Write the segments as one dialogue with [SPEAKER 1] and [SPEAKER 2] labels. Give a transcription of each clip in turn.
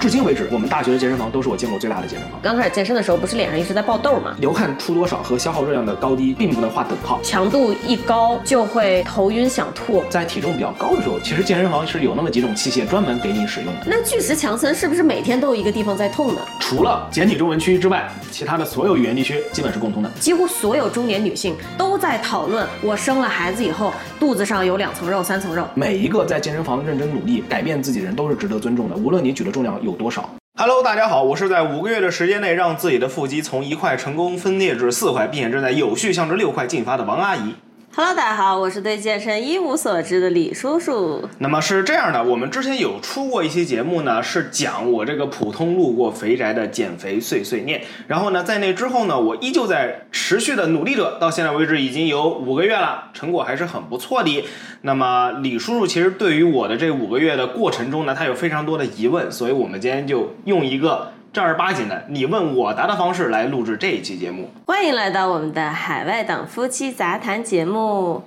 [SPEAKER 1] 至今为止，我们大学的健身房都是我见过最大的健身房。
[SPEAKER 2] 刚开始健身的时候，不是脸上一直在爆痘吗？
[SPEAKER 1] 流汗出多少和消耗热量的高低并不能划等号。
[SPEAKER 2] 强度一高就会头晕想吐。
[SPEAKER 1] 在体重比较高的时候，其实健身房是有那么几种器械专门给你使用的。
[SPEAKER 2] 那巨石强森是不是每天都有一个地方在痛呢？
[SPEAKER 1] 除了减体中文区之外，其他的所有语言地区基本是共通的。
[SPEAKER 2] 几乎所有中年女性都在讨论，我生了孩子以后肚子上有两层肉、三层肉。
[SPEAKER 1] 每一个在健身房认真努力改变自己的人都是值得尊重的，无论你举的重量有多少。
[SPEAKER 3] Hello，大家好，我是在五个月的时间内让自己的腹肌从一块成功分裂至四块，并且正在有序向着六块进发的王阿姨。
[SPEAKER 4] Hello，大家好，我是对健身一无所知的李叔叔。
[SPEAKER 3] 那么是这样的，我们之前有出过一期节目呢，是讲我这个普通路过肥宅的减肥碎碎念。然后呢，在那之后呢，我依旧在持续的努力着，到现在为止已经有五个月了，成果还是很不错的。那么李叔叔其实对于我的这五个月的过程中呢，他有非常多的疑问，所以我们今天就用一个。正儿八经的你问我答的方式来录制这一期节目，
[SPEAKER 4] 欢迎来到我们的海外党夫妻杂谈节目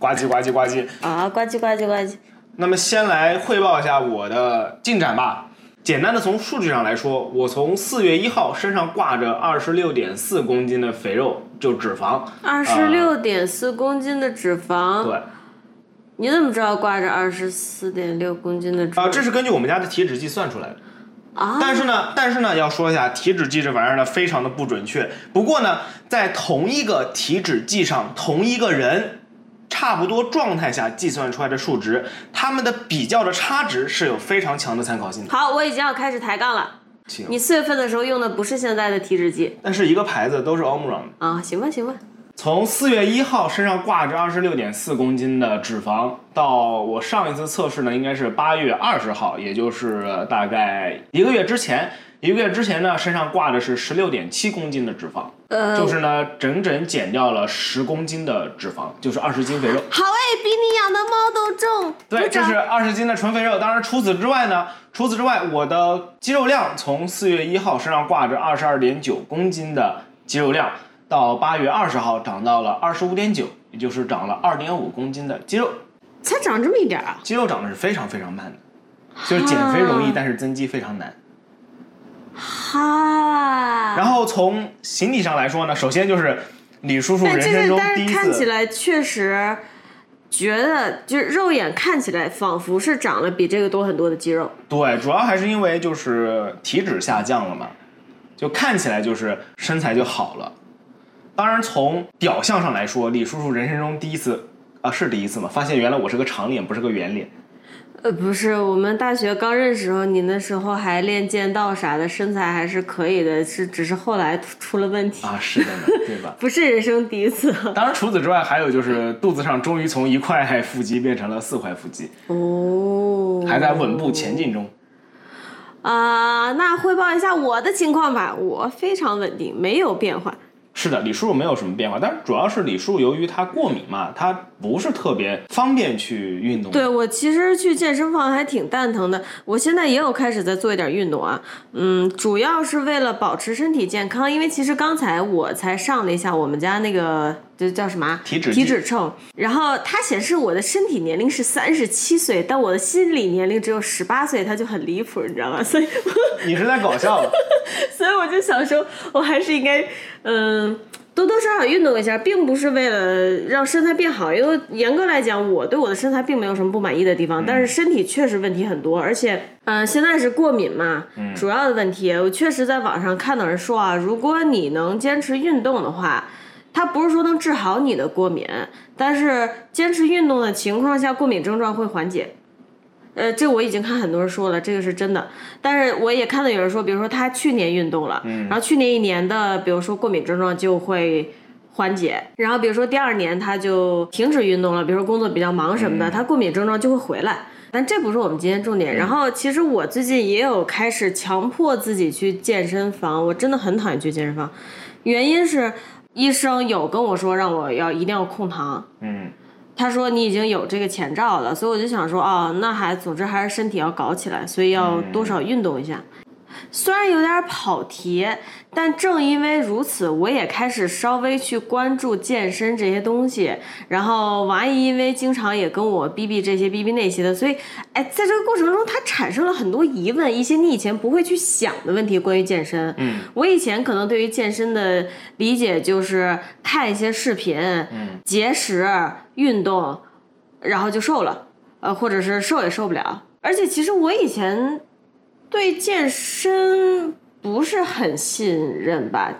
[SPEAKER 3] 呱唧呱唧呱唧。
[SPEAKER 4] 啊！呱唧呱唧呱唧，
[SPEAKER 3] 那么先来汇报一下我的进展吧。简单的从数据上来说，我从四月一号身上挂着二十六点四公斤的肥肉，就脂肪，
[SPEAKER 4] 二十六点四公斤的脂肪，
[SPEAKER 3] 啊对，
[SPEAKER 4] 你怎么知道挂着二十四点六公斤的脂肪？
[SPEAKER 3] 啊，这是根据我们家的体脂计算出来的。
[SPEAKER 4] 啊，
[SPEAKER 3] 但是呢，但是呢，要说一下体脂计这玩意儿呢，非常的不准确。不过呢，在同一个体脂计上，同一个人差不多状态下计算出来的数值，他们的比较的差值是有非常强的参考性的。
[SPEAKER 4] 好，我已经要开始抬杠了。
[SPEAKER 3] 请
[SPEAKER 4] 你四月份的时候用的不是现在的体脂计
[SPEAKER 3] 但是一个牌子都是 Omron 的。
[SPEAKER 4] 啊？行吧，行吧，
[SPEAKER 3] 从四月一号身上挂着二十六点四公斤的脂肪，到我上一次测试呢，应该是八月二十号，也就是大概一个月之前。一个月之前呢，身上挂的是十六点七公斤的脂肪，
[SPEAKER 4] 呃，
[SPEAKER 3] 就是呢，整整减掉了十公斤的脂肪，就是二十斤肥肉。
[SPEAKER 4] 好哎，比你养的猫都重，
[SPEAKER 3] 对，
[SPEAKER 4] 鼓
[SPEAKER 3] 这
[SPEAKER 4] 掌
[SPEAKER 3] 是二十斤的纯肥肉。当然，除此之外呢，除此之外，我的肌肉量从四月一号身上挂着二十二点九公斤的肌肉量，到八月二十号涨到了二十五点九，也就是涨了二点五公斤的肌肉。
[SPEAKER 4] 才长这么一点儿啊？
[SPEAKER 3] 肌肉长得是非常非常慢的，就是减肥容易，
[SPEAKER 4] 啊
[SPEAKER 3] 但是增肌非常难。
[SPEAKER 4] 哈，
[SPEAKER 3] 然后从形体上来说呢，首先就是李叔叔
[SPEAKER 4] 但
[SPEAKER 3] 人
[SPEAKER 4] 就
[SPEAKER 3] 生
[SPEAKER 4] 是
[SPEAKER 3] 中
[SPEAKER 4] 但
[SPEAKER 3] 第
[SPEAKER 4] 是
[SPEAKER 3] 一
[SPEAKER 4] 看起
[SPEAKER 3] 次，
[SPEAKER 4] 来确实觉得，就是肉眼看起来仿佛是长了比这个多很多的肌肉。
[SPEAKER 3] 对，主要还是因为就是体脂下降了嘛，就看起来就是身材就好了。当然，从表象上来说，李叔叔人生中第一次啊，是第一次嘛，发现原来我是个长脸，不是个圆脸。
[SPEAKER 4] 呃，不是，我们大学刚认识时候，你那时候还练剑道啥的，身材还是可以的，是只是后来出出了问题，
[SPEAKER 3] 啊，是的呢，对吧？
[SPEAKER 4] 不是人生第一次。
[SPEAKER 3] 当然，除此之外，还有就是肚子上终于从一块腹肌变成了四块腹肌，
[SPEAKER 4] 哦，
[SPEAKER 3] 还在稳步前进中。
[SPEAKER 4] 啊、那汇报一下我的情况吧，我非常稳定，没有变化。
[SPEAKER 3] 是的，李叔叔没有什么变化，但是主要是李叔叔由于他过敏嘛，他不是特别方便去运动。
[SPEAKER 4] 对我其实去健身房还挺蛋疼的，我现在也有开始在做一点运动啊，嗯，主要是为了保持身体健康，因为其实刚才我才上了一下我们家那个这叫什么啊
[SPEAKER 3] 体脂计
[SPEAKER 4] 体脂秤，然后它显示我的身体年龄是三十七岁，但我的心理年龄只有十八岁，它就很离谱，你知道吗？所以我
[SPEAKER 3] 你是在搞笑吧？
[SPEAKER 4] 所以我就想说，我还是应该嗯。多多少少运动一下，并不是为了让身材变好，因为严格来讲，我对我的身材并没有什么不满意的地方，但是身体确实问题很多，而且，嗯、现在是过敏嘛，主要的问题，我确实在网上看到人说啊，如果你能坚持运动的话，它不是说能治好你的过敏，但是坚持运动的情况下，过敏症状会缓解。呃，这我已经看很多人说了，这个是真的。但是我也看到有人说，比如说他去年运动了，然后去年一年的，比如说过敏症状就会缓解，然后比如说第二年他就停止运动了，比如说工作比较忙什么的，他过敏症状就会回来。但这不是我们今天重点。然后其实我最近也有开始强迫自己去健身房，我真的很讨厌去健身房，原因是医生有跟我说让我要一定要控糖，
[SPEAKER 3] 嗯，
[SPEAKER 4] 他说你已经有这个前兆嗯了，所以我就想说，哦，那还总之还是身体要搞起来，所以要多少运动一下。虽然有点跑题，但正因为如此，我也开始稍微去关注健身这些东西。然后王阿姨因为经常也跟我逼逼这些逼逼那些的，所以哎，在这个过程中，她产生了很多疑问，一些你以前不会去想的问题关于健身。嗯，我以前可能对于健身的理解就是看一些视频，嗯，节食、运动，然后就瘦了，呃，或者是瘦也瘦不了。而且其实我以前对健身不是很信任吧。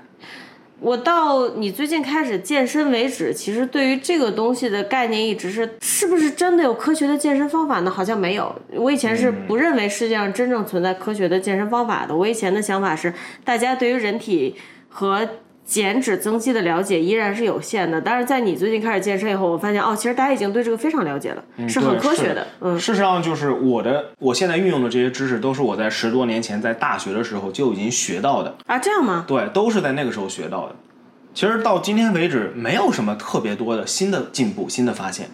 [SPEAKER 4] 我到你最近开始健身为止，其实对于这个东西的概念一直是，是不是真的有科学的健身方法呢？好像没有。我以前是
[SPEAKER 3] 嗯
[SPEAKER 4] 不认为世界上真正存在科学的健身方法的。我以前的想法是，大家对于人体和减脂增肌的了解依然是有限的。但是在你最近开始健身以后，我发现哦，其实大家已经对这个非常了解了，是很
[SPEAKER 3] 对
[SPEAKER 4] 科学
[SPEAKER 3] 是
[SPEAKER 4] 的。嗯，
[SPEAKER 3] 事实上，就是我的我现在运用的这些知识，都是我在十多年前在大学的时候就已经学到的，
[SPEAKER 4] 啊，这样吗？
[SPEAKER 3] 对，都是在那个时候学到的。其实到今天为止，没有什么特别多的新的进步、新的发现。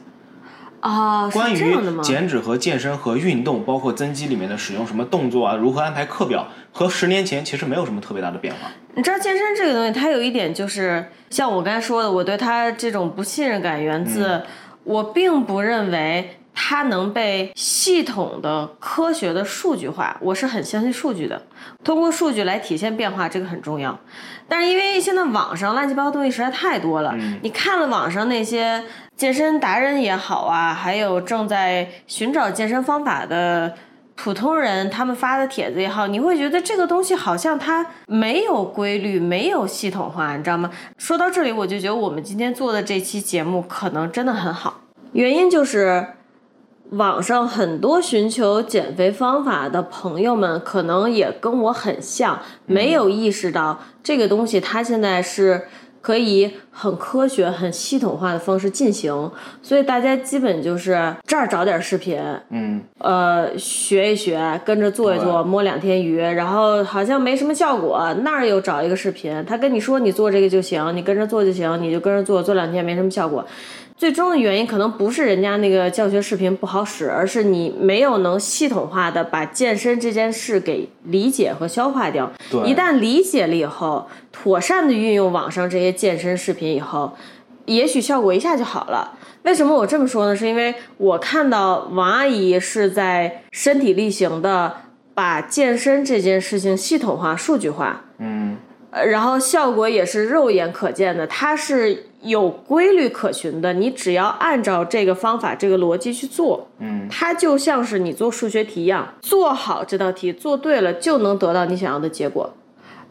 [SPEAKER 4] 哦，
[SPEAKER 3] 关
[SPEAKER 4] 是这
[SPEAKER 3] 于
[SPEAKER 4] 样的吗？
[SPEAKER 3] 减脂和健身和运动，包括增肌里面的使用什么动作啊，如何安排课表，和十年前其实没有什么特别大的变化。
[SPEAKER 4] 你知道健身这个东西，它有一点就是像我刚才说的，我对它这种不信任感源自、我并不认为它能被系统的、科学的数据化。我是很相信数据的，通过数据来体现变化，这个很重要。但是因为现在网上乱七八糟东西实在太多了，你看了网上那些健身达人也好啊，还有正在寻找健身方法的普通人他们发的帖子也好，你会觉得这个东西好像它没有规律，没有系统化，你知道吗？说到这里，我就觉得我们今天做的这期节目可能真的很好，原因就是。网上很多寻求减肥方法的朋友们，可能也跟我很像，没有意识到这个东西它现在是可以很科学、很系统化的方式进行，所以大家基本就是这儿找点视频，
[SPEAKER 3] 嗯，
[SPEAKER 4] 呃，学一学，跟着做一做，
[SPEAKER 3] 对
[SPEAKER 4] 摸两天鱼，然后好像没什么效果，那儿又找一个视频，他跟你说你做这个就行，你跟着做就行，你就跟着做，做两天没什么效果。最终的原因可能不是人家那个教学视频不好使，而是你没有能系统化的把健身这件事给理解和消化掉。
[SPEAKER 3] 对
[SPEAKER 4] 一旦理解了以后，妥善的运用网上这些健身视频以后，也许效果一下就好了。为什么我这么说呢？是因为我看到王阿姨是在身体力行的把健身这件事情系统化、数据化，嗯，然后效果也是肉眼可见的，它是有规律可循的。你只要按照这个方法、这个逻辑去做，嗯，它就像是你做数学题一样，做好这道题，做对了就能得到你想要的结果。
[SPEAKER 3] 对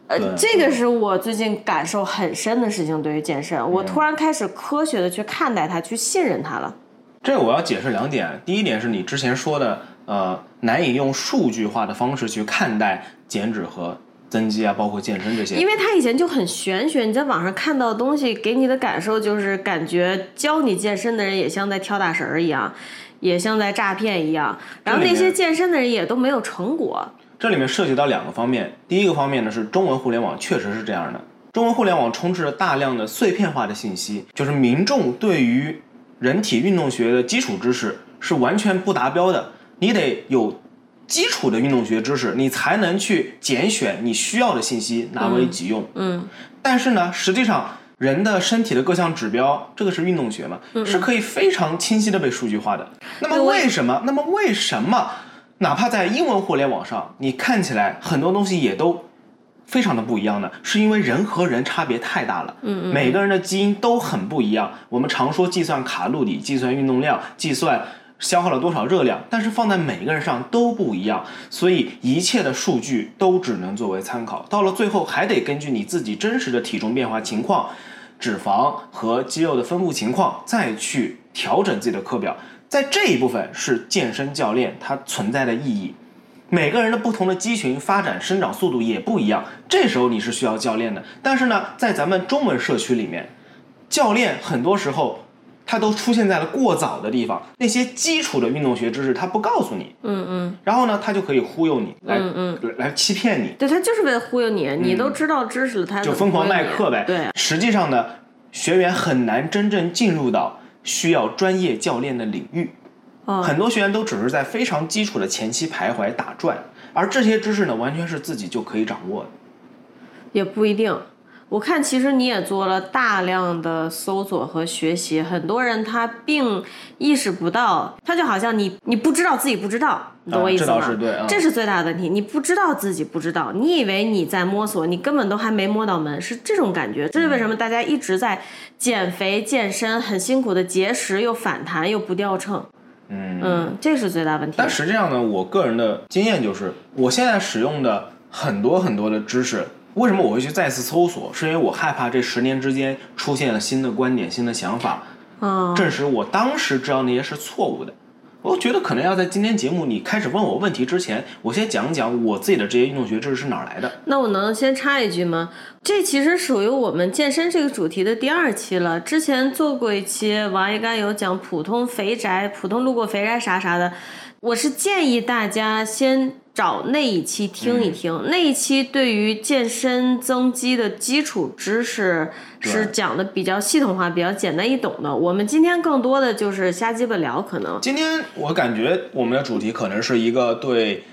[SPEAKER 4] 呃这个是我最近感受很深的事情。对于健身，
[SPEAKER 3] 嗯
[SPEAKER 4] 我突然开始科学的去看待它，去信任它了。
[SPEAKER 3] 这我要解释两点。第一点是你之前说的，呃，难以用数据化的方式去看待减脂和增肌啊，包括健身这些。
[SPEAKER 4] 因为它以前就很玄学，你在网上看到的东西给你的感受就是感觉教你健身的人也像在跳大神儿一样，也像在诈骗一样，然后那
[SPEAKER 3] 这里
[SPEAKER 4] 些
[SPEAKER 3] 面
[SPEAKER 4] 健身的人也都没有成果。
[SPEAKER 3] 这里面涉及到两个方面，第一个方面呢是中文互联网确实是这样的，中文互联网充斥着大量的碎片化的信息，就是民众对于人体运动学的基础知识是完全不达标的，你得有。基础的运动学知识，你才能去拣选你需要的信息，拿为己用。
[SPEAKER 4] 嗯，
[SPEAKER 3] 但是呢，实际上人的身体的各项指标，这个是运动学嘛，是可以非常清晰的被数据化的。那
[SPEAKER 4] 嗯
[SPEAKER 3] 么
[SPEAKER 4] 对我也
[SPEAKER 3] 为什么？那么为什么？哪怕在英文互联网上，你看起来很多东西也都非常的不一样呢？是因为人和人差别太大了。嗯嗯，每个人的基因都很不一样。我们常说计算卡路里、计算运动量、计算。消耗了多少热量，但是放在每个人上都不一样，所以一切的数据都只能作为参考。到了最后，还得根据你自己真实的体重变化情况、脂肪和肌肉的分布情况，再去调整自己的课表。在这一部分是健身教练它存在的意义。每个人的不同的肌群发展生长速度也不一样，这时候你是需要教练的。但是呢，在咱们中文社区里面，教练很多时候他都出现在了过早的地方，那些基础的运动学知识他不告诉你，嗯嗯，然后呢，他就可以忽悠你，来来来欺骗你，
[SPEAKER 4] 对，他就是为了忽悠你，你都知道知识了，他
[SPEAKER 3] 嗯就疯狂卖课呗。
[SPEAKER 4] 对，
[SPEAKER 3] 实际上呢，学员很难真正进入到需要专业教练的领域。
[SPEAKER 4] 哦
[SPEAKER 3] 很多学员都只是在非常基础的前期徘徊打转，而这些知识呢，完全是自己就可以掌握的。
[SPEAKER 4] 也不一定。我看其实你也做了大量的搜索和学习，很多人他并意识不到，他就好像你你不知道自己不知道，你懂我意思吗？
[SPEAKER 3] 这倒是对啊
[SPEAKER 4] 这是最大的问题，你不知道自己不知道，你以为你在摸索，你根本都还没摸到门，是这种感觉。这是为什么大家一直在减肥健身，很辛苦的节食又反弹又不掉秤，嗯这是最大问题。
[SPEAKER 3] 但实际上呢，我个人的经验就是，我现在使用的很多很多的知识，为什么我会去再次搜索？是因为我害怕这十年之间出现了新的观点、新的想法，
[SPEAKER 4] 嗯，
[SPEAKER 3] 证实我当时知道那些是错误的。我觉得可能要在今天节目你开始问我问题之前，我先讲讲我自己的这些运动学知识是哪儿来的。
[SPEAKER 4] 那我能先插一句吗？这其实属于我们健身这个主题的第二期了。之前做过一期王一干有讲普通肥宅、普通路过肥宅啥啥的，我是建议大家先找那一期听
[SPEAKER 3] 嗯
[SPEAKER 4] 一听，那一期对于健身增肌的基础知识是讲的比较系统化、比较简单易懂的。我们今天更多的就是瞎鸡巴聊，可能
[SPEAKER 3] 今天我感觉我们的主题可能是一个对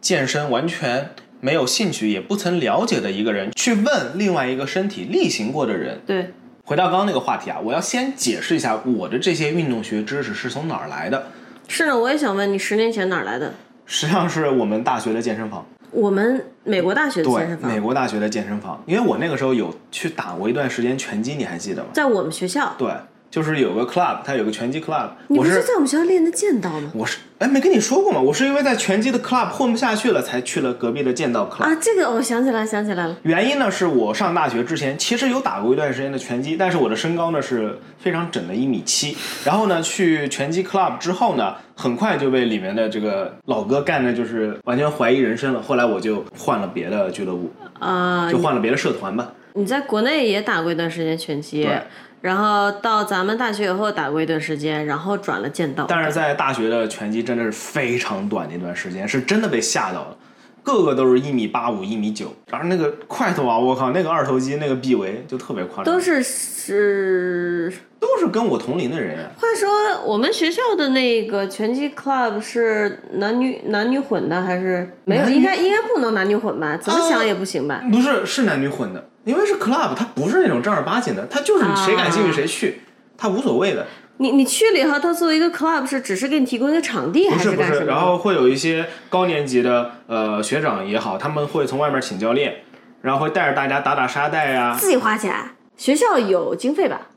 [SPEAKER 3] 健身完全没有兴趣、也不曾了解的一个人去问另外一个身体力行过的人，
[SPEAKER 4] 对
[SPEAKER 3] 回到刚刚那个话题啊，我要先解释一下我的这些运动学知识是从哪儿来的。
[SPEAKER 4] 是呢。我也想问你，十年前哪儿来的？
[SPEAKER 3] 实际上是我们大学的健身房，
[SPEAKER 4] 我们美国大学的健
[SPEAKER 3] 对
[SPEAKER 4] 身，
[SPEAKER 3] 美
[SPEAKER 4] 房，
[SPEAKER 3] 国大学的健身房，因为我那个时候有去打过一段时间拳击，你还记得吗？
[SPEAKER 4] 在我们学校。
[SPEAKER 3] 对，就是有个 club，它有个拳击 club，
[SPEAKER 4] 你
[SPEAKER 3] 我
[SPEAKER 4] 不是
[SPEAKER 3] 是
[SPEAKER 4] 在我们学校练的剑道吗？
[SPEAKER 3] 我是哎没跟你说过吗？我是因为在拳击的 club 混不下去了，才去了隔壁的剑道 club。
[SPEAKER 4] 啊，这个我想起来，想起来了。
[SPEAKER 3] 原因呢，是我上大学之前其实有打过一段时间的拳击，但是我的身高呢是非常整的一米七。然后呢，去拳击 club 之后呢，很快就被里面的这个老哥干的，就是完全怀疑人生了。后来我就换了别的俱乐部，
[SPEAKER 4] 啊、
[SPEAKER 3] 就换了别的社团吧。
[SPEAKER 4] 你在国内也打过一段时间拳击
[SPEAKER 3] 对，
[SPEAKER 4] 然后到咱们大学以后打过一段时间，然后转了剑道。
[SPEAKER 3] 但是在大学的拳击真的是非常短的一段时间，是真的被吓到了。个个都是一米八五、一米九，然后那个块头啊，我靠，那个二头肌、那个臂围就特别夸张，
[SPEAKER 4] 都是是，
[SPEAKER 3] 都是跟我同龄的人呀、
[SPEAKER 4] 话说我们学校的那个拳击 club 是男女男女混的还是没有？应该应该不能男女混吧？怎么想也不行吧？
[SPEAKER 3] 不是，是男女混的，因为是 club，它不是那种正儿八经的，它就是你谁感兴趣
[SPEAKER 4] 啊
[SPEAKER 3] 谁去，它无所谓的。
[SPEAKER 4] 你你去了以后，他作为一个 club 是只是给你提供一个场地还
[SPEAKER 3] 不是不
[SPEAKER 4] 干什
[SPEAKER 3] 是，
[SPEAKER 4] 么？
[SPEAKER 3] 然后会有一些高年级的呃学长也好，他们会从外面请教练，然后会带着大家打打沙袋啊。
[SPEAKER 4] 自己花钱，学校有经费吧？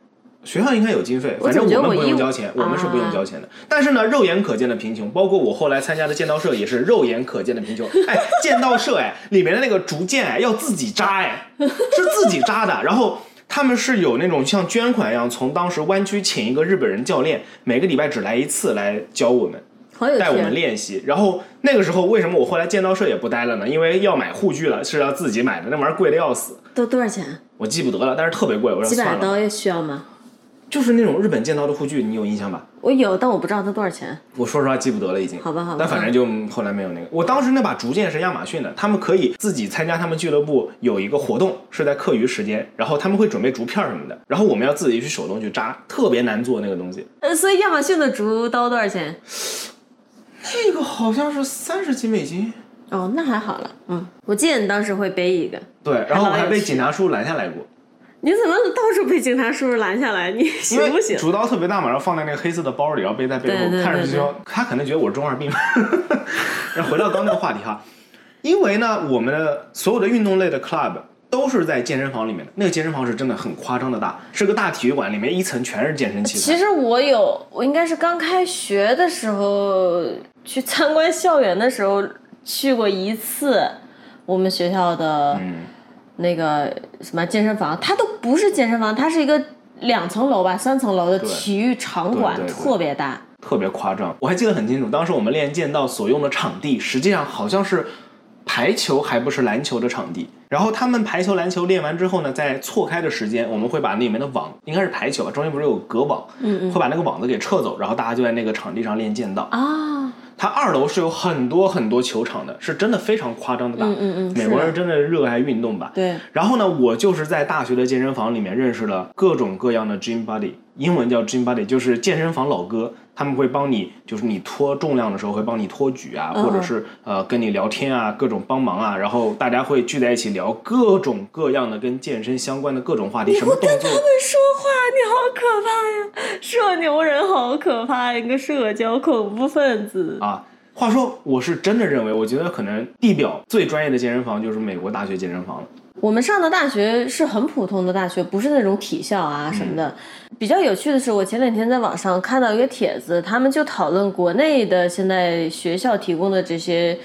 [SPEAKER 3] 学校应该有经费，
[SPEAKER 4] 我
[SPEAKER 3] 反
[SPEAKER 4] 总
[SPEAKER 3] 正
[SPEAKER 4] 觉得
[SPEAKER 3] 们
[SPEAKER 4] 我啊
[SPEAKER 3] 不
[SPEAKER 4] 义务
[SPEAKER 3] 用交钱，我们是不用交钱的。但是呢，肉眼可见的贫穷，包括我后来参加的剑道社也是肉眼可见 的贫穷。哎，剑道社哎，里面的那个竹剑哎，要自己扎 哎，是自己扎的。然后他们是有那种像捐款一样，从当时湾区请一个日本人教练，每个礼拜只来一次来教我们。
[SPEAKER 4] 好有
[SPEAKER 3] 带我
[SPEAKER 4] 趣啊
[SPEAKER 3] 们！练习。然后那个时候，为什么我后来剑道社也不待了呢？因为要买护具了，是要自己买的，那玩意儿贵的要死，
[SPEAKER 4] 都多少钱？
[SPEAKER 3] 我记不得了，但是特别贵，我说
[SPEAKER 4] 几百
[SPEAKER 3] 算了。
[SPEAKER 4] 刀也需要吗？
[SPEAKER 3] 就是那种日本剑道的护具，你有印象吧？
[SPEAKER 4] 我有，但我不知道它多少钱。
[SPEAKER 3] 我说实话记不得了，已经。
[SPEAKER 4] 好吧好吧
[SPEAKER 3] 但反正就嗯后来没有那个。我当时那把竹剑是亚马逊的，他们可以自己参加他们俱乐部有一个活动，是在课余时间，然后他们会准备竹片儿什么的，然后我们要自己去手动去扎，特别难做那个东西。
[SPEAKER 4] 呃，所以亚马逊的竹刀多少钱？
[SPEAKER 3] 那个好像是三十几美金。
[SPEAKER 4] 哦，那还好了。嗯，我记得你当时会背一个。
[SPEAKER 3] 对，然后我
[SPEAKER 4] 还
[SPEAKER 3] 还
[SPEAKER 4] 老有
[SPEAKER 3] 被
[SPEAKER 4] 趣
[SPEAKER 3] 警察叔叔拦下来过。
[SPEAKER 4] 你怎么到处被警察叔叔拦下来？你
[SPEAKER 3] 因
[SPEAKER 4] 行
[SPEAKER 3] 为
[SPEAKER 4] 不行？
[SPEAKER 3] 竹刀特别大嘛，然后放在那个黑色的包里，然后背在背
[SPEAKER 4] 对对
[SPEAKER 3] 后，
[SPEAKER 4] 对
[SPEAKER 3] 看上去就他可能觉得我是中二病。 然后回到刚刚那个话题哈，因为呢，我们的所有的运动类的 club 都是在健身房里面的，那个健身房是真的很夸张的大，是个大体育馆，里面一层全是健身器
[SPEAKER 4] 其
[SPEAKER 3] 材。
[SPEAKER 4] 实我有，我应该是刚开学的时候去参观校园的时候去过一次我们学校的那个什么健身房，它都不是健身房，它是一个两层楼吧，三层楼的体育场馆，
[SPEAKER 3] 对对对
[SPEAKER 4] 特别大。
[SPEAKER 3] 特别夸张，我还记得很清楚，当时我们练剑道所用的场地，实际上好像是排球还不是篮球的场地。然后他们排球、篮球练完之后呢，在错开的时间，我们会把那里面的网，应该是排球吧，中间不是有隔网，嗯嗯，会把那个网子给撤走，然后大家就在那个场地上练剑道。
[SPEAKER 4] 啊，
[SPEAKER 3] 它二楼是有很多很多球场的，是真的非常夸张的大。
[SPEAKER 4] 嗯嗯嗯是
[SPEAKER 3] 美国
[SPEAKER 4] 的
[SPEAKER 3] 人真的热爱运动吧？
[SPEAKER 4] 对，
[SPEAKER 3] 然后呢，我就是在大学的健身房里面认识了各种各样的 gym body，英文叫 gym buddy，就是健身房老哥，他们会帮你，就是你拖重量的时候会帮你托举啊，
[SPEAKER 4] 嗯
[SPEAKER 3] 或者是呃跟你聊天啊，各种帮忙啊，然后大家会聚在一起聊各种各样的跟健身相关的各种话题，什么动作。
[SPEAKER 5] 说话，你好可怕呀！社牛人好可怕，一个社交恐怖分子。
[SPEAKER 3] 啊。话说，我是真的认为，我觉得可能地表最专业的健身房就是美国大学健身房了。
[SPEAKER 4] 我们上的大学是很普通的大学，不是那种体校啊什么的。比较有趣的是，我前两天在网上看到一个帖子，他们就讨论国内的现在学校提供的这些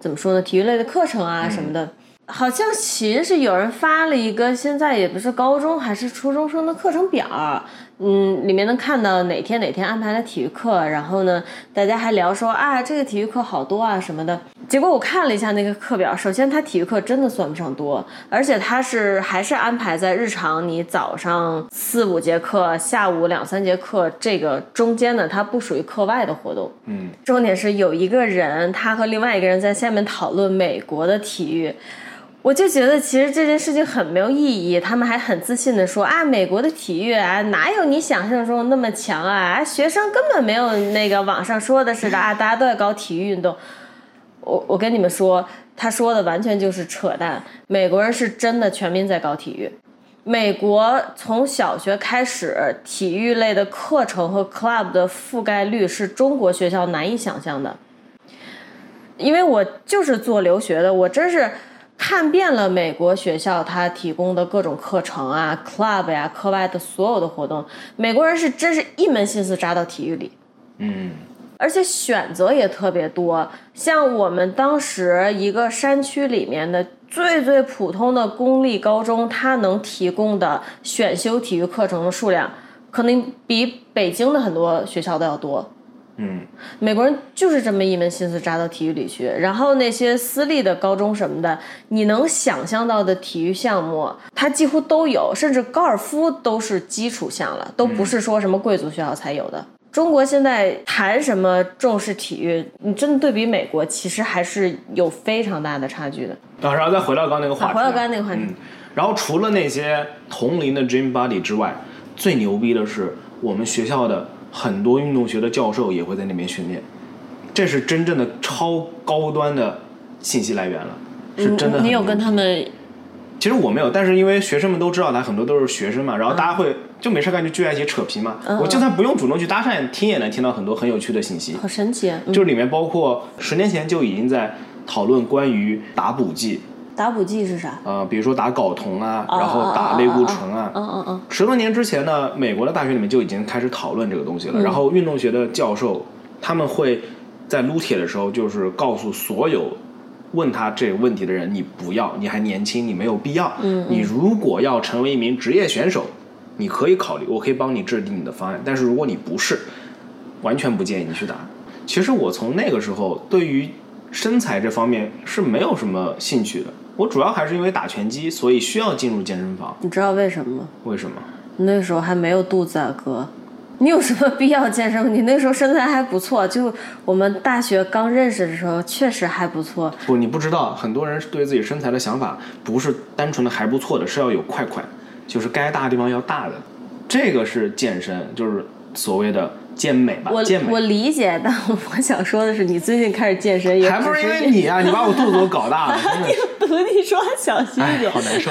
[SPEAKER 4] 怎么说呢，体育类的课程啊什么的。好像其实是有人发了一个，现在也不是高中还是初中生的课程表儿，嗯，里面能看到哪天哪天安排的体育课，然后呢，大家还聊说啊，这个体育课好多啊什么的。结果我看了一下那个课表，首先它体育课真的算不上多，而且它是还是安排在日常你早上四五节课，下午两三节课这个中间呢，它不属于课外的活动。
[SPEAKER 3] 嗯，
[SPEAKER 4] 重点是有一个人，他和另外一个人在下面讨论美国的体育。我就觉得其实这件事情很没有意义，他们还很自信的说啊，美国的体育啊，哪有你想象中那么强啊？啊学生根本没有那个网上说的似的啊，大家都在搞体育运动。我我跟你们说，他说的完全就是扯淡。美国人是真的全民在搞体育，美国从小学开始，体育类的课程和 club 的覆盖率是中国学校难以想象的。因为我就是做留学的，我真是看遍了美国学校它提供的各种课程啊、club 呀、课外的所有的活动。美国人是真是一门心思扎到体育里，
[SPEAKER 3] 嗯，
[SPEAKER 4] 而且选择也特别多。像我们当时一个山区里面的最最普通的公立高中，它能提供的选修体育课程的数量，可能比北京的很多学校都要多。
[SPEAKER 3] 嗯，
[SPEAKER 4] 美国人就是这么一门心思扎到体育里去，然后那些私立的高中什么的，你能想象到的体育项目，它几乎都有，甚至高尔夫都是基础项了，都不是说什么贵族学校才有的。中国现在谈什么重视体育，你真的对比美国，其实还是有非常大的差距的。
[SPEAKER 3] 啊，然后再回到刚刚那个话题啊、
[SPEAKER 4] 啊回到刚刚那个话题
[SPEAKER 3] 嗯，然后除了那些同龄的 gym buddy 之外，最牛逼的是我们学校的很多运动学的教授也会在那边训练，这是真正的超高端的信息来源了，是真的很
[SPEAKER 4] 你有
[SPEAKER 3] 牛
[SPEAKER 4] 跟
[SPEAKER 3] 逼
[SPEAKER 4] 他们
[SPEAKER 3] 其实我没有，但是因为学生们都知道他很多都是学生嘛，然后大家会就没事干就聚在一起扯皮嘛。我就算不用主动去搭讪，听也能听到很多很有趣的信息。
[SPEAKER 4] 好神奇、啊，嗯
[SPEAKER 3] 就是里面包括十年前就已经在讨论关于打补剂，
[SPEAKER 4] 嗯打补剂是啥？
[SPEAKER 3] 呃，比如说打睾酮啊，然后打类固醇啊。
[SPEAKER 4] 嗯嗯嗯，
[SPEAKER 3] 十多年之前呢，美国的大学里面就已经开始讨论这个东西了。然后运动学的教授他们会在撸铁的时候，就是告诉所有问他这个问题的人，你不要，你还年轻，你没有必要。嗯你如果要成为一名职业选手，你可以考虑，我可以帮你制定你的方案。但是如果你不是，完全不建议你去打。其实我从那个时候对于身材这方面是没有什么兴趣的。我主要还是因为打拳击，所以需要进入健身房。
[SPEAKER 4] 你知道为什么吗？
[SPEAKER 3] 为什么？
[SPEAKER 4] 那时候还没有肚子啊，哥，你有什么必要健身？你那时候身材还不错，就我们大学刚认识的时候，确实还不错。
[SPEAKER 3] 不，你不知道，很多人是对自己身材的想法不是单纯的还不错的，是要有块块，就是该大的地方要大的，这个是健身，就是所谓的健美吧
[SPEAKER 4] 我，
[SPEAKER 3] 健
[SPEAKER 4] 我
[SPEAKER 3] 美。
[SPEAKER 4] 理解，但我想说的是，你最近开始健身，也
[SPEAKER 3] 还不
[SPEAKER 4] 只
[SPEAKER 3] 是
[SPEAKER 4] 是
[SPEAKER 3] 因为你啊，你把我肚子都搞大了，真的是，
[SPEAKER 4] 读 你说小心一
[SPEAKER 3] 哎，
[SPEAKER 4] 点
[SPEAKER 3] 好。难受。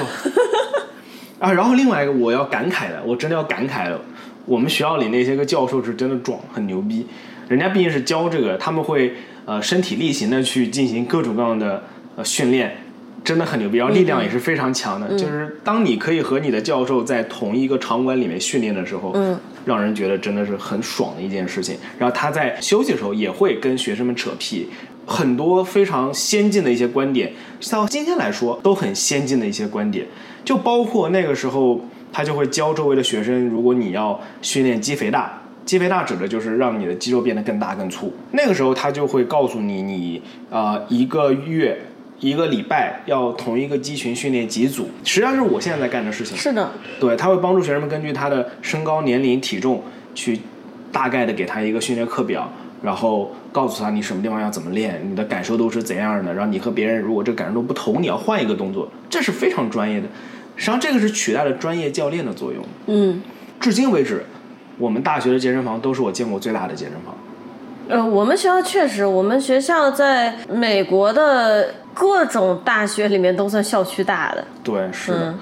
[SPEAKER 3] 啊，然后另外一个我要感慨的，我真的要感慨了，我们学校里那些个教授是真的壮，很牛逼，人家毕竟是教这个，他们会呃身体力行的去进行各种各样的呃训练，真的很牛逼，然后力量也是非常强的，就是当你可以和你的教授在同一个场馆里面训练的时候，嗯，让人觉得真的是很爽的一件事情。然后他在休息的时候也会跟学生们扯皮。很多非常先进的一些观点，到今天来说都很先进的一些观点，就包括那个时候他就会教周围的学生，如果你要训练肌肥大，肌肥大指的就是让你的肌肉变得更大更粗。那个时候他就会告诉你，你呃一个月。一个礼拜要同一个肌群训练几组，实际上是我现在在干的事情。
[SPEAKER 4] 是的，
[SPEAKER 3] 对，他会帮助学生们根据他的身高、年龄、体重去大概的给他一个训练课表，然后告诉他你什么地方要怎么练，你的感受度是怎样的，然后你和别人如果这个感受度不同，你要换一个动作，这是非常专业的。实际上，这个是取代了专业教练的作用。
[SPEAKER 4] 嗯，
[SPEAKER 3] 至今为止，我们大学的健身房都是我见过最大的健身房。
[SPEAKER 4] 呃，我们学校确实，我们学校在美国的各种大学里面都算校区大的。
[SPEAKER 3] 对，是
[SPEAKER 4] 嗯
[SPEAKER 3] 的。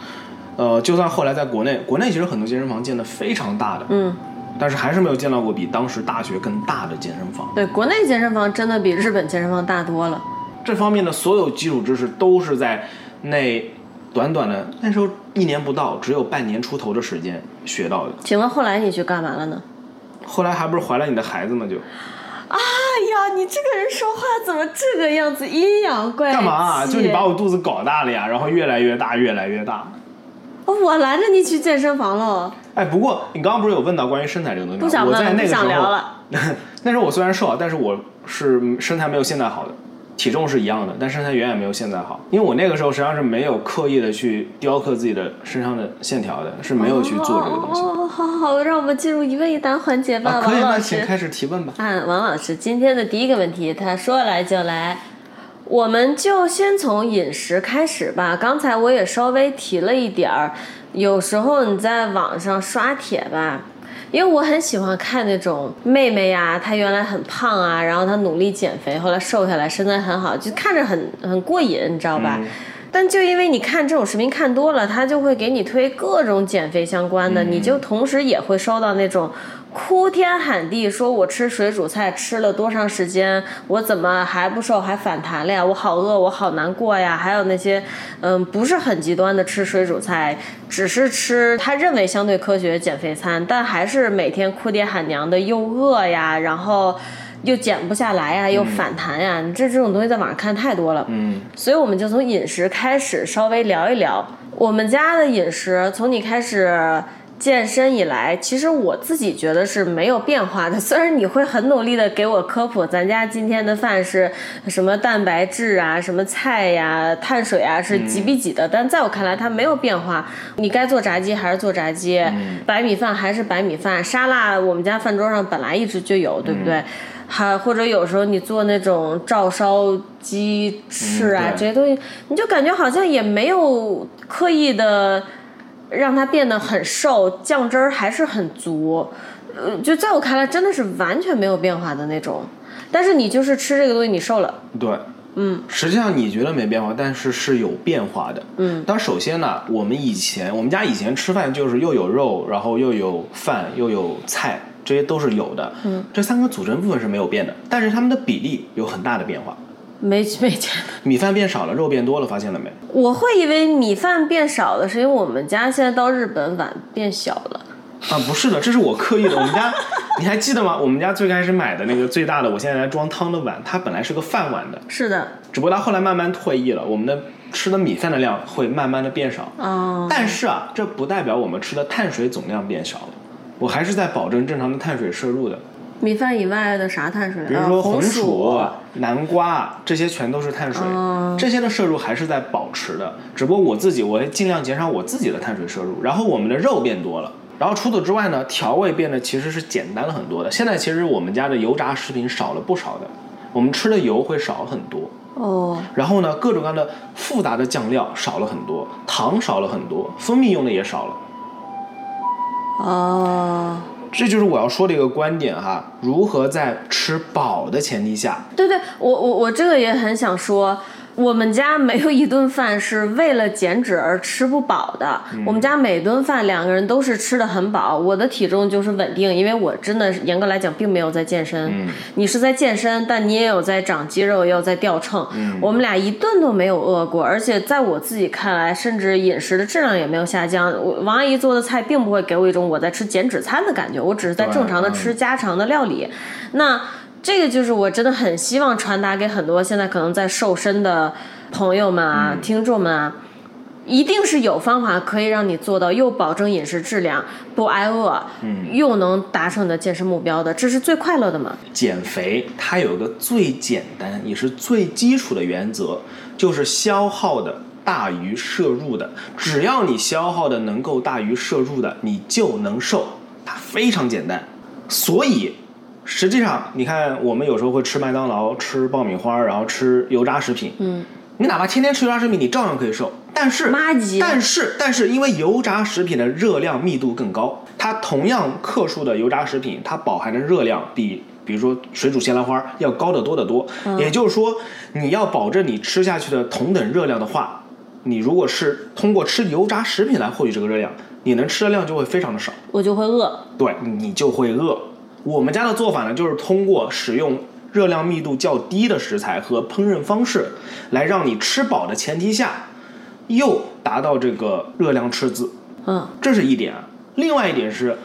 [SPEAKER 3] 呃，就算后来在国内，国内其实很多健身房建的非常大的，
[SPEAKER 4] 嗯，
[SPEAKER 3] 但是还是没有见到过比当时大学更大的健身房。
[SPEAKER 4] 对，国内健身房真的比日本健身房大多了。
[SPEAKER 3] 这方面的所有基础知识都是在那短短的那时候一年不到，只有半年出头的时间学到的。
[SPEAKER 4] 请问后来你去干嘛了呢？
[SPEAKER 3] 后来还不是怀了你的孩子吗？就
[SPEAKER 4] 哎呀，你这个人说话怎么这个样子，阴阳怪气？
[SPEAKER 3] 干嘛啊？就你把我肚子搞大了呀，然后越来越大，越来越大。
[SPEAKER 4] 哦我拦着你去健身房了，
[SPEAKER 3] 哎，不过你刚刚不是有问到关于身材这个东西吗？
[SPEAKER 4] 不想
[SPEAKER 3] 我
[SPEAKER 4] 问
[SPEAKER 3] 在
[SPEAKER 4] 了，
[SPEAKER 3] 那
[SPEAKER 4] 不
[SPEAKER 3] 个时
[SPEAKER 4] 想
[SPEAKER 3] 候，
[SPEAKER 4] 聊了。
[SPEAKER 3] 那时候我虽然瘦啊，但是我是身材没有现在好的，体重是一样的，但身材远远没有现在好。因为我那个时候实际上是没有刻意的去雕刻自己的身上的线条的，是没有去做这个东西。
[SPEAKER 4] 哦，好好好，让我们进入一问一答环节吧，
[SPEAKER 3] 啊，可以，
[SPEAKER 4] 王老
[SPEAKER 3] 那
[SPEAKER 4] 师
[SPEAKER 3] 请。开始提问吧。
[SPEAKER 4] 按王老师今天的第一个问题，他说来就来，我们就先从饮食开始吧。刚才我也稍微提了一点儿，有时候你在网上刷帖吧。因为我很喜欢看那种妹妹呀、她原来很胖啊，然后她努力减肥，后来瘦下来，身材很好，就看着很很过瘾，你知道吧？但就因为你看这种视频看多了，他就会给你推各种减肥相关的，你就同时也会收到那种哭天喊地说我吃水煮菜吃了多长时间，我怎么还不瘦还反弹了呀？我好饿，我好难过呀！还有那些嗯不是很极端的吃水煮菜，只是吃他认为相对科学的减肥餐，但还是每天哭爹喊娘的又饿呀，然后。又减不下来呀，又反弹呀，你这这种东西在网上看太多了。
[SPEAKER 3] 嗯，
[SPEAKER 4] 所以我们就从饮食开始稍微聊一聊我们家的饮食。从你开始健身以来，其实我自己觉得是没有变化的。虽然你会很努力的给我科普，咱家今天的饭是什么蛋白质啊、什么菜呀、碳水啊是几比几的，但在我看来它没有变化。你该做炸鸡还是做炸鸡，白米饭还是白米饭，沙拉我们家饭桌上本来一直就有，对不对？还或者有时候你做那种照烧鸡翅啊、
[SPEAKER 3] 嗯对
[SPEAKER 4] 这些东西，你就感觉好像也没有刻意的让它变得很瘦，酱汁儿还是很足。呃，就在我看来，真的是完全没有变化的那种。但是你就是吃这个东西，你瘦了，
[SPEAKER 3] 对，嗯，实际上你觉得没变化，但是是有变化的。嗯，但首先呢，我们以前我们家以前吃饭就是又有肉，然后又有饭，又有菜，这些都是有的。嗯，这三个组成部分是没有变的，但是它们的比例有很大的变化。
[SPEAKER 4] 没没见到。
[SPEAKER 3] 米饭变少了，肉变多了，发现了没？
[SPEAKER 4] 我会以为米饭变少了，是因为我们家现在到日本碗变小了。
[SPEAKER 3] 啊，不是的，这是我刻意的。我们家， 你还记得吗？我们家最开始买的那个最大的，我现在来装汤的碗，它本来是个饭碗的，
[SPEAKER 4] 是的，
[SPEAKER 3] 只不过它后来慢慢退役了，我们的吃的米饭的量会慢慢的变少。
[SPEAKER 4] 哦，
[SPEAKER 3] 但是啊，这不代表我们吃的碳水总量变少了，我还是在保证正常的碳水摄入的。
[SPEAKER 4] 米饭以外的啥碳水？
[SPEAKER 3] 比如
[SPEAKER 4] 啊
[SPEAKER 3] 说
[SPEAKER 4] 红啊
[SPEAKER 3] 薯、南瓜，啊这些全都是碳水，
[SPEAKER 4] 嗯
[SPEAKER 3] 这些的摄入还是在保持的。只不过我自己，我会尽量减少我自己的碳水摄入。然后我们的肉变多了，然后除此之外呢，调味变得其实是简单了很多的。现在其实我们家的油炸食品少了不少的，我们吃的油会少很多。
[SPEAKER 4] 哦，
[SPEAKER 3] 然后呢，各种各样的复杂的酱料少了很多，糖少了很多，蜂蜜用的也少了。
[SPEAKER 4] 哦，
[SPEAKER 3] 这就是我要说的一个观点哈，如何在吃饱的前提下
[SPEAKER 4] 对对，我我我这个也很想说，我们家没有一顿饭是为了减脂而吃不饱的。
[SPEAKER 3] 嗯
[SPEAKER 4] 我们家每顿饭两个人都是吃的很饱，我的体重就是稳定，因为我真的是严格来讲并没有在健身。
[SPEAKER 3] 嗯
[SPEAKER 4] 你是在健身，但你也有在长肌肉，也有在掉秤。
[SPEAKER 3] 嗯
[SPEAKER 4] 我们俩一顿都没有饿过，而且在我自己看来，甚至饮食的质量也没有下降。我王阿姨做的菜并不会给我一种我在吃减脂餐的感觉，我只是在
[SPEAKER 3] 对
[SPEAKER 4] 正常的
[SPEAKER 3] 嗯
[SPEAKER 4] 吃家常的料理。那这个就是我真的很希望传达给很多现在可能在瘦身的朋友们啊、
[SPEAKER 3] 嗯
[SPEAKER 4] 听众们啊，一定是有方法可以让你做到又保证饮食质量、不挨饿，
[SPEAKER 3] 嗯
[SPEAKER 4] 又能达成你的健身目标的，这是最快乐的嘛？
[SPEAKER 3] 减肥，它有一个最简单也是最基础的原则，就是消耗的大于摄入的。只要你消耗的能够大于摄入的，你就能瘦。它非常简单，所以。实际上，你看，我们有时候会吃麦当劳、吃爆米花，然后吃油炸食品。
[SPEAKER 4] 嗯，
[SPEAKER 3] 你哪怕天天吃油炸食品，你照样可以瘦。但是
[SPEAKER 4] 妈鸡了
[SPEAKER 3] 但是但是因为油炸食品的热量密度更高，它同样克数的油炸食品，它饱含的热量比。比如说水煮西兰花要高得多得多，也就是说，你要保证你吃下去的同等热量的话，你如果是通过吃油炸食品来获取这个热量，你能吃的量就会非常的少。
[SPEAKER 4] 我就会饿。
[SPEAKER 3] 对你就会饿。我们家的做法呢，就是通过使用热量密度较低的食材和烹饪方式，来让你吃饱的前提下，又达到这个热量赤字，
[SPEAKER 4] 嗯，
[SPEAKER 3] 这是一点啊。另外一点是，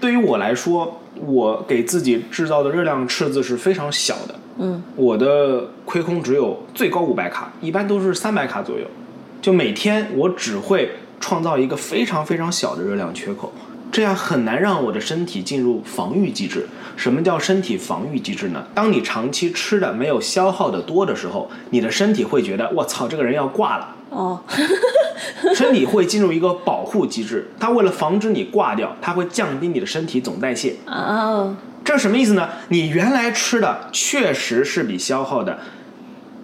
[SPEAKER 3] 对于我来说，我给自己制造的热量赤字是非常小的。
[SPEAKER 4] 嗯，
[SPEAKER 3] 我的亏空只有最高五百卡，一般都是三百卡左右。就每天我只会创造一个非常非常小的热量缺口，这样很难让我的身体进入防御机制。什么叫身体防御机制呢？当你长期吃的没有消耗的多的时候，你的身体会觉得我操，这个人要挂了，
[SPEAKER 4] 哦，
[SPEAKER 3] 身体会进入一个保护机制，它为了防止你挂掉，它会降低你的身体总代谢。
[SPEAKER 4] 啊，
[SPEAKER 3] 这什么意思呢？你原来吃的确实是比消耗的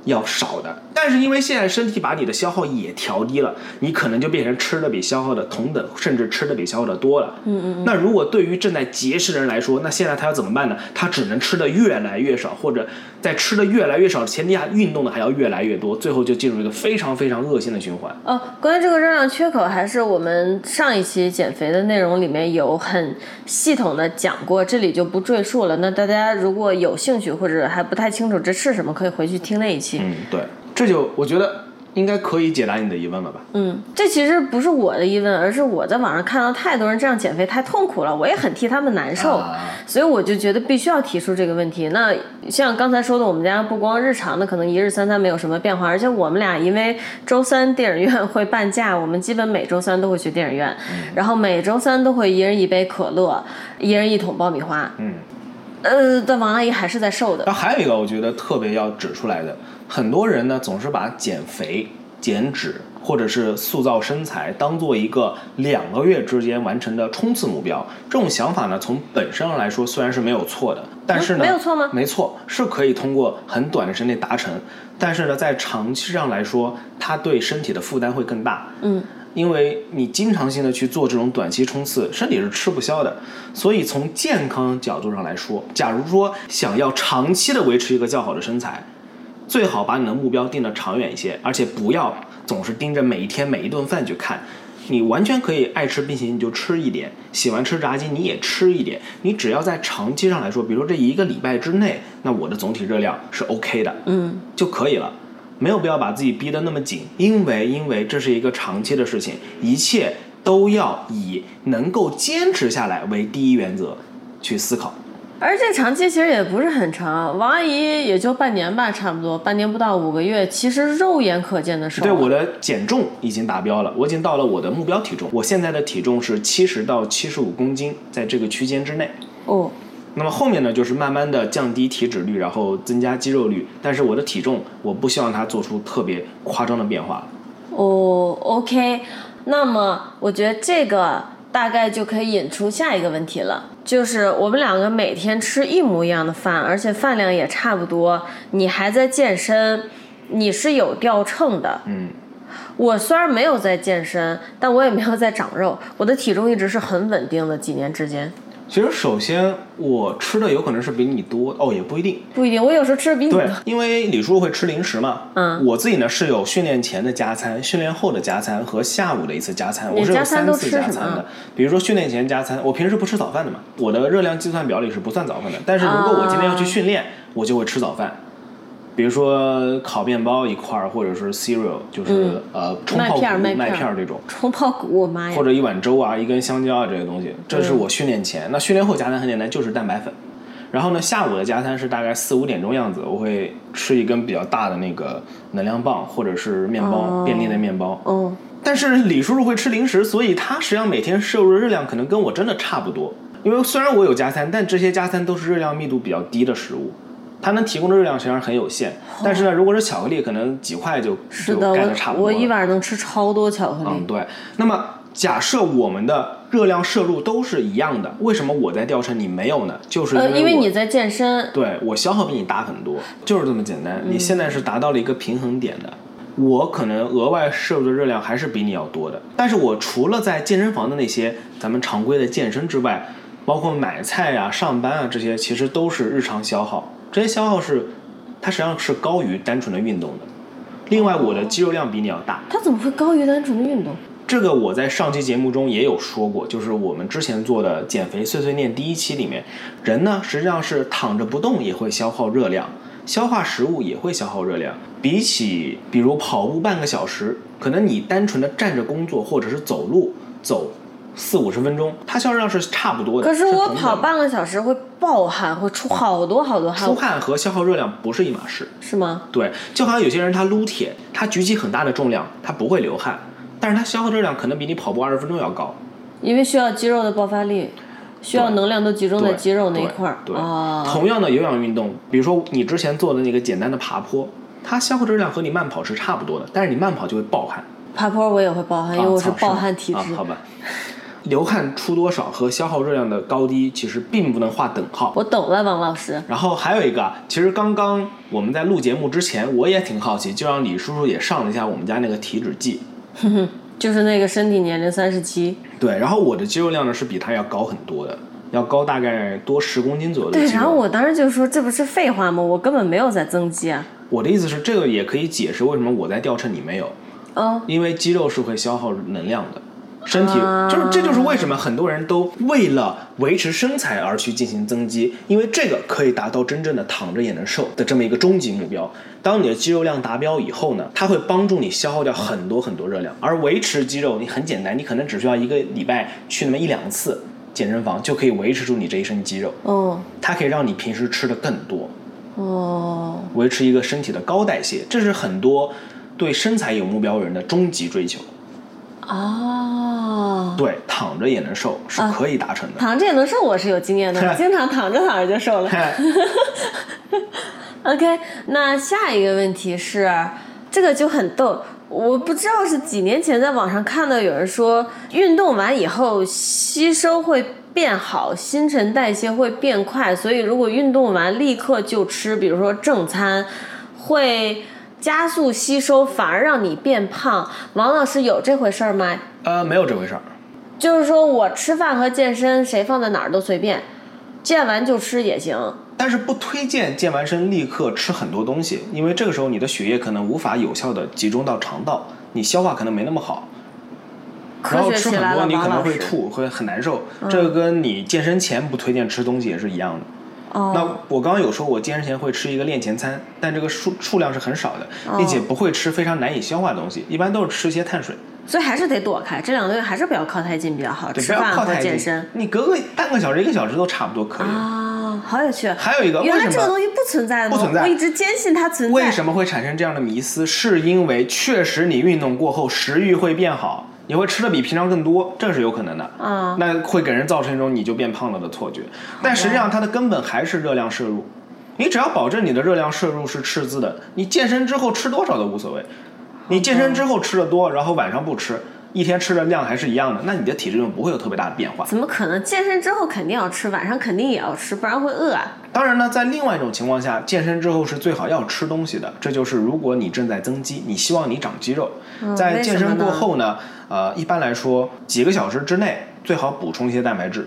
[SPEAKER 3] 要少的，但是因为现在身体把你的消耗也调低了，你可能就变成吃的比消耗的同等，甚至吃的比消耗的多了。嗯嗯那如果对于正在节食的人来说，那现在他要怎么办呢？他只能吃的越来越少，或者在吃的越来越少的前提下，运动的还要越来越多，最后就进入一个非常非常恶性的循环。
[SPEAKER 4] 哦，关于这个热量缺口，还是我们上一期减肥的内容里面有很系统的讲过，这里就不赘述了。那大家如果有兴趣或者还不太清楚这是什么，可以回去听那一期。
[SPEAKER 3] 嗯，对，这就我觉得应该可以解答你的疑问了吧？
[SPEAKER 4] 嗯，这其实不是我的疑问，而是我在网上看到太多人这样减肥太痛苦了，我也很替他们难受，
[SPEAKER 3] 啊
[SPEAKER 4] 所以我就觉得必须要提出这个问题。那像刚才说的，我们家不光日常的可能一日三餐没有什么变化，而且我们俩因为周三电影院会半价，我们基本每周三都会去电影院，
[SPEAKER 3] 嗯
[SPEAKER 4] 然后每周三都会一人一杯可乐，一人一桶爆米花。
[SPEAKER 3] 嗯。
[SPEAKER 4] 呃，但王阿姨还是在瘦的。
[SPEAKER 3] 然后还有一个我觉得特别要指出来的，很多人呢总是把减肥、减脂或者是塑造身材当做一个两个月之间完成的冲刺目标。这种想法呢，从本身上来说虽然是没有错的，但是呢，
[SPEAKER 4] 嗯没有错吗
[SPEAKER 3] 没错，是可以通过很短的时间内达成，但是呢，在长期上来说，它对身体的负担会更大。
[SPEAKER 4] 嗯，
[SPEAKER 3] 因为你经常性的去做这种短期冲刺，身体是吃不消的。所以从健康角度上来说，假如说想要长期的维持一个较好的身材，最好把你的目标定得长远一些，而且不要总是盯着每一天每一顿饭去看。你完全可以爱吃冰淇淋你就吃一点，喜欢吃炸鸡你也吃一点。你只要在长期上来说，比如说这一个礼拜之内，那我的总体热量是 OK 的，
[SPEAKER 4] 嗯，
[SPEAKER 3] 就可以了。没有必要把自己逼得那么紧，因为因为这是一个长期的事情，一切都要以能够坚持下来为第一原则去思考。
[SPEAKER 4] 而这长期其实也不是很长，王阿姨也就半年吧，差不多半年不到五个月，其实肉眼可见的瘦。
[SPEAKER 3] 对我的减重已经达标了，我已经到了我的目标体重，我现在的体重是七十到七十五公斤，在这个区间之内。
[SPEAKER 4] 哦，
[SPEAKER 3] 那么后面呢，就是慢慢的降低体脂率，然后增加肌肉率，但是我的体重我不希望它做出特别夸张的变化。
[SPEAKER 4] 哦，OK，那么我觉得这个大概就可以引出下一个问题了，就是我们两个每天吃一模一样的饭，而且饭量也差不多，你还在健身，你是有掉秤的。
[SPEAKER 3] 嗯，
[SPEAKER 4] 我虽然没有在健身，但我也没有在长肉，我的体重一直是很稳定的，几年之间
[SPEAKER 3] 其实首先我吃的有可能是比你多哦，也不一定。
[SPEAKER 4] 不一定，我有时候吃的比你多
[SPEAKER 3] 对。，因为李叔会吃零食嘛。
[SPEAKER 4] 嗯
[SPEAKER 3] 我自己呢是有训练前的加餐、训练后的加餐和下午的一次加餐，
[SPEAKER 4] 你
[SPEAKER 3] 我是有
[SPEAKER 4] 加餐
[SPEAKER 3] 三
[SPEAKER 4] 都
[SPEAKER 3] 次
[SPEAKER 4] 吃
[SPEAKER 3] 加
[SPEAKER 4] 什
[SPEAKER 3] 餐
[SPEAKER 4] 么啊
[SPEAKER 3] 的。比如说训练前加餐，我平时不吃早饭的嘛，我的热量计算表里是不算早饭的。但是如果我今天要去
[SPEAKER 4] 啊
[SPEAKER 3] 训练，我就会吃早饭。比如说烤面包一块儿，或者是 cereal，就是、呃
[SPEAKER 4] 嗯
[SPEAKER 3] 冲
[SPEAKER 4] 麦
[SPEAKER 3] 泡
[SPEAKER 4] 片儿
[SPEAKER 3] 谷
[SPEAKER 4] 麦
[SPEAKER 3] 麦
[SPEAKER 4] 片
[SPEAKER 3] 片
[SPEAKER 4] 儿
[SPEAKER 3] 儿这种，
[SPEAKER 4] 冲泡谷，我妈呀
[SPEAKER 3] 或！者一碗粥啊，一根香蕉啊这些东西，这是我训练前。那训练后加餐很简单，就是蛋白粉。然后呢，下午的加餐是大概四五点钟样子，我会吃一根比较大的那个能量棒或者是面包，
[SPEAKER 4] 哦
[SPEAKER 3] 便利的面包。
[SPEAKER 4] 嗯，
[SPEAKER 3] 但是李叔叔会吃零食，所以他实际上每天摄入的热量可能跟我真的差不多。因为虽然我有加餐，但这些加餐都是热量密度比较低的食物，它能提供的热量实际上很有限。但是呢，如果是巧克力，可能几块就就是
[SPEAKER 4] 哦的，
[SPEAKER 3] 干的差
[SPEAKER 4] 我
[SPEAKER 3] 不多
[SPEAKER 4] 我
[SPEAKER 3] 了。
[SPEAKER 4] 一晚上能吃超多巧克
[SPEAKER 3] 嗯，
[SPEAKER 4] 力。
[SPEAKER 3] 对。那么假设我们的热量摄入都是一样的，为什么我在掉秤你没有呢？就是
[SPEAKER 4] 呃，因
[SPEAKER 3] 为
[SPEAKER 4] 为
[SPEAKER 3] 我
[SPEAKER 4] 你在健身，嗯
[SPEAKER 3] 对我消耗比你大很多，就是这么简单。你现在是达到了一个平衡点的。我可能额外摄入的热量还是比你要多的。但是我除了在健身房的那些咱们常规的健身之外，包括买菜呀、上班啊这些，其实都是日常消耗。这些消耗是，它实际上是高于单纯的运动的。另外，我的肌肉量比你要大，
[SPEAKER 4] 它怎么会高于单纯的运动？
[SPEAKER 3] 这个我在上期节目中也有说过，就是我们之前做的减肥碎碎念第一期里面，人呢实际上是躺着不动也会消耗热量，消化食物也会消耗热量。比起比如跑步半个小时，可能你单纯的站着工作或者是走路走四五十分钟，它消耗量是差不多的。
[SPEAKER 4] 可是我
[SPEAKER 3] 同等的
[SPEAKER 4] 跑半个小时会暴汗，会出好多好多汗
[SPEAKER 3] 出，汗和消耗热量不是一码事。
[SPEAKER 4] 是吗？
[SPEAKER 3] 对，就好像有些人他撸铁，他举起很大的重量，他不会流汗，但是他消耗热量可能比你跑步二十分钟要高。
[SPEAKER 4] 因为需要肌肉的爆发力，需要
[SPEAKER 3] 对
[SPEAKER 4] 能量都集中在
[SPEAKER 3] 对
[SPEAKER 4] 肌肉那一
[SPEAKER 3] 对
[SPEAKER 4] 块儿
[SPEAKER 3] 对，
[SPEAKER 4] 啊。
[SPEAKER 3] 同样的有氧运动，比如说你之前做的那个简单的爬坡，它消耗热量和你慢跑是差不多的，但是你慢跑就会暴汗，
[SPEAKER 4] 爬坡我也会暴汗，因为
[SPEAKER 3] 啊
[SPEAKER 4] 哦我是
[SPEAKER 3] 操
[SPEAKER 4] 暴
[SPEAKER 3] 吗
[SPEAKER 4] 汗体质
[SPEAKER 3] 啊。好吧，流汗出多少和消耗热量的高低其实并不能划等号。
[SPEAKER 4] 我懂了，王老师。
[SPEAKER 3] 然后还有一个啊，其实刚刚我们在录节目之前，我也挺好奇，就让李叔叔也上了一下我们家那个体脂计。
[SPEAKER 4] 就是那个身体年龄三十七，
[SPEAKER 3] 对，然后我的肌肉量呢是比他要高很多的，要高大概多十公斤左右的
[SPEAKER 4] 对，
[SPEAKER 3] 肌肉
[SPEAKER 4] 然后我当时就说这不是废话吗？我根本没有在增肌啊。
[SPEAKER 3] 我的意思是，这个也可以解释为什么我在掉秤，你没有。
[SPEAKER 4] 哦，
[SPEAKER 3] 因为肌肉是会消耗能量的，身体、
[SPEAKER 4] 啊
[SPEAKER 3] 就是这就是为什么很多人都为了维持身材而去进行增肌，因为这个可以达到真正的躺着也能瘦的这么一个终极目标。当你的肌肉量达标以后呢，它会帮助你消耗掉很多很多热量，而维持肌肉你很简单，你可能只需要一个礼拜去那么一两次健身房就可以维持住你这一身肌肉，
[SPEAKER 4] 哦，
[SPEAKER 3] 它可以让你平时吃的更多，
[SPEAKER 4] 哦，
[SPEAKER 3] 维持一个身体的高代谢，这是很多对身材有目标人的终极追求。
[SPEAKER 4] 啊。
[SPEAKER 3] 对，躺着也能瘦是可以达成的。
[SPEAKER 4] 躺着也能瘦，我是有经验的，我经常躺着躺着就瘦了。OK，那下一个问题是，这个就很逗。我不知道是几年前在网上看到有人说，运动完以后吸收会变好，新陈代谢会变快，所以如果运动完立刻就吃，比如说正餐，会加速吸收，反而让你变胖。王老师有这回事儿吗？
[SPEAKER 3] 呃，没有这回事儿。
[SPEAKER 4] 就是说我吃饭和健身谁放在哪儿都随便，健完就吃也行。
[SPEAKER 3] 但是不推荐健完身立刻吃很多东西，因为这个时候你的血液可能无法有效的集中到肠道，你消化可能没那么好，然
[SPEAKER 4] 科
[SPEAKER 3] 后
[SPEAKER 4] 学
[SPEAKER 3] 吃
[SPEAKER 4] 起
[SPEAKER 3] 很
[SPEAKER 4] 来
[SPEAKER 3] 多
[SPEAKER 4] 了，
[SPEAKER 3] 你可
[SPEAKER 4] 王
[SPEAKER 3] 能
[SPEAKER 4] 老
[SPEAKER 3] 会
[SPEAKER 4] 师。嗯
[SPEAKER 3] 吐，会很难受。这个跟你健身前不推荐吃东西也是一样的。那
[SPEAKER 4] 哦，
[SPEAKER 3] 我刚刚有说，我健身前会吃一个练前餐，但这个数数量是很少的，
[SPEAKER 4] 哦
[SPEAKER 3] 并且不会吃非常难以消化的东西，一般都是吃一些碳水。
[SPEAKER 4] 所以还是得躲开，这两个月还是不要靠太近比较好，
[SPEAKER 3] 对，
[SPEAKER 4] 吃
[SPEAKER 3] 不要
[SPEAKER 4] 饭
[SPEAKER 3] 靠
[SPEAKER 4] 和
[SPEAKER 3] 太近
[SPEAKER 4] 健身。
[SPEAKER 3] 你隔个半个小时、一个小时都差不多可以了。
[SPEAKER 4] 啊，好有趣。
[SPEAKER 3] 还有一个，
[SPEAKER 4] 原来
[SPEAKER 3] 为
[SPEAKER 4] 这
[SPEAKER 3] 什
[SPEAKER 4] 个
[SPEAKER 3] 么
[SPEAKER 4] 东西不存在的吗？
[SPEAKER 3] 不存在
[SPEAKER 4] 我一直坚信它存在。
[SPEAKER 3] 为什么会产生这样的迷思？是因为确实你运动过后食欲会变好，你会吃的比平常更多，这是有可能的。
[SPEAKER 4] 啊
[SPEAKER 3] 那会给人造成一种你就变胖了的错觉，但实际上它的根本还是热量摄入。你只要保证你的热量摄入是赤字的，你健身之后吃多少都无所谓。你健身之后吃的多，然后晚上不吃，一天吃的量还是一样的，那你的体质就不会有特别大的变化。
[SPEAKER 4] 怎么可能？健身之后肯定要吃，晚上肯定也要吃，不然会饿啊。
[SPEAKER 3] 当然呢，在另外一种情况下，健身之后是最好要吃东西的。这就是如果你正在增肌，你希望你长肌肉，在健身过后呢，呃，一般来说几个小时之内最好补充一些蛋白质，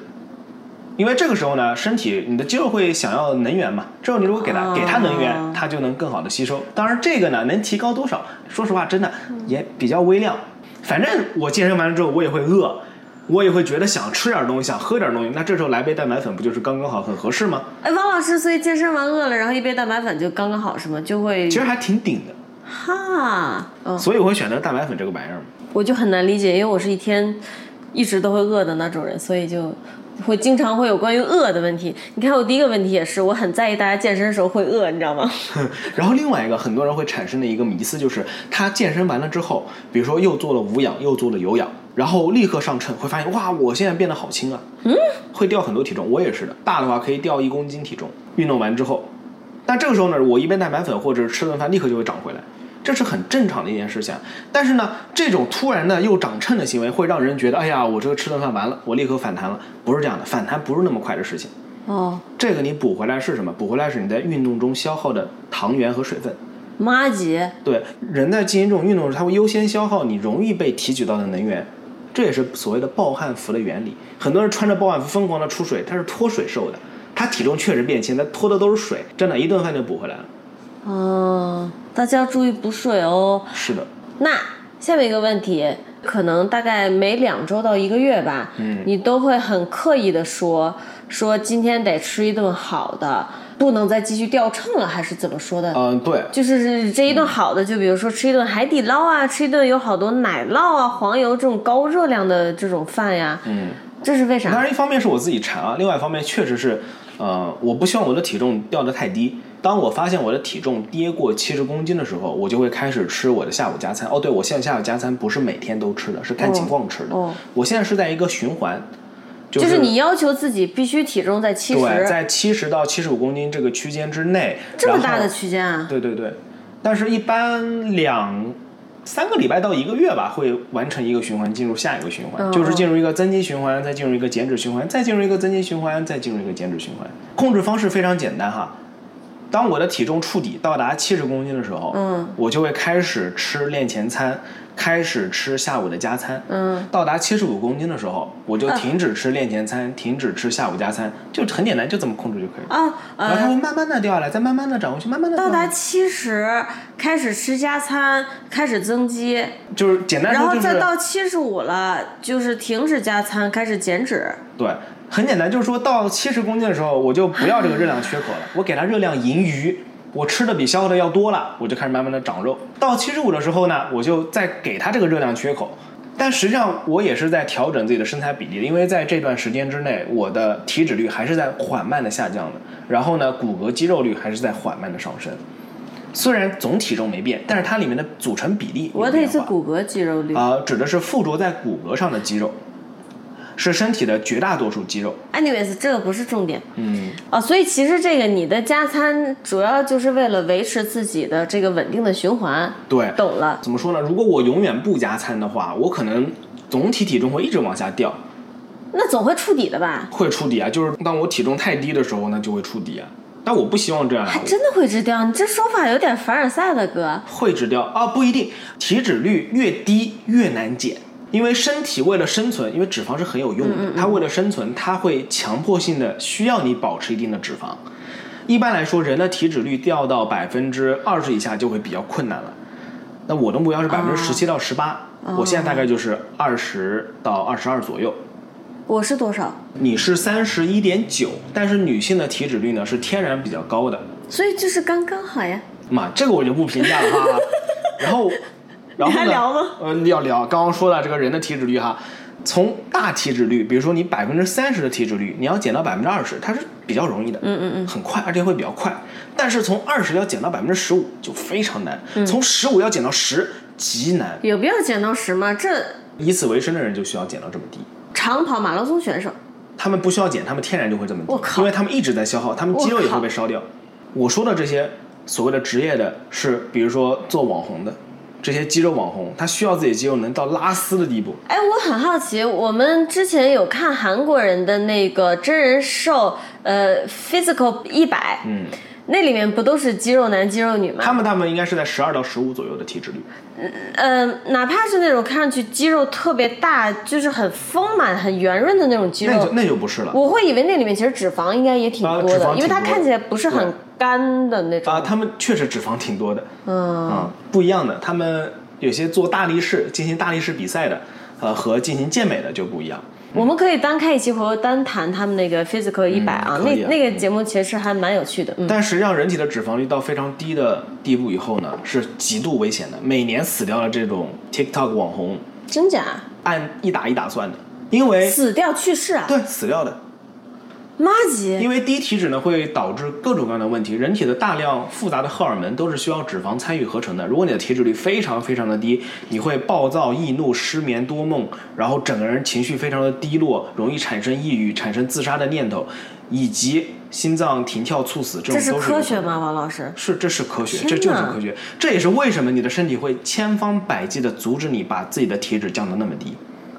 [SPEAKER 3] 因为这个时候呢，身体你的肌肉会想要能源嘛，之后你如果给它、
[SPEAKER 4] 哦
[SPEAKER 3] 给它能源，它就能更好的吸收。当然，这个呢能提高多少，说实话真的也比较微量。反正我健身完了之后，我也会饿。我也会觉得想吃点东西，想喝点东西，那这时候来杯蛋白粉不就是刚刚好，很合适吗？
[SPEAKER 4] 哎，王老师，所以健身完饿了，然后一杯蛋白粉就刚刚好是吗？就会
[SPEAKER 3] 其实还挺顶的，
[SPEAKER 4] 哈，嗯，
[SPEAKER 3] 所以我会选择蛋白粉这个玩意儿。
[SPEAKER 4] 我就很难理解，因为我是一天一直都会饿的那种人，所以就会经常会有关于饿的问题。你看我第一个问题也是，我很在意大家健身的时候会饿，你知道吗？
[SPEAKER 3] 然后另外一个很多人会产生的一个迷思就是，他健身完了之后，比如说又做了无氧，又做了有氧，然后立刻上秤，会发现哇，我现在变得好轻啊，嗯，会掉很多体重。我也是的，大的话可以掉一公斤体重，运动完之后。但这个时候呢，我一杯蛋白粉或者吃顿饭，立刻就会长回来。这是很正常的一件事情，啊但是呢，这种突然的又长秤的行为会让人觉得，哎呀，我这个吃顿饭完了，我立刻反弹了，不是这样的，反弹不是那么快的事情。
[SPEAKER 4] 哦，
[SPEAKER 3] 这个你补回来是什么？补回来是你在运动中消耗的糖原和水分。
[SPEAKER 4] 妈节，
[SPEAKER 3] 对，人在进行这种运动时，它会优先消耗你容易被提取到的能源，这也是所谓的暴汗服的原理。很多人穿着暴汗服疯狂的出水，他是脱水瘦的，他体重确实变轻，但脱的都是水，真的，一顿饭就补回来了。
[SPEAKER 4] 嗯，大家要注意补水哦。
[SPEAKER 3] 是的，
[SPEAKER 4] 那下面一个问题，可能大概每两周到一个月吧，嗯，你都会很刻意的说说今天得吃一顿好的，不能再继续掉秤了，还是怎么说的？
[SPEAKER 3] 嗯，对，
[SPEAKER 4] 就是这一顿好的，就比如说吃一顿海底捞啊，吃一顿有好多奶酪啊、黄油这种高热量的这种饭呀，嗯，这是为啥？
[SPEAKER 3] 当然，一方面是我自己馋啊，另外一方面确实是，呃，我不希望我的体重掉得太低。当我发现我的体重跌过七十公斤的时候，我就会开始吃我的下午加餐。哦，对，我现在下午加餐不是每天都吃的，是看情况吃的。
[SPEAKER 4] 哦
[SPEAKER 3] 我现在是在一个循环，就
[SPEAKER 4] 就是你要求自己必须体重在七
[SPEAKER 3] 对，
[SPEAKER 4] 十，
[SPEAKER 3] 在七十到七十五公斤这个区间之内，
[SPEAKER 4] 这么大
[SPEAKER 3] 然后
[SPEAKER 4] 的区间啊？
[SPEAKER 3] 对对对，但是一般两三个礼拜到一个月吧，会完成一个循环，进入下一个循环，
[SPEAKER 4] 嗯
[SPEAKER 3] 就是进入一个增肌循环，再进入一个减脂循环，再进入一个增肌循环，再进入一个减脂循环。控制方式非常简单哈。当我的体重触底到达七十公斤的时候，
[SPEAKER 4] 嗯，
[SPEAKER 3] 我就会开始吃练前餐，开始吃下午的加餐。
[SPEAKER 4] 嗯，
[SPEAKER 3] 到达七十五公斤的时候，我就
[SPEAKER 4] 啊
[SPEAKER 3] 停止吃练前餐，停止吃下午加餐，就很简单，就这么控制就可以了。
[SPEAKER 4] 啊，
[SPEAKER 3] 然后它
[SPEAKER 4] 呃，
[SPEAKER 3] 会慢慢的掉下来，再慢慢的涨回去，慢慢的
[SPEAKER 4] 到达七十开始吃加餐，开始增肌，
[SPEAKER 3] 就是简单
[SPEAKER 4] 然
[SPEAKER 3] 说
[SPEAKER 4] 后
[SPEAKER 3] 就是
[SPEAKER 4] 再到七十五了，就是停止加餐，开始减脂。
[SPEAKER 3] 对，很简单，就是说到七十公斤的时候，我就不要这个热量缺口了，我给它热量盈余，我吃的比消耗的要多了，我就开始慢慢的长肉。到七十五的时候呢，我就再给它这个热量缺口。但实际上，我也是在调整自己的身材比例，因为在这段时间之内，我的体脂率还是在缓慢的下降的，然后呢，骨骼肌肉率还是在缓慢的上升。虽然总体重没变，但是它里面的组成比例有
[SPEAKER 4] 我得
[SPEAKER 3] 变
[SPEAKER 4] 是
[SPEAKER 3] 化
[SPEAKER 4] 骨骼肌肉率。
[SPEAKER 3] 啊、指的是附着在骨骼上的肌肉，是身体的绝大多数肌肉。
[SPEAKER 4] Anyways，这个不是重点
[SPEAKER 3] 嗯，
[SPEAKER 4] 啊、所以其实这个你的加餐主要就是为了维持自己的这个稳定的循环。
[SPEAKER 3] 对。
[SPEAKER 4] 懂了，
[SPEAKER 3] 怎么说呢？如果我永远不加餐的话，我可能总体体重会一直往下掉，
[SPEAKER 4] 那总会触底的吧？
[SPEAKER 3] 会触底啊。就是当我体重太低的时候呢，就会触底啊。但我不希望这样啊，
[SPEAKER 4] 还真的会直掉，你这说法有点凡尔赛了，哥。
[SPEAKER 3] 会脂掉啊，不一定，体脂率越低越难减，因为身体为了生存，因为脂肪是很有
[SPEAKER 4] 嗯
[SPEAKER 3] 用的，它为了生存，它会强迫性的需要你保持一定的脂肪。一般来说，人的体脂率掉到百分之二十以下就会比较困难了。那我的目
[SPEAKER 4] 啊
[SPEAKER 3] 标是百分之十七到十八、我现在大概就是二十到二十二左右。
[SPEAKER 4] 我是多少？
[SPEAKER 3] 你是三十一点九，但是女性的体脂率呢是天然比较高的，
[SPEAKER 4] 所以就是刚刚好呀。
[SPEAKER 3] 嘛，这个我就不评价了哈。然后，然后
[SPEAKER 4] 你还
[SPEAKER 3] 呢
[SPEAKER 4] 聊吗？
[SPEAKER 3] 呃，要聊。刚刚说了这个人的体脂率哈，从大体脂率，比如说你百分之三十的体脂率，你要减到百分之二十，它是比较容易的，嗯嗯嗯，很快，而且会比较快。但是从二十要减到百分之十五就非常难，
[SPEAKER 4] 嗯
[SPEAKER 3] 从十五要减到十极难。
[SPEAKER 4] 有必要减到十吗？这
[SPEAKER 3] 以此为生的人就需要减到这么低。
[SPEAKER 4] 长跑马拉松选手，
[SPEAKER 3] 他们不需要减，他们天然就会这么
[SPEAKER 4] 我
[SPEAKER 3] 低，
[SPEAKER 4] 靠
[SPEAKER 3] 因为他们一直在消耗，他们肌肉也
[SPEAKER 4] 我靠
[SPEAKER 3] 会被烧掉。我说的这些所谓的职业的是，比如说做网红的这些肌肉网红，他需要自己肌肉能到拉丝的地步。
[SPEAKER 4] 哎，我很好奇，我们之前有看韩国人的那个真人秀，呃，Physical 一百，
[SPEAKER 3] 嗯，
[SPEAKER 4] 那里面不都是肌肉男、肌肉女
[SPEAKER 3] 他
[SPEAKER 4] 吗？
[SPEAKER 3] 们大部分应该是在十二到十五左右的体脂率。
[SPEAKER 4] 呃，哪怕是那种看上去肌肉特别大，就是很丰满、很圆润的那种肌
[SPEAKER 3] 那就
[SPEAKER 4] 肉，
[SPEAKER 3] 那就不是了。
[SPEAKER 4] 我会以为那里面其实脂肪应该也挺
[SPEAKER 3] 啊
[SPEAKER 4] 多
[SPEAKER 3] 脂
[SPEAKER 4] 的，
[SPEAKER 3] 肪
[SPEAKER 4] 因为它
[SPEAKER 3] 挺多
[SPEAKER 4] 看起来不是很
[SPEAKER 3] 对
[SPEAKER 4] 干的那种。
[SPEAKER 3] 啊，他们确实脂肪挺多的，
[SPEAKER 4] 嗯，
[SPEAKER 3] 啊、不一样的。他们有些做大力士、进行大力士比赛的，呃，和进行健美的就不一样。
[SPEAKER 4] 我们可以单开一期回头单谈他们那个 Physical 一百啊，
[SPEAKER 3] 可
[SPEAKER 4] 那
[SPEAKER 3] 以啊
[SPEAKER 4] 那个节目其实还蛮有趣的。嗯，
[SPEAKER 3] 但实际上，人体的脂肪率到非常低的地步以后呢，是极度危险的。每年死掉的这种 TikTok 网红，
[SPEAKER 4] 真假？啊
[SPEAKER 3] 按一打一打算的，因为
[SPEAKER 4] 死掉去世啊？
[SPEAKER 3] 对死掉的，
[SPEAKER 4] 妈级！
[SPEAKER 3] 因为低体脂呢会导致各种各样的问题。人体的大量复杂的荷尔蒙都是需要脂肪参与合成的。如果你的体脂率非常非常的低，你会暴躁、易怒、失眠、多梦，然后整个人情绪非常的低落，容易产生抑郁、产生自杀的念头，以及心脏停跳、猝死，这
[SPEAKER 4] 这
[SPEAKER 3] 种
[SPEAKER 4] 是
[SPEAKER 3] 都是
[SPEAKER 4] 科
[SPEAKER 3] 有
[SPEAKER 4] 学
[SPEAKER 3] 可能
[SPEAKER 4] 吗，王老师？
[SPEAKER 3] 是，这是科学，
[SPEAKER 4] 天
[SPEAKER 3] 这就是
[SPEAKER 4] 哪
[SPEAKER 3] 科学，这也是为什么你的身体会千方百计的阻止你把自己的体脂降到那么低。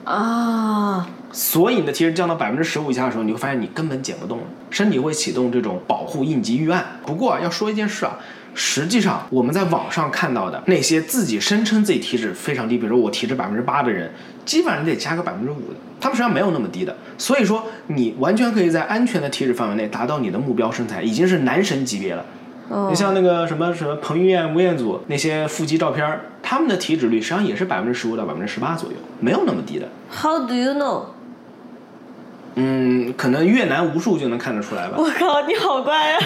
[SPEAKER 4] 啊，
[SPEAKER 3] 所以你的体脂降到百分之十五以下的时候，你会发现你根本减不动了，身体会启动这种保护应急预案。不过要说一件事啊，实际上我们在网上看到的那些自己声称自己体脂非常低，比如说我体脂百分之八的人，基本上你得加个百分之五的，他们实际上没有那么低的。所以说，你完全可以在安全的体脂范围内达到你的目标身材，已经是男神级别了。你像那个什么什么彭于晏、吴彦祖那些腹肌照片儿，他们的体脂率实际上也是百分之十五到百分之十八左右，没有那么低的。
[SPEAKER 4] How do you know？
[SPEAKER 3] 嗯，可能越南无数就能看得出 来吧。
[SPEAKER 4] 我靠，你好乖呀、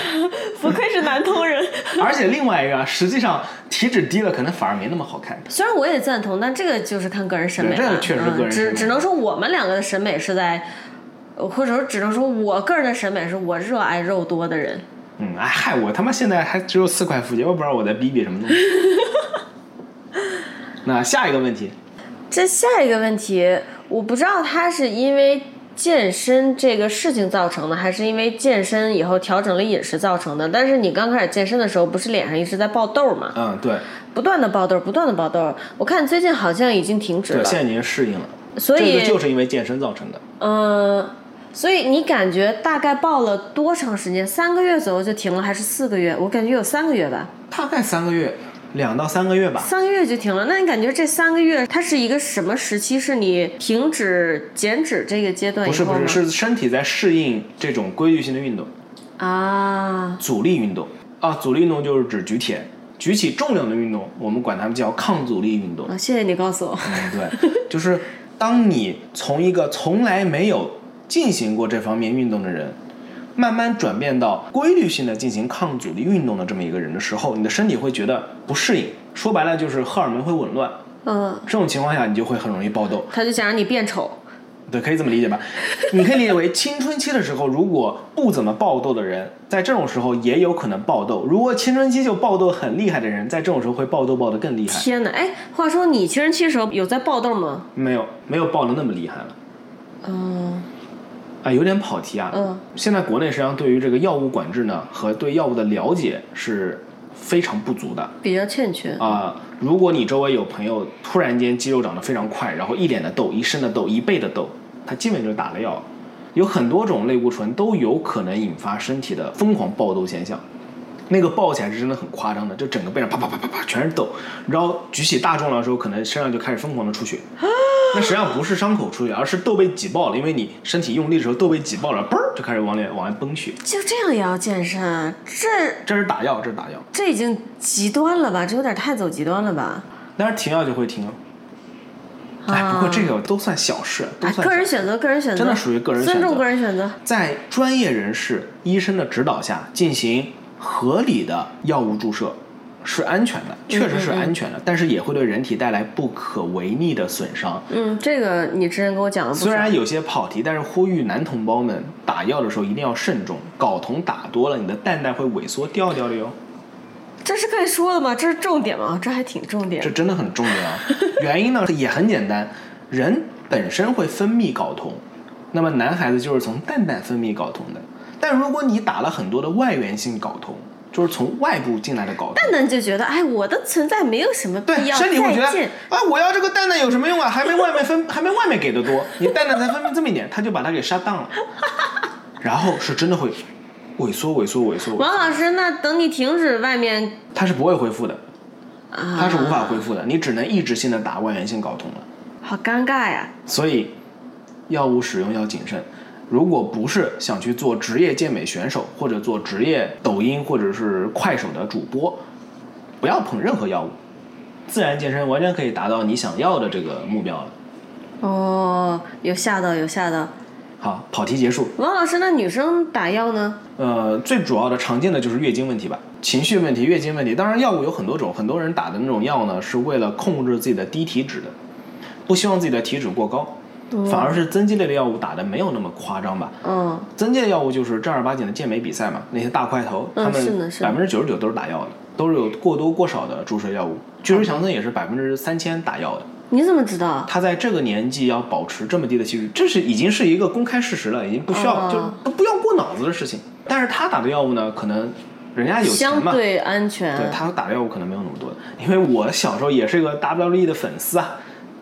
[SPEAKER 4] 不愧是南通人。
[SPEAKER 3] 而且另外一个啊，实际上体脂低了，可能反而没那么好看。
[SPEAKER 4] 虽然我也赞同，但这个就是看个人审美了。
[SPEAKER 3] 对这个确实个人
[SPEAKER 4] 嗯、
[SPEAKER 3] 审美
[SPEAKER 4] 只只能说我们两个的审美是在，呃或者说只能说我个人的审美是我热爱肉多的人。
[SPEAKER 3] 嗯，哎嗨，我他妈现在还只有四块腹肌，我不知道我在逼逼什 么东西。那下一个问题，
[SPEAKER 4] 这下一个问题，我不知道他是因为健身这个事情造成的，还是因为健身以后调整了饮食造成的。但是你刚开始健身的时候，不是脸上一直在爆痘吗？
[SPEAKER 3] 嗯，对
[SPEAKER 4] 不断的爆痘，不断的爆痘。我看最近好像已经停止
[SPEAKER 3] 对，
[SPEAKER 4] 了，
[SPEAKER 3] 现在已经适应了，
[SPEAKER 4] 所
[SPEAKER 3] 这
[SPEAKER 4] 以
[SPEAKER 3] 个就是因为健身造成的。
[SPEAKER 4] 嗯，所以你感觉大概报了多长时间？三个月左右就停了，还是四个月？我感觉有三个月吧，
[SPEAKER 3] 大概三个月，两到三个月吧。
[SPEAKER 4] 三个月就停了。那你感觉这三个月它是一个什么时期？是你停止减脂这个阶段以
[SPEAKER 3] 不是
[SPEAKER 4] 后
[SPEAKER 3] 不
[SPEAKER 4] 吗？
[SPEAKER 3] 是，是身体在适应这种规律性的运动，
[SPEAKER 4] 啊，
[SPEAKER 3] 阻力运动啊，阻力运动就是指举铁、举起重量的运动，我们管它们叫抗阻力运动。
[SPEAKER 4] 啊谢谢你告诉我。
[SPEAKER 3] 嗯，对，就是当你从一个从来没有进行过这方面运动的人，慢慢转变到规律性的进行抗阻力运动的这么一个人的时候，你的身体会觉得不适应，说白了就是荷尔蒙会紊乱。
[SPEAKER 4] 嗯，
[SPEAKER 3] 这种情况下，你就会很容易爆痘。
[SPEAKER 4] 他就想让你变丑。
[SPEAKER 3] 对，可以这么理解吧？你可以理解为青春期的时候，如果不怎么爆痘的人，在这种时候也有可能爆痘；如果青春期就爆痘很厉害的人，在这种时候会爆痘爆得更厉害。
[SPEAKER 4] 天哪，哎，话说你青春期的时候有在爆痘吗？
[SPEAKER 3] 没有，没有爆得那么厉害了。
[SPEAKER 4] 嗯
[SPEAKER 3] 啊，有点跑题啊。
[SPEAKER 4] 嗯，
[SPEAKER 3] 现在国内实际上对于这个药物管制呢，和对药物的了解是非常不足的啊、
[SPEAKER 4] 比较欠缺。
[SPEAKER 3] 如果你周围有朋友突然间肌肉长得非常快，然后一脸的痘、一身的痘、一背的痘，他基本就是打了药。有很多种类固醇都有可能引发身体的疯狂爆痘现象，那个爆起来是真的很夸张的，就整个背上啪啪啪啪啪全是痘，然后举起大重量的时候，可能身上就开始疯狂的出血。那实际上不是伤口出血，而是痘被挤爆了，因为你身体用力的时候痘被挤爆了，嘣儿就开始往脸往外崩血。
[SPEAKER 4] 就这样也要健身？啊这
[SPEAKER 3] 这是打药，这是打药，
[SPEAKER 4] 这已经极端了吧？这有点太走极端了吧？
[SPEAKER 3] 但是停药就会停了。哎，不过这个都算小事，都
[SPEAKER 4] 啊啊，
[SPEAKER 3] 算
[SPEAKER 4] 个人
[SPEAKER 3] 小事
[SPEAKER 4] 选择，个人选择，
[SPEAKER 3] 真的属于个人选择
[SPEAKER 4] 尊重个人选择。
[SPEAKER 3] 在专业人士、医生的指导下进行合理的药物注射是安全的，
[SPEAKER 4] 嗯
[SPEAKER 3] 确实是安全的，但是也会对人体带来不可违逆的损伤。
[SPEAKER 4] 嗯，这个你之前跟我讲了不少。
[SPEAKER 3] 虽然有些跑题，但是呼吁男同胞们打药的时候一定要慎重，睾酮打多了，你的蛋蛋会萎缩掉掉的哟，
[SPEAKER 4] 这是可以说的吗？这是重点吗？这还挺重点
[SPEAKER 3] 这。真的很重要。 原因呢也很简单，人本身会分泌睾酮，那么男孩子就是从蛋蛋分泌睾酮的。但如果你打了很多的外源性睾酮，就是从外部进来的睾酮，
[SPEAKER 4] 蛋蛋就觉得，哎，我的存在没有什么必
[SPEAKER 3] 对
[SPEAKER 4] 要，
[SPEAKER 3] 身体会觉得
[SPEAKER 4] 再见。
[SPEAKER 3] 啊，我要这个蛋蛋有什么用啊？还没外面分，还没外面给的多，你蛋蛋才分泌这么一点，他就把它给杀当了，然后是真的会萎缩、萎缩、萎缩，萎缩
[SPEAKER 4] 王老师，那等你停止外面
[SPEAKER 3] 它是不会恢复的，
[SPEAKER 4] 啊，
[SPEAKER 3] 它是无法恢复的，你只能一直性的打外源性睾酮了。
[SPEAKER 4] 好尴尬呀。
[SPEAKER 3] 所以药物使用要谨慎。如果不是想去做职业健美选手，或者做职业抖音或者是快手的主播，不要碰任何药物，自然健身完全可以达到你想要的这个目标了。
[SPEAKER 4] 哦，有吓到，有吓到。
[SPEAKER 3] 好，跑题结束。
[SPEAKER 4] 王老师，那女生打药呢？
[SPEAKER 3] 呃，最主要的常见的就是月经问题吧，情绪问题、月经问题。当然，药物有很多种，很多人打的那种药呢，是为了控制自己的低体脂的，不希望自己的体脂过高，反而是增肌类的药物打的没有那么夸张吧。
[SPEAKER 4] 嗯，
[SPEAKER 3] 增肌类药物就是正儿八经的健美比赛嘛，那些大块头，
[SPEAKER 4] 嗯
[SPEAKER 3] 他
[SPEAKER 4] 是
[SPEAKER 3] 们
[SPEAKER 4] 的是的
[SPEAKER 3] 百分之九十九都是打药的，都是有过多过少的注射药物。巨石强森也是百分之三千打药的，
[SPEAKER 4] 你怎么知道？
[SPEAKER 3] 他在这个年纪要保持这么低的体脂，这是已经是一个公开事实了，已经不需要、
[SPEAKER 4] 哦
[SPEAKER 3] 就都不要过脑子的事情。但是他打的药物呢，可能人家有钱
[SPEAKER 4] 相
[SPEAKER 3] 嘛，
[SPEAKER 4] 对安全。
[SPEAKER 3] 对他打的药物可能没有那么多。因为我小时候也是个 WWE 的粉丝啊，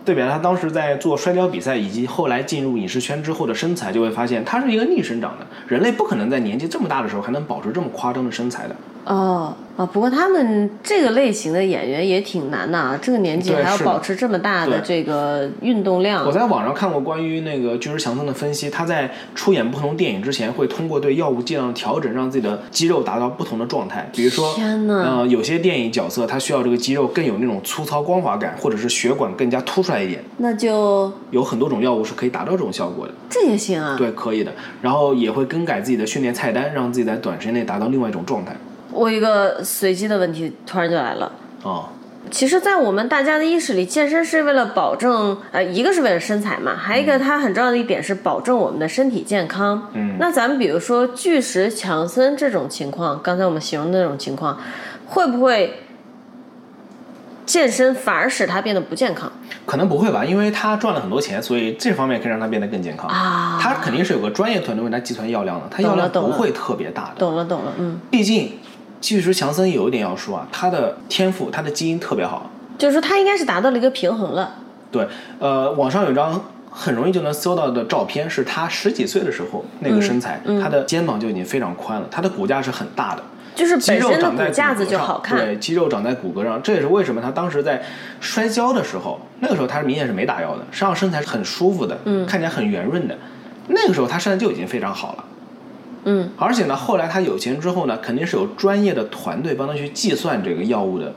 [SPEAKER 3] 对比他当时在做摔跤比赛，以及后来进入影视圈之后的身材，就会发现他是一个逆生长的，人类不可能在年纪这么大的时候还能保持这么夸张的身材的。
[SPEAKER 4] 哦啊，不过他们这个类型的演员也挺难的啊，这个年纪
[SPEAKER 3] 对
[SPEAKER 4] 还要
[SPEAKER 3] 是的
[SPEAKER 4] 保持这么大的
[SPEAKER 3] 对
[SPEAKER 4] 这个运动量
[SPEAKER 3] 我。在网上看过关于那个巨石强森的分析，他在出演不同电影之前，会通过对药物剂量的调整，让自己的肌肉达到不同的状态。比如说，
[SPEAKER 4] 天哪
[SPEAKER 3] 呃，有些电影角色他需要这个肌肉更有那种粗糙光滑感，或者是血管更加凸出来一点。
[SPEAKER 4] 那就
[SPEAKER 3] 有很多种药物是可以达到这种效果的，
[SPEAKER 4] 这也行啊。
[SPEAKER 3] 对，可以的。然后也会更改自己的训练菜单，让自己在短时间内达到另外一种状态。
[SPEAKER 4] 我有一个随机的问题突然就来了。
[SPEAKER 3] 啊、
[SPEAKER 4] 其实，在我们大家的意识里，健身是为了保证，呃，一个是为了身材嘛，还有
[SPEAKER 3] 嗯
[SPEAKER 4] 一个它很重要的一点是保证我们的身体健康。嗯，那咱们比如说巨石强森这种情况，刚才我们形容的那种情况，会不会健身反而使他变得不健康？
[SPEAKER 3] 可能不会吧，因为他赚了很多钱，所以这方面可以让他变得更健康。
[SPEAKER 4] 啊
[SPEAKER 3] 他肯定是有个专业团队为他计算药量的，他药
[SPEAKER 4] 懂了
[SPEAKER 3] 量
[SPEAKER 4] 懂
[SPEAKER 3] 不
[SPEAKER 4] 了
[SPEAKER 3] 会特别大的。
[SPEAKER 4] 懂了，懂了，嗯，
[SPEAKER 3] 毕竟，巨石强森有一点要说啊，他的天赋，他的基因特别好。
[SPEAKER 4] 就是说他应该是达到了一个平衡了。
[SPEAKER 3] 对，呃，网上有张很容易就能搜到的照片，是他十几岁的时候那
[SPEAKER 4] 嗯
[SPEAKER 3] 个身材，他的肩膀就已经非常宽了，他的骨架是很大的，
[SPEAKER 4] 就是
[SPEAKER 3] 肌
[SPEAKER 4] 本
[SPEAKER 3] 肉
[SPEAKER 4] 身的
[SPEAKER 3] 长在
[SPEAKER 4] 骨架子
[SPEAKER 3] 骼
[SPEAKER 4] 就
[SPEAKER 3] 上
[SPEAKER 4] 好看，
[SPEAKER 3] 对，肌肉长在骨骼上，这也是为什么他当时在摔跤的时候，那个时候他是明显是没打药的，实际上身材是很舒服的，嗯，看起来很圆润的，那个时候他身材就已经非常好了。
[SPEAKER 4] 嗯，
[SPEAKER 3] 而且呢，后来他有钱之后呢，肯定是有专业的团队帮他去计算这个药物的。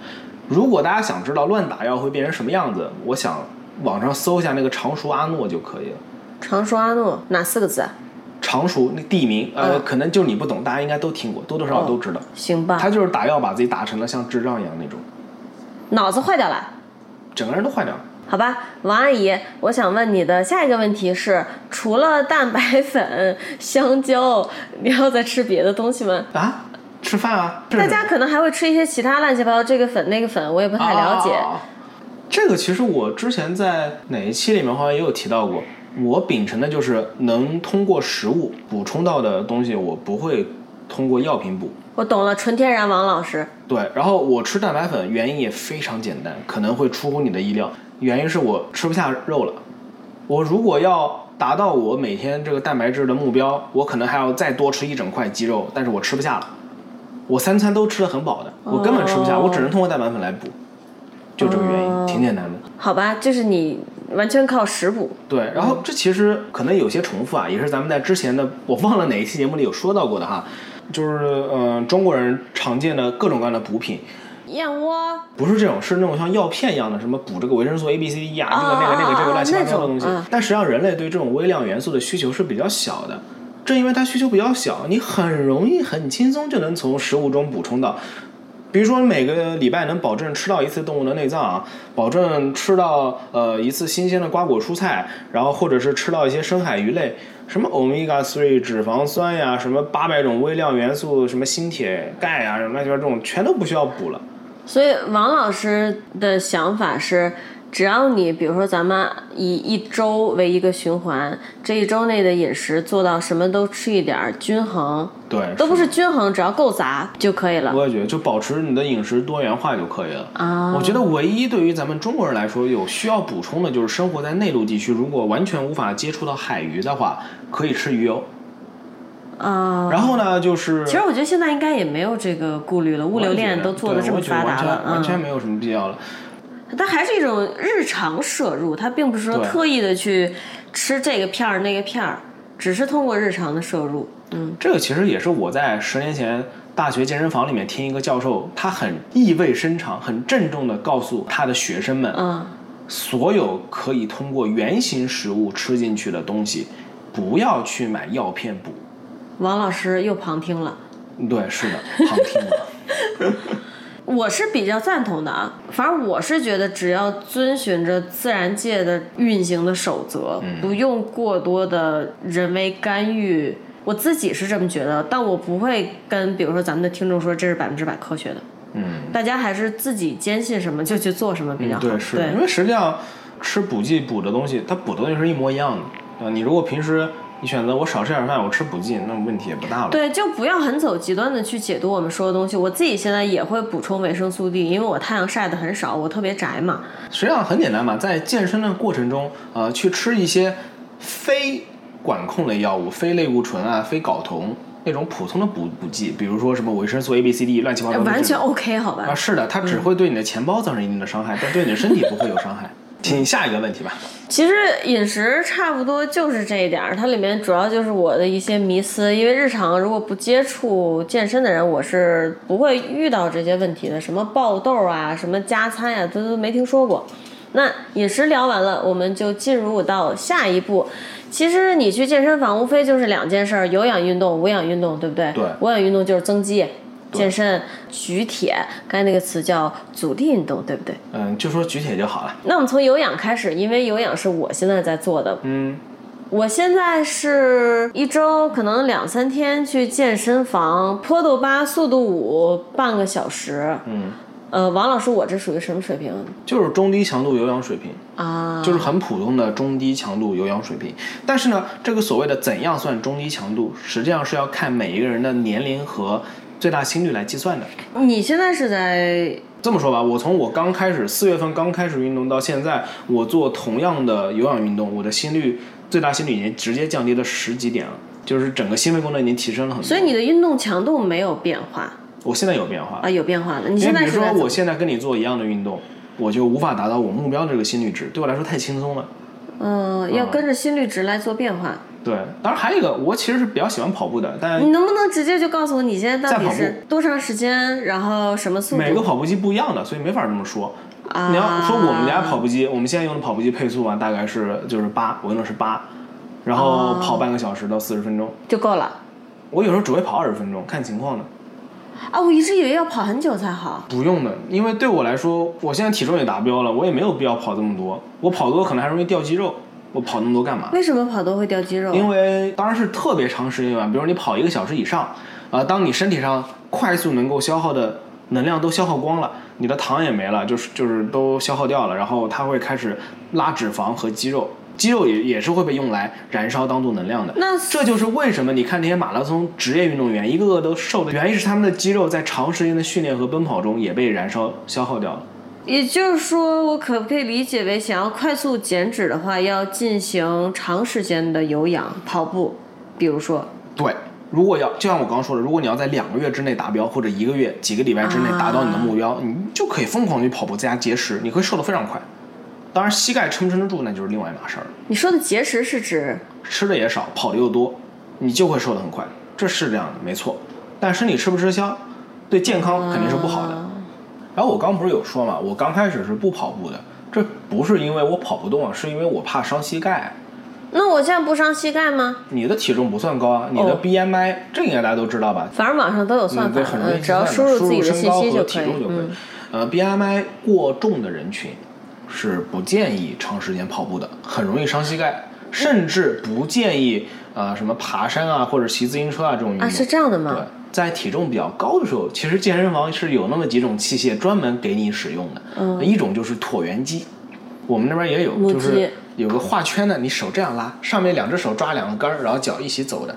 [SPEAKER 3] 如果大家想知道乱打药会变成什么样子，我想网上搜一下那个常熟阿诺就可以了。
[SPEAKER 4] 常说阿诺哪四个字啊？
[SPEAKER 3] 常熟那地名，呃，
[SPEAKER 4] 嗯
[SPEAKER 3] 可能就你不懂，大家应该都听过，多多少少都知道。
[SPEAKER 4] 行吧
[SPEAKER 3] 他，就是打药把自己打成了像智障一样那种，
[SPEAKER 4] 脑子坏掉了。
[SPEAKER 3] 整个人都坏掉了。
[SPEAKER 4] 好吧，王阿姨，我想问你的下一个问题是，除了蛋白粉、 香蕉，你还要再吃别的东西吗？
[SPEAKER 3] 啊，吃饭啊，这是
[SPEAKER 4] 大家可能还会吃一些其他乱七八糟，这个粉那个粉，我也不太了解。
[SPEAKER 3] 啊这个其实我之前在哪一期里面好像也有提到过，我秉承的就是能通过食物补充到的东西，我不会通过药品补。
[SPEAKER 4] 我懂了，纯天然王老师。
[SPEAKER 3] 对，然后我吃蛋白粉原因也非常简单，可能会出乎你的意料，原因是我吃不下肉了。我如果要达到我每天这个蛋白质的目标，我可能还要再多吃一整块鸡肉，但是我吃不下了。我三餐都吃得很饱的，我根本吃不下，
[SPEAKER 4] 哦
[SPEAKER 3] 我只能通过蛋白粉来补，就这个原因，
[SPEAKER 4] 哦
[SPEAKER 3] 挺简单的。
[SPEAKER 4] 好吧，就是你完全靠食补。
[SPEAKER 3] 对，然后这其实可能有些重复啊，也是咱们在之前的我忘了哪一期节目里有说到过的哈，就是嗯、呃中国人常见的各种各样的补品，
[SPEAKER 4] 燕窝，
[SPEAKER 3] 不是这种，是那种像药片一样的，什么补这个维生素 A、B、C、D 啊，这
[SPEAKER 4] 哦
[SPEAKER 3] 个那个那个这
[SPEAKER 4] 哦
[SPEAKER 3] 个乱七八
[SPEAKER 4] 那
[SPEAKER 3] 糟
[SPEAKER 4] 种
[SPEAKER 3] 的东西
[SPEAKER 4] 嗯。
[SPEAKER 3] 但实际上，人类对这种微量元素的需求是比较小的。正因为它需求比较小，你很容易、很轻松就能从食物中补充到。比如说，每个礼拜能保证吃到一次动物的内脏啊，保证吃到呃一次新鲜的瓜果蔬菜，然后或者是吃到一些深海鱼类，什么 omega three 脂肪酸呀，什么八百种微量元素，什么锌、铁、钙啊呀，什么乱七八糟这种全都不需要补了。
[SPEAKER 4] 所以王老师的想法是，只要你比如说咱们以一周为一个循环，这一周内的饮食做到什么都吃一点儿均衡，
[SPEAKER 3] 对，
[SPEAKER 4] 都不是均衡，只要够杂就可以了。
[SPEAKER 3] 我也觉得，就保持你的饮食多元化就可以了。
[SPEAKER 4] 啊
[SPEAKER 3] 我觉得唯一对于咱们中国人来说有需要补充的，就是生活在内陆地区，如果完全无法接触到海鱼的话，可以吃鱼油。
[SPEAKER 4] 啊、
[SPEAKER 3] 然后呢，就是
[SPEAKER 4] 其实我觉得现在应该也没有这个顾虑了，物流链都做的这么发达了，
[SPEAKER 3] 对我觉得完全完全
[SPEAKER 4] 嗯，
[SPEAKER 3] 没有什么必要了。
[SPEAKER 4] 它还是一种日常摄入，它并不是说
[SPEAKER 3] 对
[SPEAKER 4] 特意的去吃这个片儿那个片儿，只是通过日常的摄入，嗯，
[SPEAKER 3] 这个其实也是我在十年前大学健身房里面听一个教授，他很意味深长、很郑重地告诉他的学生们，
[SPEAKER 4] 嗯，
[SPEAKER 3] 所有可以通过原型食物吃进去的东西，不要去买药片补。
[SPEAKER 4] 王老师又旁听了。
[SPEAKER 3] 对，是的，旁听了。
[SPEAKER 4] 我是比较赞同的啊，反正我是觉得只要遵循着自然界的运行的守则，
[SPEAKER 3] 嗯
[SPEAKER 4] 不用过多的人为干预，我自己是这么觉得，但我不会跟比如说咱们的听众说这是百分之百科学的，
[SPEAKER 3] 嗯，
[SPEAKER 4] 大家还是自己坚信什么就去做什么比较好。
[SPEAKER 3] 对，是的因为实际上吃补剂补的东西，它补的东西是一模一样的。啊，你如果平时你选择我少吃点饭，我吃补剂，那问题也不大了。
[SPEAKER 4] 对，就不要很走极端的去解读我们说的东西。我自己现在也会补充维生素 D，因为我太阳晒的很少，我特别宅嘛。
[SPEAKER 3] 实际上很简单嘛，在健身的过程中，呃，去吃一些非管控类药物，非类固醇啊，非睾酮，那种普通的补补剂，比如说什么维生素 A、B、C、D 乱七八糟的这种，
[SPEAKER 4] 完全 OK 好吧
[SPEAKER 3] 啊，？是的，它只会对你的钱包造成一定的伤害，但对你的身体不会有伤 害。请下一个问题吧。
[SPEAKER 4] 其实饮食差不多就是这一点儿，它里面主要就是我的一些迷思，因为日常如果不接触健身的人，我是不会遇到这些问题的，什么爆痘啊，什么加餐呀、都都没听说过。那饮食聊完了，我们就进入到下一步。其实你去健身房无非就是两件事儿：有氧运动、无氧运动，对不对？
[SPEAKER 3] 对
[SPEAKER 4] 无氧运动就是增肌、健身、举铁，刚才那个词叫阻力运动，对不对？
[SPEAKER 3] 嗯，就说举铁就好了。
[SPEAKER 4] 那我们从有氧开始，因为有氧是我现在在做的。
[SPEAKER 3] 嗯，
[SPEAKER 4] 我现在是一周可能两三天去健身房，坡度八、速度五，半个小时。
[SPEAKER 3] 嗯，
[SPEAKER 4] 呃，王老师，我这属于什么水平
[SPEAKER 3] 就是中低强度有氧水平，
[SPEAKER 4] 啊？
[SPEAKER 3] 就是很普通的中低强度有氧水平。但是呢，这个所谓的怎样算中低强度，实际上是要看每一个人的年龄和最大心率来计算的。
[SPEAKER 4] 啊你现在是在
[SPEAKER 3] 这么说吧，我从我刚开始四月份刚开始运动到现在，我做同样的有氧运动，我的心率最大心率已经直接降低了十几点了，就是整个心肺功能已经提升了很多。
[SPEAKER 4] 所以你的运动强度没有变化
[SPEAKER 3] 我现在有变化
[SPEAKER 4] 啊？，有变化了。你
[SPEAKER 3] 因
[SPEAKER 4] 现在
[SPEAKER 3] 为比如
[SPEAKER 4] 是在
[SPEAKER 3] 说
[SPEAKER 4] 怎么
[SPEAKER 3] 我现在跟你做一样的运动，我就无法达到我目标这个心率值，对我来说太轻松了。
[SPEAKER 4] 嗯、要
[SPEAKER 3] 啊
[SPEAKER 4] 跟着心率值来做变化。
[SPEAKER 3] 对，当然还有一个，我其实是比较喜欢跑步的，但
[SPEAKER 4] 你能不能直接就告诉我你现在到
[SPEAKER 3] 哎在
[SPEAKER 4] 底
[SPEAKER 3] 跑步
[SPEAKER 4] 是多长时间，然后什么速度？啊
[SPEAKER 3] 每个跑步机不一样的，所以没法这么说。你要说我们家跑步机，我们现在用的跑步机配速啊，大概是就是八，我用的是八，然后
[SPEAKER 4] 哦
[SPEAKER 3] 跑半个小时到四十分钟。
[SPEAKER 4] 就够了。
[SPEAKER 3] 我有时候只会跑二十分钟，看情况的。
[SPEAKER 4] 啊，我一直以为要跑很久才好。
[SPEAKER 3] 不用的，因为对我来说，我现在体重也达标了，我也没有必要跑这么多。我跑多可能还容易掉肌肉，我跑那么多干嘛？
[SPEAKER 4] 为什么跑多会掉肌肉？
[SPEAKER 3] 因为当然是特别长时间啊吧，比如说你跑一个小时以上，呃，当你身体上快速能够消耗的能量都消耗光了，你的糖也没了，就是就是都消耗掉了，然后它会开始拉脂肪和肌肉，肌肉也也是会被用来燃烧当做能量的。
[SPEAKER 4] 那
[SPEAKER 3] 这就是为什么你看那些马拉松职业运动员一个个都瘦的，原因是他们的肌肉在长时间的训练和奔跑中也被燃烧消耗掉了。
[SPEAKER 4] 也就是说，我可不可以理解为，想要快速减脂的话，要进行长时间的有氧跑步，比如说，
[SPEAKER 3] 对，如果要就像我刚刚说的，如果你要在两个月之内达标，或者一个月、几个礼拜之内达到你的目标，你就可以疯狂地去跑步，在家节食，你会瘦得非常快。当然，膝盖撑不撑得住那就是另外一码事儿了。
[SPEAKER 4] 你说的节食是指
[SPEAKER 3] 吃的也少，跑的又多，你就会瘦得很快，这是这样的，没错。但身体吃不吃香，对健康肯定是不好的。
[SPEAKER 4] 啊哦
[SPEAKER 3] 然后我刚不是有说嘛，我刚开始是不跑步的，这不是因为我跑不动，是因为我怕伤膝盖。
[SPEAKER 4] 那我现在不伤膝盖吗？
[SPEAKER 3] 你的体重不算高啊，你的
[SPEAKER 4] 哦
[SPEAKER 3] BMI、这应该大家都知道吧？
[SPEAKER 4] 反正网上都有算
[SPEAKER 3] 嗯，对，
[SPEAKER 4] 法，
[SPEAKER 3] 很容易
[SPEAKER 4] 嗯，
[SPEAKER 3] 计
[SPEAKER 4] 只要
[SPEAKER 3] 算的
[SPEAKER 4] 输入自己的
[SPEAKER 3] 身
[SPEAKER 4] 信
[SPEAKER 3] 高
[SPEAKER 4] 息
[SPEAKER 3] 和
[SPEAKER 4] 可
[SPEAKER 3] 体
[SPEAKER 4] 以
[SPEAKER 3] 重就。可以
[SPEAKER 4] 嗯。
[SPEAKER 3] 呃，BMI 过重的人群是不建议长时间跑步的，很容易伤膝盖，甚至不建议呃什么爬山啊或者骑自行车啊这种运动。
[SPEAKER 4] 啊，是这样的
[SPEAKER 3] 对
[SPEAKER 4] 吗？，
[SPEAKER 3] 在体重比较高的时候，其实健身房是有那么几种器械专门给你使用的。
[SPEAKER 4] 嗯
[SPEAKER 3] 一种就是椭圆机，我们那边也有，
[SPEAKER 4] 母
[SPEAKER 3] 就
[SPEAKER 4] 鸡
[SPEAKER 3] 是有个画圈的，你手这样拉，上面两只手抓两个杆儿，然后脚一起走的。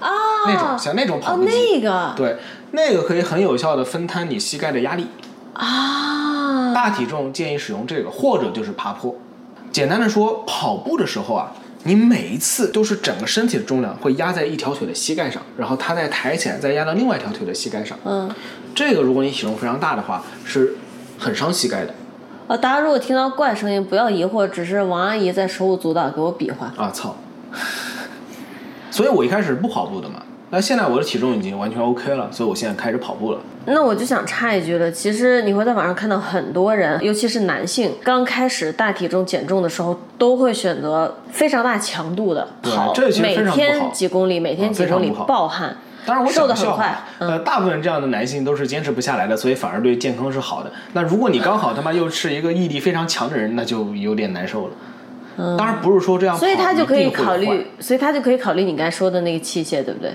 [SPEAKER 4] 哦，
[SPEAKER 3] 那种像那种跑
[SPEAKER 4] 哦
[SPEAKER 3] 步，机
[SPEAKER 4] 那个
[SPEAKER 3] 对，那个可以很有效的分摊你膝盖的压力。
[SPEAKER 4] 啊，
[SPEAKER 3] 大体重建议使用这个，或者就是爬坡。简单的说，跑步的时候啊，你每一次都是整个身体的重量会压在一条腿的膝盖上，然后它再抬起来，再压到另外一条腿的膝盖上。
[SPEAKER 4] 嗯，
[SPEAKER 3] 这个如果你体重非常大的话，是很伤膝盖的
[SPEAKER 4] 哦，大家如果听到怪声音，不要疑惑，只是王阿姨在手舞足蹈给我比划。
[SPEAKER 3] 啊！操！所以我一开始不跑步的嘛，那现在我的体重已经完全 OK 了，所以我现在开始跑步了。
[SPEAKER 4] 那我就想插一句了，其实你会在网上看到很多人，尤其是男性，刚开始大体重减重的时候，都会选择非常大强度的
[SPEAKER 3] 对
[SPEAKER 4] 跑
[SPEAKER 3] 这其，实
[SPEAKER 4] 每
[SPEAKER 3] 非常不好
[SPEAKER 4] 天几公里，每天
[SPEAKER 3] 嗯
[SPEAKER 4] 几
[SPEAKER 3] 非常
[SPEAKER 4] 公里
[SPEAKER 3] 不好
[SPEAKER 4] 暴汗。
[SPEAKER 3] 当然我
[SPEAKER 4] 瘦得
[SPEAKER 3] 讲个
[SPEAKER 4] 很
[SPEAKER 3] 笑
[SPEAKER 4] 快嗯
[SPEAKER 3] 话，呃，大部分这样的男性都是坚持不下来的，所以反而对健康是好的。那如果你刚好他妈又是一个毅力非常强的人，那就有点难受了。当然不是说这样
[SPEAKER 4] 嗯
[SPEAKER 3] 跑
[SPEAKER 4] 所以他就可
[SPEAKER 3] 一
[SPEAKER 4] 以
[SPEAKER 3] 定会
[SPEAKER 4] 考
[SPEAKER 3] 坏
[SPEAKER 4] 虑，所以他就可以考虑你刚才说的那个器械，对不对？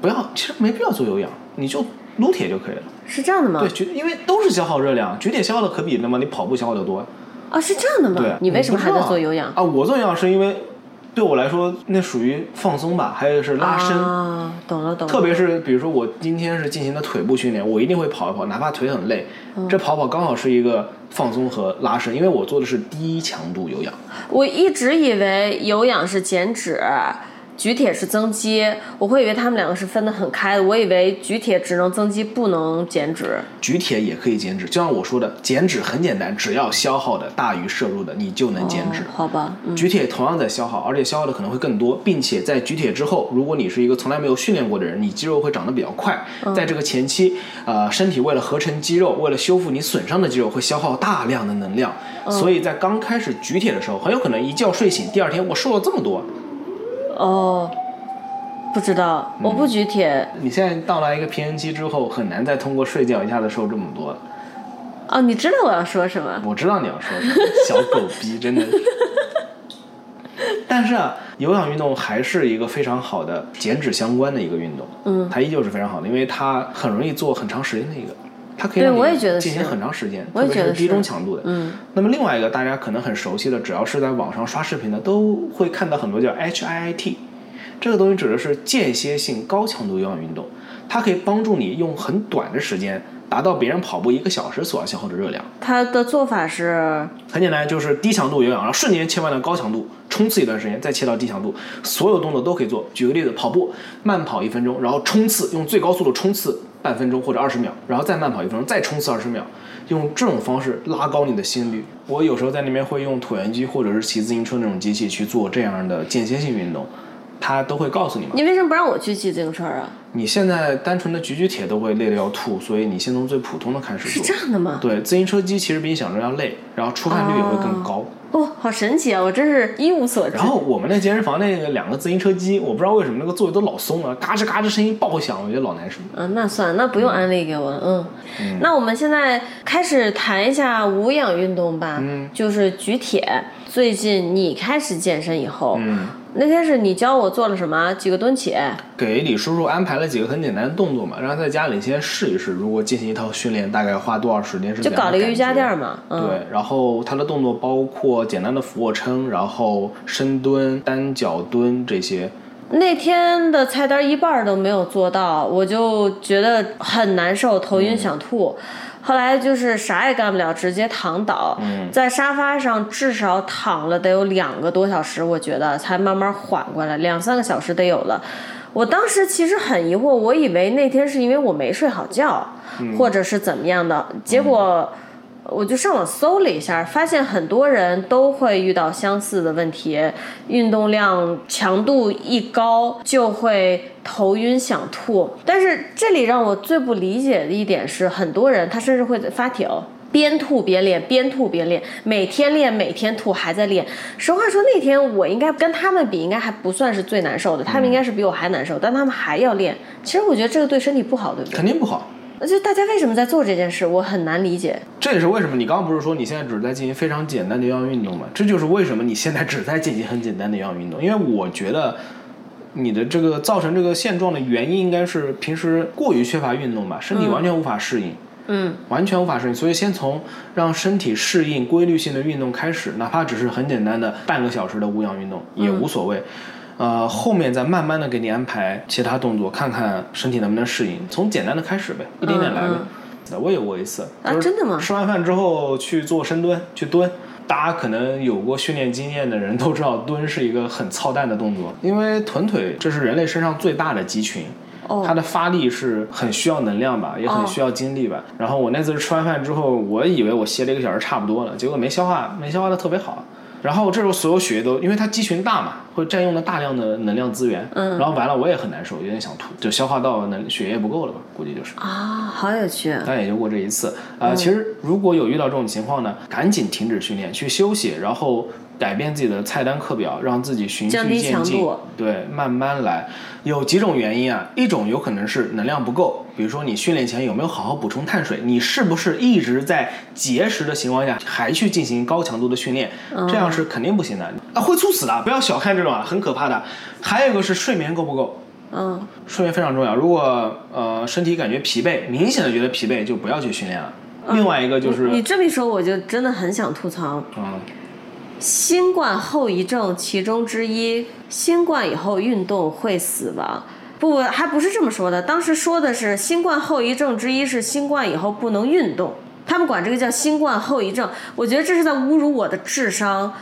[SPEAKER 3] 不要，其实没必要做有氧，你就撸铁就可以了。
[SPEAKER 4] 是这样的吗
[SPEAKER 3] 对，？举因为都是消耗热量，举铁消耗的可比那么你跑步消耗的多。
[SPEAKER 4] 啊，是这样的
[SPEAKER 3] 对
[SPEAKER 4] 吗？，你为什么
[SPEAKER 3] 不
[SPEAKER 4] 还
[SPEAKER 3] 知道
[SPEAKER 4] 在做有氧？
[SPEAKER 3] 啊？我做有氧是因为对我来说那属于放松吧，还有一个是拉伸。
[SPEAKER 4] 啊，懂了懂了。
[SPEAKER 3] 特别是比如说我今天是进行的腿部训练，我一定会跑一跑，哪怕腿很累，这跑跑刚好是一个放松和拉伸，因为我做的是低强度有氧。
[SPEAKER 4] 我一直以为有氧是减脂，举铁是增肌，我会以为他们两个是分得很开的，我以为举铁只能增肌不能减脂。
[SPEAKER 3] 举铁也可以减脂，就像我说的，减脂很简单，只要消耗的大于摄入的，你就能减脂。
[SPEAKER 4] 哦好吧，嗯，
[SPEAKER 3] 举铁同样在消耗，而且消耗的可能会更多，并且在举铁之后，如果你是一个从来没有训练过的人，你肌肉会长得比较快。在这个前期，呃，身体为了合成肌肉，为了修复你损伤的肌肉，会消耗大量的能量。所以在刚开始举铁的时候，很有可能一觉睡醒，第二天我瘦了这么多。
[SPEAKER 4] 哦，不知道，
[SPEAKER 3] 嗯
[SPEAKER 4] 我不举铁。
[SPEAKER 3] 你现在到达一个平衡期之后，很难再通过睡觉一下子瘦这么多了。
[SPEAKER 4] 哦，你知道我要说什么？
[SPEAKER 3] 我知道你要说什么，小狗逼，真的。但是啊，有氧运动还是一个非常好的减脂相关的一个运动，嗯，它依旧是非常好的，因为它很容易做很长时间的一个，它可以
[SPEAKER 4] 对
[SPEAKER 3] 让你
[SPEAKER 4] 我也觉得
[SPEAKER 3] 进行
[SPEAKER 4] 是
[SPEAKER 3] 很长时间，
[SPEAKER 4] 我也
[SPEAKER 3] 特别
[SPEAKER 4] 觉得
[SPEAKER 3] 是低
[SPEAKER 4] 是
[SPEAKER 3] 中强度的，
[SPEAKER 4] 嗯。
[SPEAKER 3] 那么另外一个大家可能很熟悉的，只要是在网上刷视频的，都会看到很多叫 HIIT，这个东西指的是间歇性高强度有氧运动，它可以帮助你用很短的时间达到别人跑步一个小时所要消耗的热量。
[SPEAKER 4] 他的做法是，
[SPEAKER 3] 很简单，就是低强度有氧，然后瞬间切换到高强度，冲刺一段时间，再切到低强度，所有动作都可以做。举个例子，跑步慢跑一分钟，然后冲刺，用最高速度冲刺半分钟或者二十秒，然后再慢跑一分钟，再冲刺二十秒，用这种方式拉高你的心率。我有时候在那边会用椭圆机或者是骑自行车那种机器去做这样的间歇性运动，它都会告诉你嘛。
[SPEAKER 4] 你为什么不让我去骑自行车啊？
[SPEAKER 3] 你现在单纯的举举铁都会累得要吐，所以你先从最普通的开始
[SPEAKER 4] 是
[SPEAKER 3] 做。
[SPEAKER 4] 这样的吗？
[SPEAKER 3] 对，自行车机其实比你想象中要累，然后出汗率也会更高。
[SPEAKER 4] 哦，好神奇啊！我真是一无所知。
[SPEAKER 3] 然后我们那健身房那个两个自行车机，我不知道为什么那个座位都老松了，嘎吱嘎吱声音爆响，我觉得老难受。
[SPEAKER 4] 啊，那算了，那不用安利给我了，嗯。那我们现在开始谈一下无氧运动吧，嗯，就是举铁。最近你开始健身以后，嗯，那天是你教我做了什么？几个蹲起？
[SPEAKER 3] 给李叔叔安排了几个很简单的动作嘛，让他在家里先试一试，如果进行一套训练，大概花多少时间是
[SPEAKER 4] 就
[SPEAKER 3] 怎样
[SPEAKER 4] 搞
[SPEAKER 3] 的
[SPEAKER 4] 了一个
[SPEAKER 3] 感
[SPEAKER 4] 瑜伽
[SPEAKER 3] 觉
[SPEAKER 4] 垫儿嘛，嗯，
[SPEAKER 3] 对，然后它的动作包括简单的俯卧撑，然后深蹲、单脚蹲这些。
[SPEAKER 4] 那天的菜单一半儿都没有做到，我就觉得很难受，头晕想吐。后来就是啥也干不了，直接躺倒，在沙发上至少躺了得有两个多小时，我觉得才慢慢缓过来，两三个小时得有了。我当时其实很疑惑，我以为那天是因为我没睡好觉，或者是怎么样的，结果。我就上网搜了一下，发现很多人都会遇到相似的问题，运动量强度一高就会头晕想吐。但是这里让我最不理解的一点是，很多人他甚至会发帖哦。边吐边练，边吐边练，每天练，每天吐，还在练。实话说，那天我应该跟他们比，应该还不算是最难受的，他们应该是比我还难受，但他们还要练。其实我觉得这个对身体不好，对不对？
[SPEAKER 3] 肯定不好。
[SPEAKER 4] 而且大家为什么在做这件事，我很难理解。
[SPEAKER 3] 这也是为什么你刚刚不是说你现在只是在进行非常简单的有氧运动吗？这就是为什么你现在只在进行很简单的有氧运动，因为我觉得你的这个造成这个现状的原因应该是平时过于缺乏运动吧，身体完全无法适应。
[SPEAKER 4] 嗯，
[SPEAKER 3] 完全无法适应，所以先从让身体适应规律性的运动开始，哪怕只是很简单的半个小时的无氧运动也
[SPEAKER 4] 嗯
[SPEAKER 3] 无所谓。呃，后面再慢慢的给你安排其他动作，看看身体能不能适应，从简单的开始呗，一点点来呗。我也有过一次，
[SPEAKER 4] 嗯啊
[SPEAKER 3] 就是
[SPEAKER 4] 真的吗
[SPEAKER 3] 吃完饭之后去做深蹲，去蹲。大家可能有过训练经验的人都知道，蹲是一个很操蛋的动作，因为臀腿这是人类身上最大的肌群，
[SPEAKER 4] 哦
[SPEAKER 3] 它的发力是很需要能量吧，也很需要精力吧。然后我那次吃完饭之后，我以为我歇了一个小时差不多了，结果没消化，没消化的特别好。然后这时候所有血液都，因为它肌群大嘛，会占用了大量的能量资源。嗯。然后完了，我也很难受，有点想吐，就消化道能血液不够了吧，估计就是。
[SPEAKER 4] 啊，好有趣。
[SPEAKER 3] 但也就过这一次。
[SPEAKER 4] 嗯
[SPEAKER 3] 呃，其实如果有遇到这种情况呢，赶紧停止训练，去休息，然后改变自己的菜单课表，让自己循序
[SPEAKER 4] 降低
[SPEAKER 3] 渐
[SPEAKER 4] 强
[SPEAKER 3] 进
[SPEAKER 4] 度，
[SPEAKER 3] 对，慢慢来。有几种原因啊，一种有可能是能量不够，比如说你训练前有没有好好补充碳水，你是不是一直在节食的情况下还去进行高强度的训练，
[SPEAKER 4] 嗯
[SPEAKER 3] 这样是肯定不行的，啊，会猝死的，不要小看这种啊，很可怕的。还有一个是睡眠够不够，
[SPEAKER 4] 嗯，
[SPEAKER 3] 睡眠非常重要。如果呃身体感觉疲惫，明显的觉得疲惫，就不要去训练了。另外一个就是，
[SPEAKER 4] 嗯你这么一说，我就真的很想吐槽
[SPEAKER 3] 嗯，
[SPEAKER 4] 新冠后遗症其中之一，新冠以后运动会死亡。不，还不是这么说的。当时说的是新冠后遗症之一是新冠以后不能运动，他们管这个叫新冠后遗症。我觉得这是在侮辱我的智商。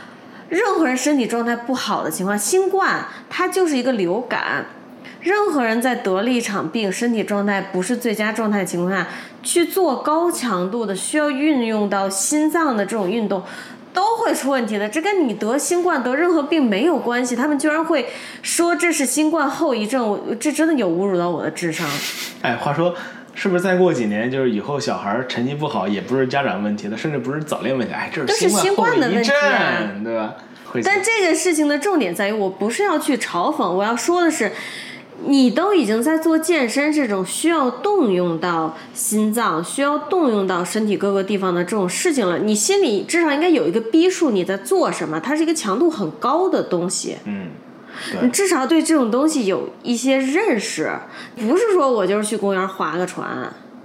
[SPEAKER 4] 任何人身体状态不好的情况，新冠它就是一个流感。任何人在得了一场病，身体状态不是最佳状态的情况下，去做高强度的、需要运用到心脏的这种运动，都会出问题的。这跟你得新冠、得任何病没有关系。他们居然会说这是新冠后遗症，我这真的有侮辱到我的智商。
[SPEAKER 3] 哎，话说，是不是再过几年，就是以后小孩儿成绩不好，也不是家长问题了，甚至不是早恋问题，哎，这
[SPEAKER 4] 都是
[SPEAKER 3] 新
[SPEAKER 4] 新
[SPEAKER 3] 冠
[SPEAKER 4] 冠
[SPEAKER 3] 后
[SPEAKER 4] 的
[SPEAKER 3] 遗
[SPEAKER 4] 问题
[SPEAKER 3] 症，
[SPEAKER 4] 啊
[SPEAKER 3] 对吧？会
[SPEAKER 4] 但这个事情的重点在于，我不是要去嘲讽，我要说的是，你都已经在做健身这种需要动用到心脏、需要动用到身体各个地方的这种事情了，你心里至少应该有一个逼数，你在做什么，它是一个强度很高的东西。
[SPEAKER 3] 嗯，
[SPEAKER 4] 你至少对这种东西有一些认识，不是说我就是去公园划个船，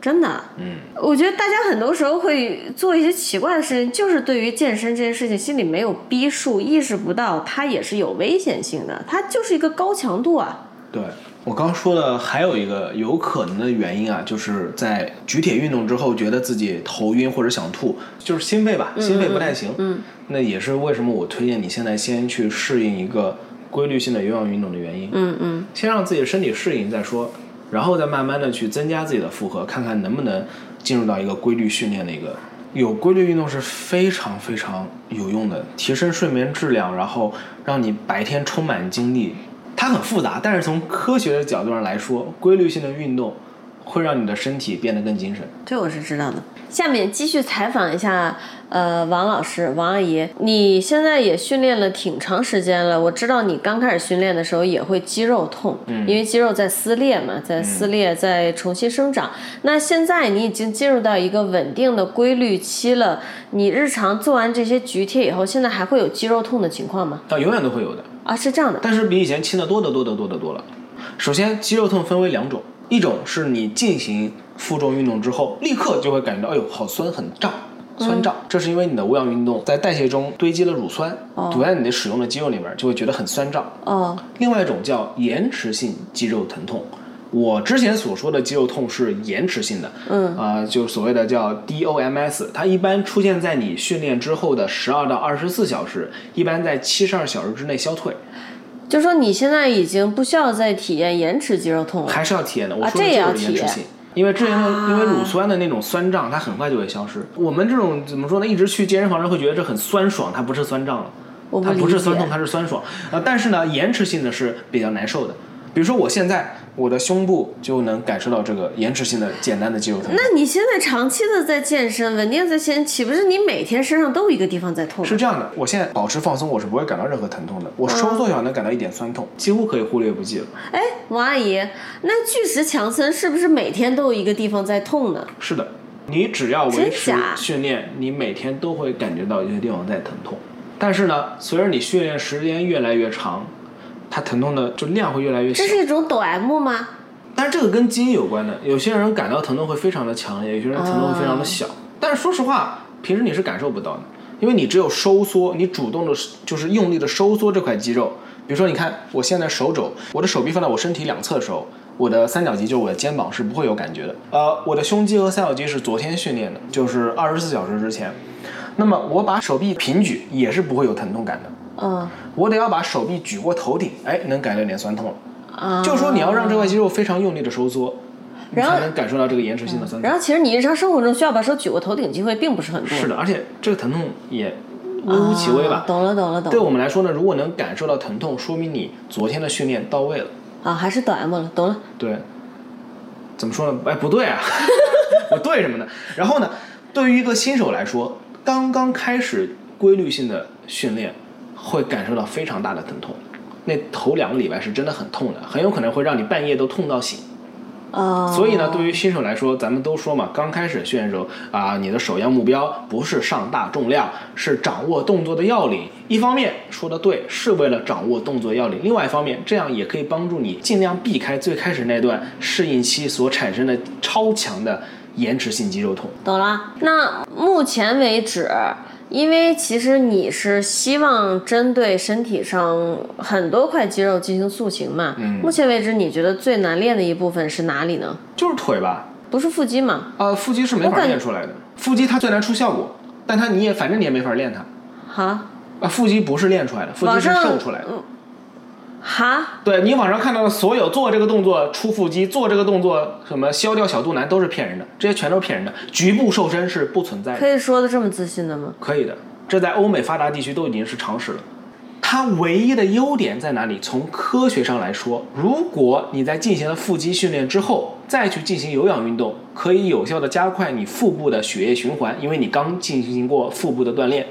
[SPEAKER 4] 真的。嗯，我觉得大家很多时候会做一些奇怪的事情，就是对于健身这件事情心里没有逼数，意识不到它也是有危险性的，它就是一个高强度啊。
[SPEAKER 3] 对。我刚说的还有一个有可能的原因啊，就是在举铁运动之后，觉得自己头晕或者想吐，就是心肺吧，心肺不太行。嗯，那也是为什么我推荐你现在先去适应一个规律性的有氧运动的原因。
[SPEAKER 4] 嗯嗯，
[SPEAKER 3] 先让自己的身体适应再说，然后再慢慢的去增加自己的负荷，看看能不能进入到一个规律训练的一个。有规律运动是非常非常有用的，提升睡眠质量，然后让你白天充满精力。它很复杂，但是从科学的角度上来说，规律性的运动会让你的身体变得更精神。
[SPEAKER 4] 这我是知道的。下面继续采访一下，呃，王老师、王阿姨，你现在也训练了挺长时间了。我知道你刚开始训练的时候也会肌肉痛，
[SPEAKER 3] 嗯
[SPEAKER 4] 因为肌肉在撕裂嘛，在撕裂，在重新生长。那现在你已经进入到一个稳定的规律期了，你日常做完这些举铁以后，现在还会有肌肉痛的情况吗？
[SPEAKER 3] 啊，永远都会有的。
[SPEAKER 4] 啊，是这样的，
[SPEAKER 3] 但是比以前轻的多得多得多得多了。首先，肌肉痛分为两种，一种是你进行负重运动之后，立刻就会感觉到，哎呦，好酸，很胀。酸胀，这是因为你的无氧运动在代谢中堆积了乳酸，堵在你的使用的肌肉里面，就会觉得很酸胀。
[SPEAKER 4] 哦，
[SPEAKER 3] 另外一种叫延迟性肌肉疼痛。我之前所说的肌肉痛是延迟性的，嗯，啊、就所谓的叫 DOMS，它一般出现在你训练之后的十二到二十四小时，一般在七十二小时之内消退。
[SPEAKER 4] 就说你现在已经不需要再体验延迟肌肉痛了。
[SPEAKER 3] 还是要体验的。我
[SPEAKER 4] 啊
[SPEAKER 3] 说
[SPEAKER 4] 这
[SPEAKER 3] 的
[SPEAKER 4] 也要啊
[SPEAKER 3] 就是延
[SPEAKER 4] 体
[SPEAKER 3] 迟
[SPEAKER 4] 验
[SPEAKER 3] 性，因为之前的、因为乳酸的那种酸胀，它很快就会消失。我们这种怎么说呢？一直去健身房的人会觉得这很酸爽，它不是酸胀了，
[SPEAKER 4] 我不
[SPEAKER 3] 它不是
[SPEAKER 4] 理解
[SPEAKER 3] 酸痛，它是酸爽。啊，但是呢，延迟性的是比较难受的。比如说我现在我的胸部就能感受到这个延迟性的简单的肌肉疼痛。
[SPEAKER 4] 那你现在长期的在健身，稳定地在健身，岂不是你每天身上都有一个地方在痛吗？
[SPEAKER 3] 是这样的，我现在保持放松，我是不会感到任何疼痛的。我收缩小能感到一点酸痛，几乎可以忽略不计了。
[SPEAKER 4] 哎，王阿姨，那巨石强森是不是每天都有一个地方在痛呢？
[SPEAKER 3] 是的，你只要维
[SPEAKER 4] 真
[SPEAKER 3] 持
[SPEAKER 4] 假
[SPEAKER 3] 训练，你每天都会感觉到有些地方在疼痛。但是呢，随着你训练时间越来越长，它疼痛的就量会越来越小
[SPEAKER 4] 这。是一种抖 M 吗？
[SPEAKER 3] 但是这个跟基因有关的，有些人感到疼痛会非常的强烈，有些人疼痛会非常的小。但是说实话，平时你是感受不到的，因为你只有收缩，你主动的，就是用力的收缩这块肌肉。比如说，你看我现在手肘，我的手臂放在我身体两侧的时候，我的三角肌就是我的肩膀是不会有感觉的。呃，我的胸肌和三角肌是昨天训练的，就是二十四小时之前。那么我把手臂平举也是不会有疼痛感的，
[SPEAKER 4] 嗯
[SPEAKER 3] 我得要把手臂举过头顶，哎，能感觉有点酸痛了。
[SPEAKER 4] 啊，
[SPEAKER 3] 就是说你要让这块肌肉非常用力的收缩，你
[SPEAKER 4] 然后嗯
[SPEAKER 3] 才能感受到这个延迟性的酸
[SPEAKER 4] 然
[SPEAKER 3] 痛。
[SPEAKER 4] 后其实你日常生活中需要把手举过头顶的机会并不是很多。
[SPEAKER 3] 是的，而且这个疼痛也微乎其微
[SPEAKER 4] 啊
[SPEAKER 3] 吧。
[SPEAKER 4] 懂了懂了懂
[SPEAKER 3] 对
[SPEAKER 4] 了
[SPEAKER 3] 我们来说呢，如果能感受到疼痛，说明你昨天的训练到位了。
[SPEAKER 4] 啊，还是抖 M 了，懂了。
[SPEAKER 3] 对，怎么说呢？哎，不对啊， 我对什么呢？然后呢，对于一个新手来说，刚刚开始规律性的训练，会感受到非常大的疼痛。那头两个礼拜是真的很痛的，很有可能会让你半夜都痛到醒。
[SPEAKER 4] 哦，
[SPEAKER 3] 所以呢，对于新手来说，咱们都说嘛，刚开始训练的时候啊、你的首要目标不是上大重量，是掌握动作的要领。一方面说的对，是为了掌握动作要领；另外一方面，这样也可以帮助你尽量避开最开始那段适应期所产生的超强的延迟性肌肉痛。
[SPEAKER 4] 懂了。那目前为止，因为其实你是希望针对身体上很多块肌肉进行塑形嘛，
[SPEAKER 3] 嗯
[SPEAKER 4] 目前为止你觉得最难练的一部分是哪里呢？
[SPEAKER 3] 就是腿吧，
[SPEAKER 4] 不是腹肌嘛？
[SPEAKER 3] 呃，腹肌是没
[SPEAKER 4] 我
[SPEAKER 3] 法
[SPEAKER 4] 感觉
[SPEAKER 3] 练出来的，腹肌它最难出效果，但它你也反正你也没法练它。
[SPEAKER 4] 哈，
[SPEAKER 3] 啊，腹肌不是练出来的，腹肌
[SPEAKER 4] 网
[SPEAKER 3] 是
[SPEAKER 4] 上
[SPEAKER 3] 瘦出来的。
[SPEAKER 4] 嗯哈，
[SPEAKER 3] 对你网上看到的所有做这个动作出腹肌、做这个动作什么消掉小肚腩都是骗人的，这些全都是骗人的。局部瘦身是不存在的。
[SPEAKER 4] 可以说的这么自信的吗？
[SPEAKER 3] 可以的，这在欧美发达地区都已经是常识了。它唯一的优点在哪里？从科学上来说，如果你在进行了腹肌训练之后，再去进行有氧运动，可以有效的加快你腹部的血液循环，因为你刚进行过腹部的锻炼。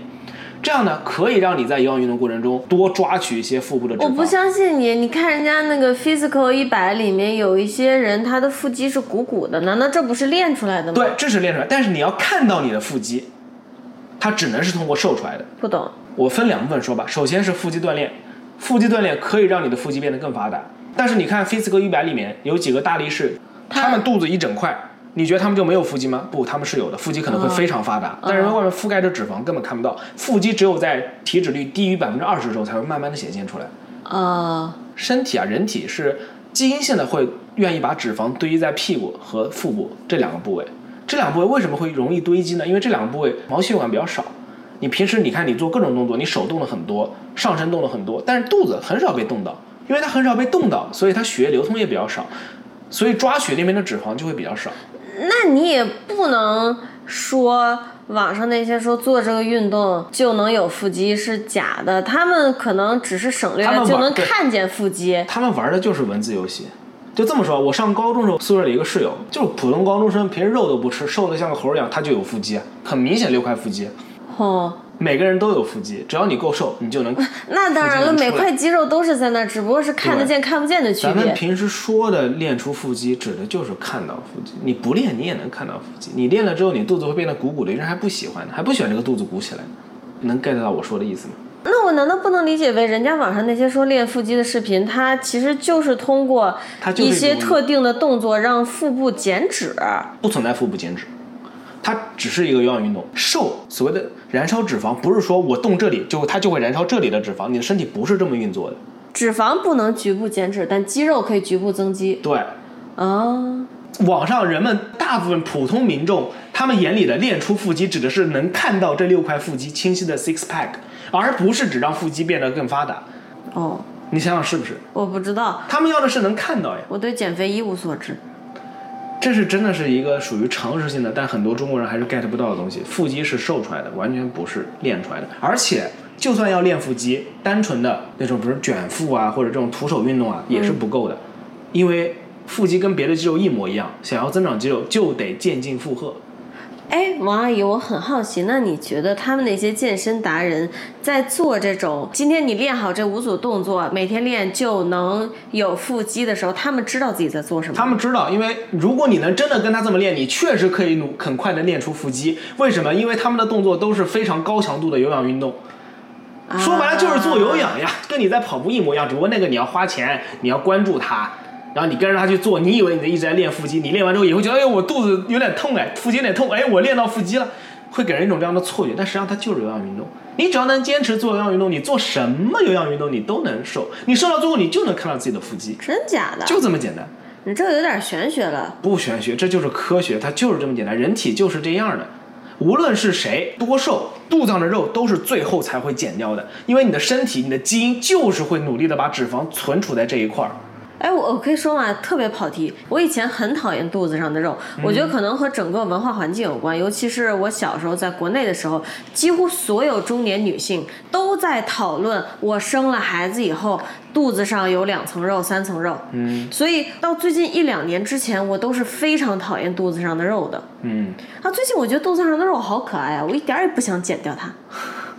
[SPEAKER 3] 这样呢，可以让你在有氧运动过程中多抓取一些腹部的脂肪。
[SPEAKER 4] 我不相信你，你看人家那个 Physical 一百里面有一些人，他的腹肌是鼓鼓的，难道这不是练出来的吗？
[SPEAKER 3] 对，，这是练出来，但是你要看到你的腹肌，它只能是通过瘦出来的。
[SPEAKER 4] 不懂。
[SPEAKER 3] 我分两部分说吧，首先是腹肌锻炼，腹肌锻炼可以让你的腹肌变得更发达。但是你看《飞 i 哥一百》里面有几个大力士，他们肚子一整块，你觉得他们就没有腹肌吗？不，他们是有的，腹肌可能会
[SPEAKER 1] 嗯
[SPEAKER 3] 非
[SPEAKER 6] 嗯
[SPEAKER 3] 常发达，但是因为外面覆盖着脂肪，根本看不到。腹肌只有在体脂率低于百分之二十之后才会慢慢的显现出来。
[SPEAKER 4] 啊、
[SPEAKER 3] 身体啊，人体是基因性的会愿意把脂肪堆积在屁股和腹部这两个部位。这两个部位为什么会容易堆积呢？因为这两个部位毛细血管比较少。你平时你看你做各种动作，你手动了很多，上身动了很多，但是肚子很少被动到，因为它很少被动到，所以它血液流通也比较少，所以抓血那边的脂肪就会比较少。
[SPEAKER 4] 那你也不能说网上那些说做这个运动就能有腹肌是假的，他们可能只是省略
[SPEAKER 3] 他们
[SPEAKER 4] 了
[SPEAKER 3] 玩
[SPEAKER 4] 就能
[SPEAKER 3] 对
[SPEAKER 4] 看见腹肌。
[SPEAKER 3] 他们玩的就是文字游戏。就这么说，我上高中时候宿舍里一个室友，就是普通高中生，平时肉都不吃，瘦的像个猴一样，他就有腹肌啊，很明显六块腹肌。
[SPEAKER 4] 哦，
[SPEAKER 3] 每个人都有腹肌，只要你够瘦，你就能。
[SPEAKER 4] 那当然了，
[SPEAKER 3] 腹肌能出来
[SPEAKER 4] 每块肌肉都是在那儿，只不过是看得见看不见的区
[SPEAKER 3] 咱们
[SPEAKER 4] 别。
[SPEAKER 3] 平时说的练出腹肌，指的就是看到腹肌。你不练，你也能看到腹肌。你练了之后，你肚子会变得鼓鼓的，有人还不喜欢呢，还不喜欢这个肚子鼓起来呢。能 get 到我说的意思吗？
[SPEAKER 4] 那我难道不能理解为人家网上那些说练腹肌的视频，它其实就是通过
[SPEAKER 3] 它就
[SPEAKER 4] 一
[SPEAKER 3] 是一种
[SPEAKER 4] 些特定的动作让腹部减脂？
[SPEAKER 3] 不存在腹部减脂，它只是一个有氧运动。瘦所谓的燃烧脂肪，不是说我动这里就它就会燃烧这里的脂肪，你的身体不是这么运作的。
[SPEAKER 4] 脂肪不能局部减脂，但肌肉可以局部增肌
[SPEAKER 3] 对，
[SPEAKER 4] 啊。
[SPEAKER 3] 网上人们大部分普通民众，他们眼里的练出腹肌，指的是能看到这六块腹肌清晰的 six pack，而不是只让腹肌变得更发达。
[SPEAKER 4] 哦，
[SPEAKER 3] 你想想是不是？
[SPEAKER 4] 我不知道，
[SPEAKER 3] 他们要的是能看到呀，
[SPEAKER 4] 我对减肥一无所知。
[SPEAKER 3] 这是真的是一个属于常识性的，但很多中国人还是 get 不到的东西。腹肌是瘦出来的，完全不是练出来的。而且，就算要练腹肌，单纯的那种比如卷腹啊，或者这种徒手运动啊，也是不够的，因为腹肌跟别的肌肉一模一样，想要增长肌肉就得渐进负荷。
[SPEAKER 4] 哎，王阿姨，我很好奇，那你觉得他们那些健身达人在做这种今天你练好这五组动作，每天练就能有腹肌的时候，他们知道自己在做什么吗？
[SPEAKER 3] 他们知道，因为如果你能真的跟他这么练，你确实可以努很快的练出腹肌。为什么？因为他们的动作都是非常高强度的有氧运动，说白了就是做有氧呀，跟你在跑步一模一样，只不过那个你要花钱，你要关注它。然后你跟着他去做，你以为你在一直在练腹肌，你练完之后也会觉得，哎呦，我肚子有点痛哎，腹肌有点痛，哎，我练到腹肌了，会给人一种这样的错觉。但实际上它就是有氧运动，你只要能坚持做有氧运动，你做什么有氧运动你都能瘦，你瘦到最后你就能看到自己的腹肌，
[SPEAKER 4] 真假的？
[SPEAKER 3] 就这么简单。
[SPEAKER 4] 你这有点玄学了。
[SPEAKER 3] 不玄学，这就是科学，它就是这么简单，人体就是这样的。无论是谁多瘦，肚子上的肉都是最后才会减掉的，因为你的身体、你的基因就是会努力的把脂肪存储在这一块儿。
[SPEAKER 4] 哎，我我可以说嘛，特别跑题。我以前很讨厌肚子上的肉，我
[SPEAKER 3] 嗯
[SPEAKER 4] 觉得可能和整个文化环境有关，尤其是我小时候在国内的时候，几乎所有中年女性都在讨论我生了孩子以后肚子上有两层肉、三层肉。嗯，所以到最近一两年之前，我都是非常讨厌肚子上的肉的。
[SPEAKER 3] 嗯，
[SPEAKER 4] 啊，最近我觉得肚子上的肉好可爱啊，我一点儿也不想减掉它。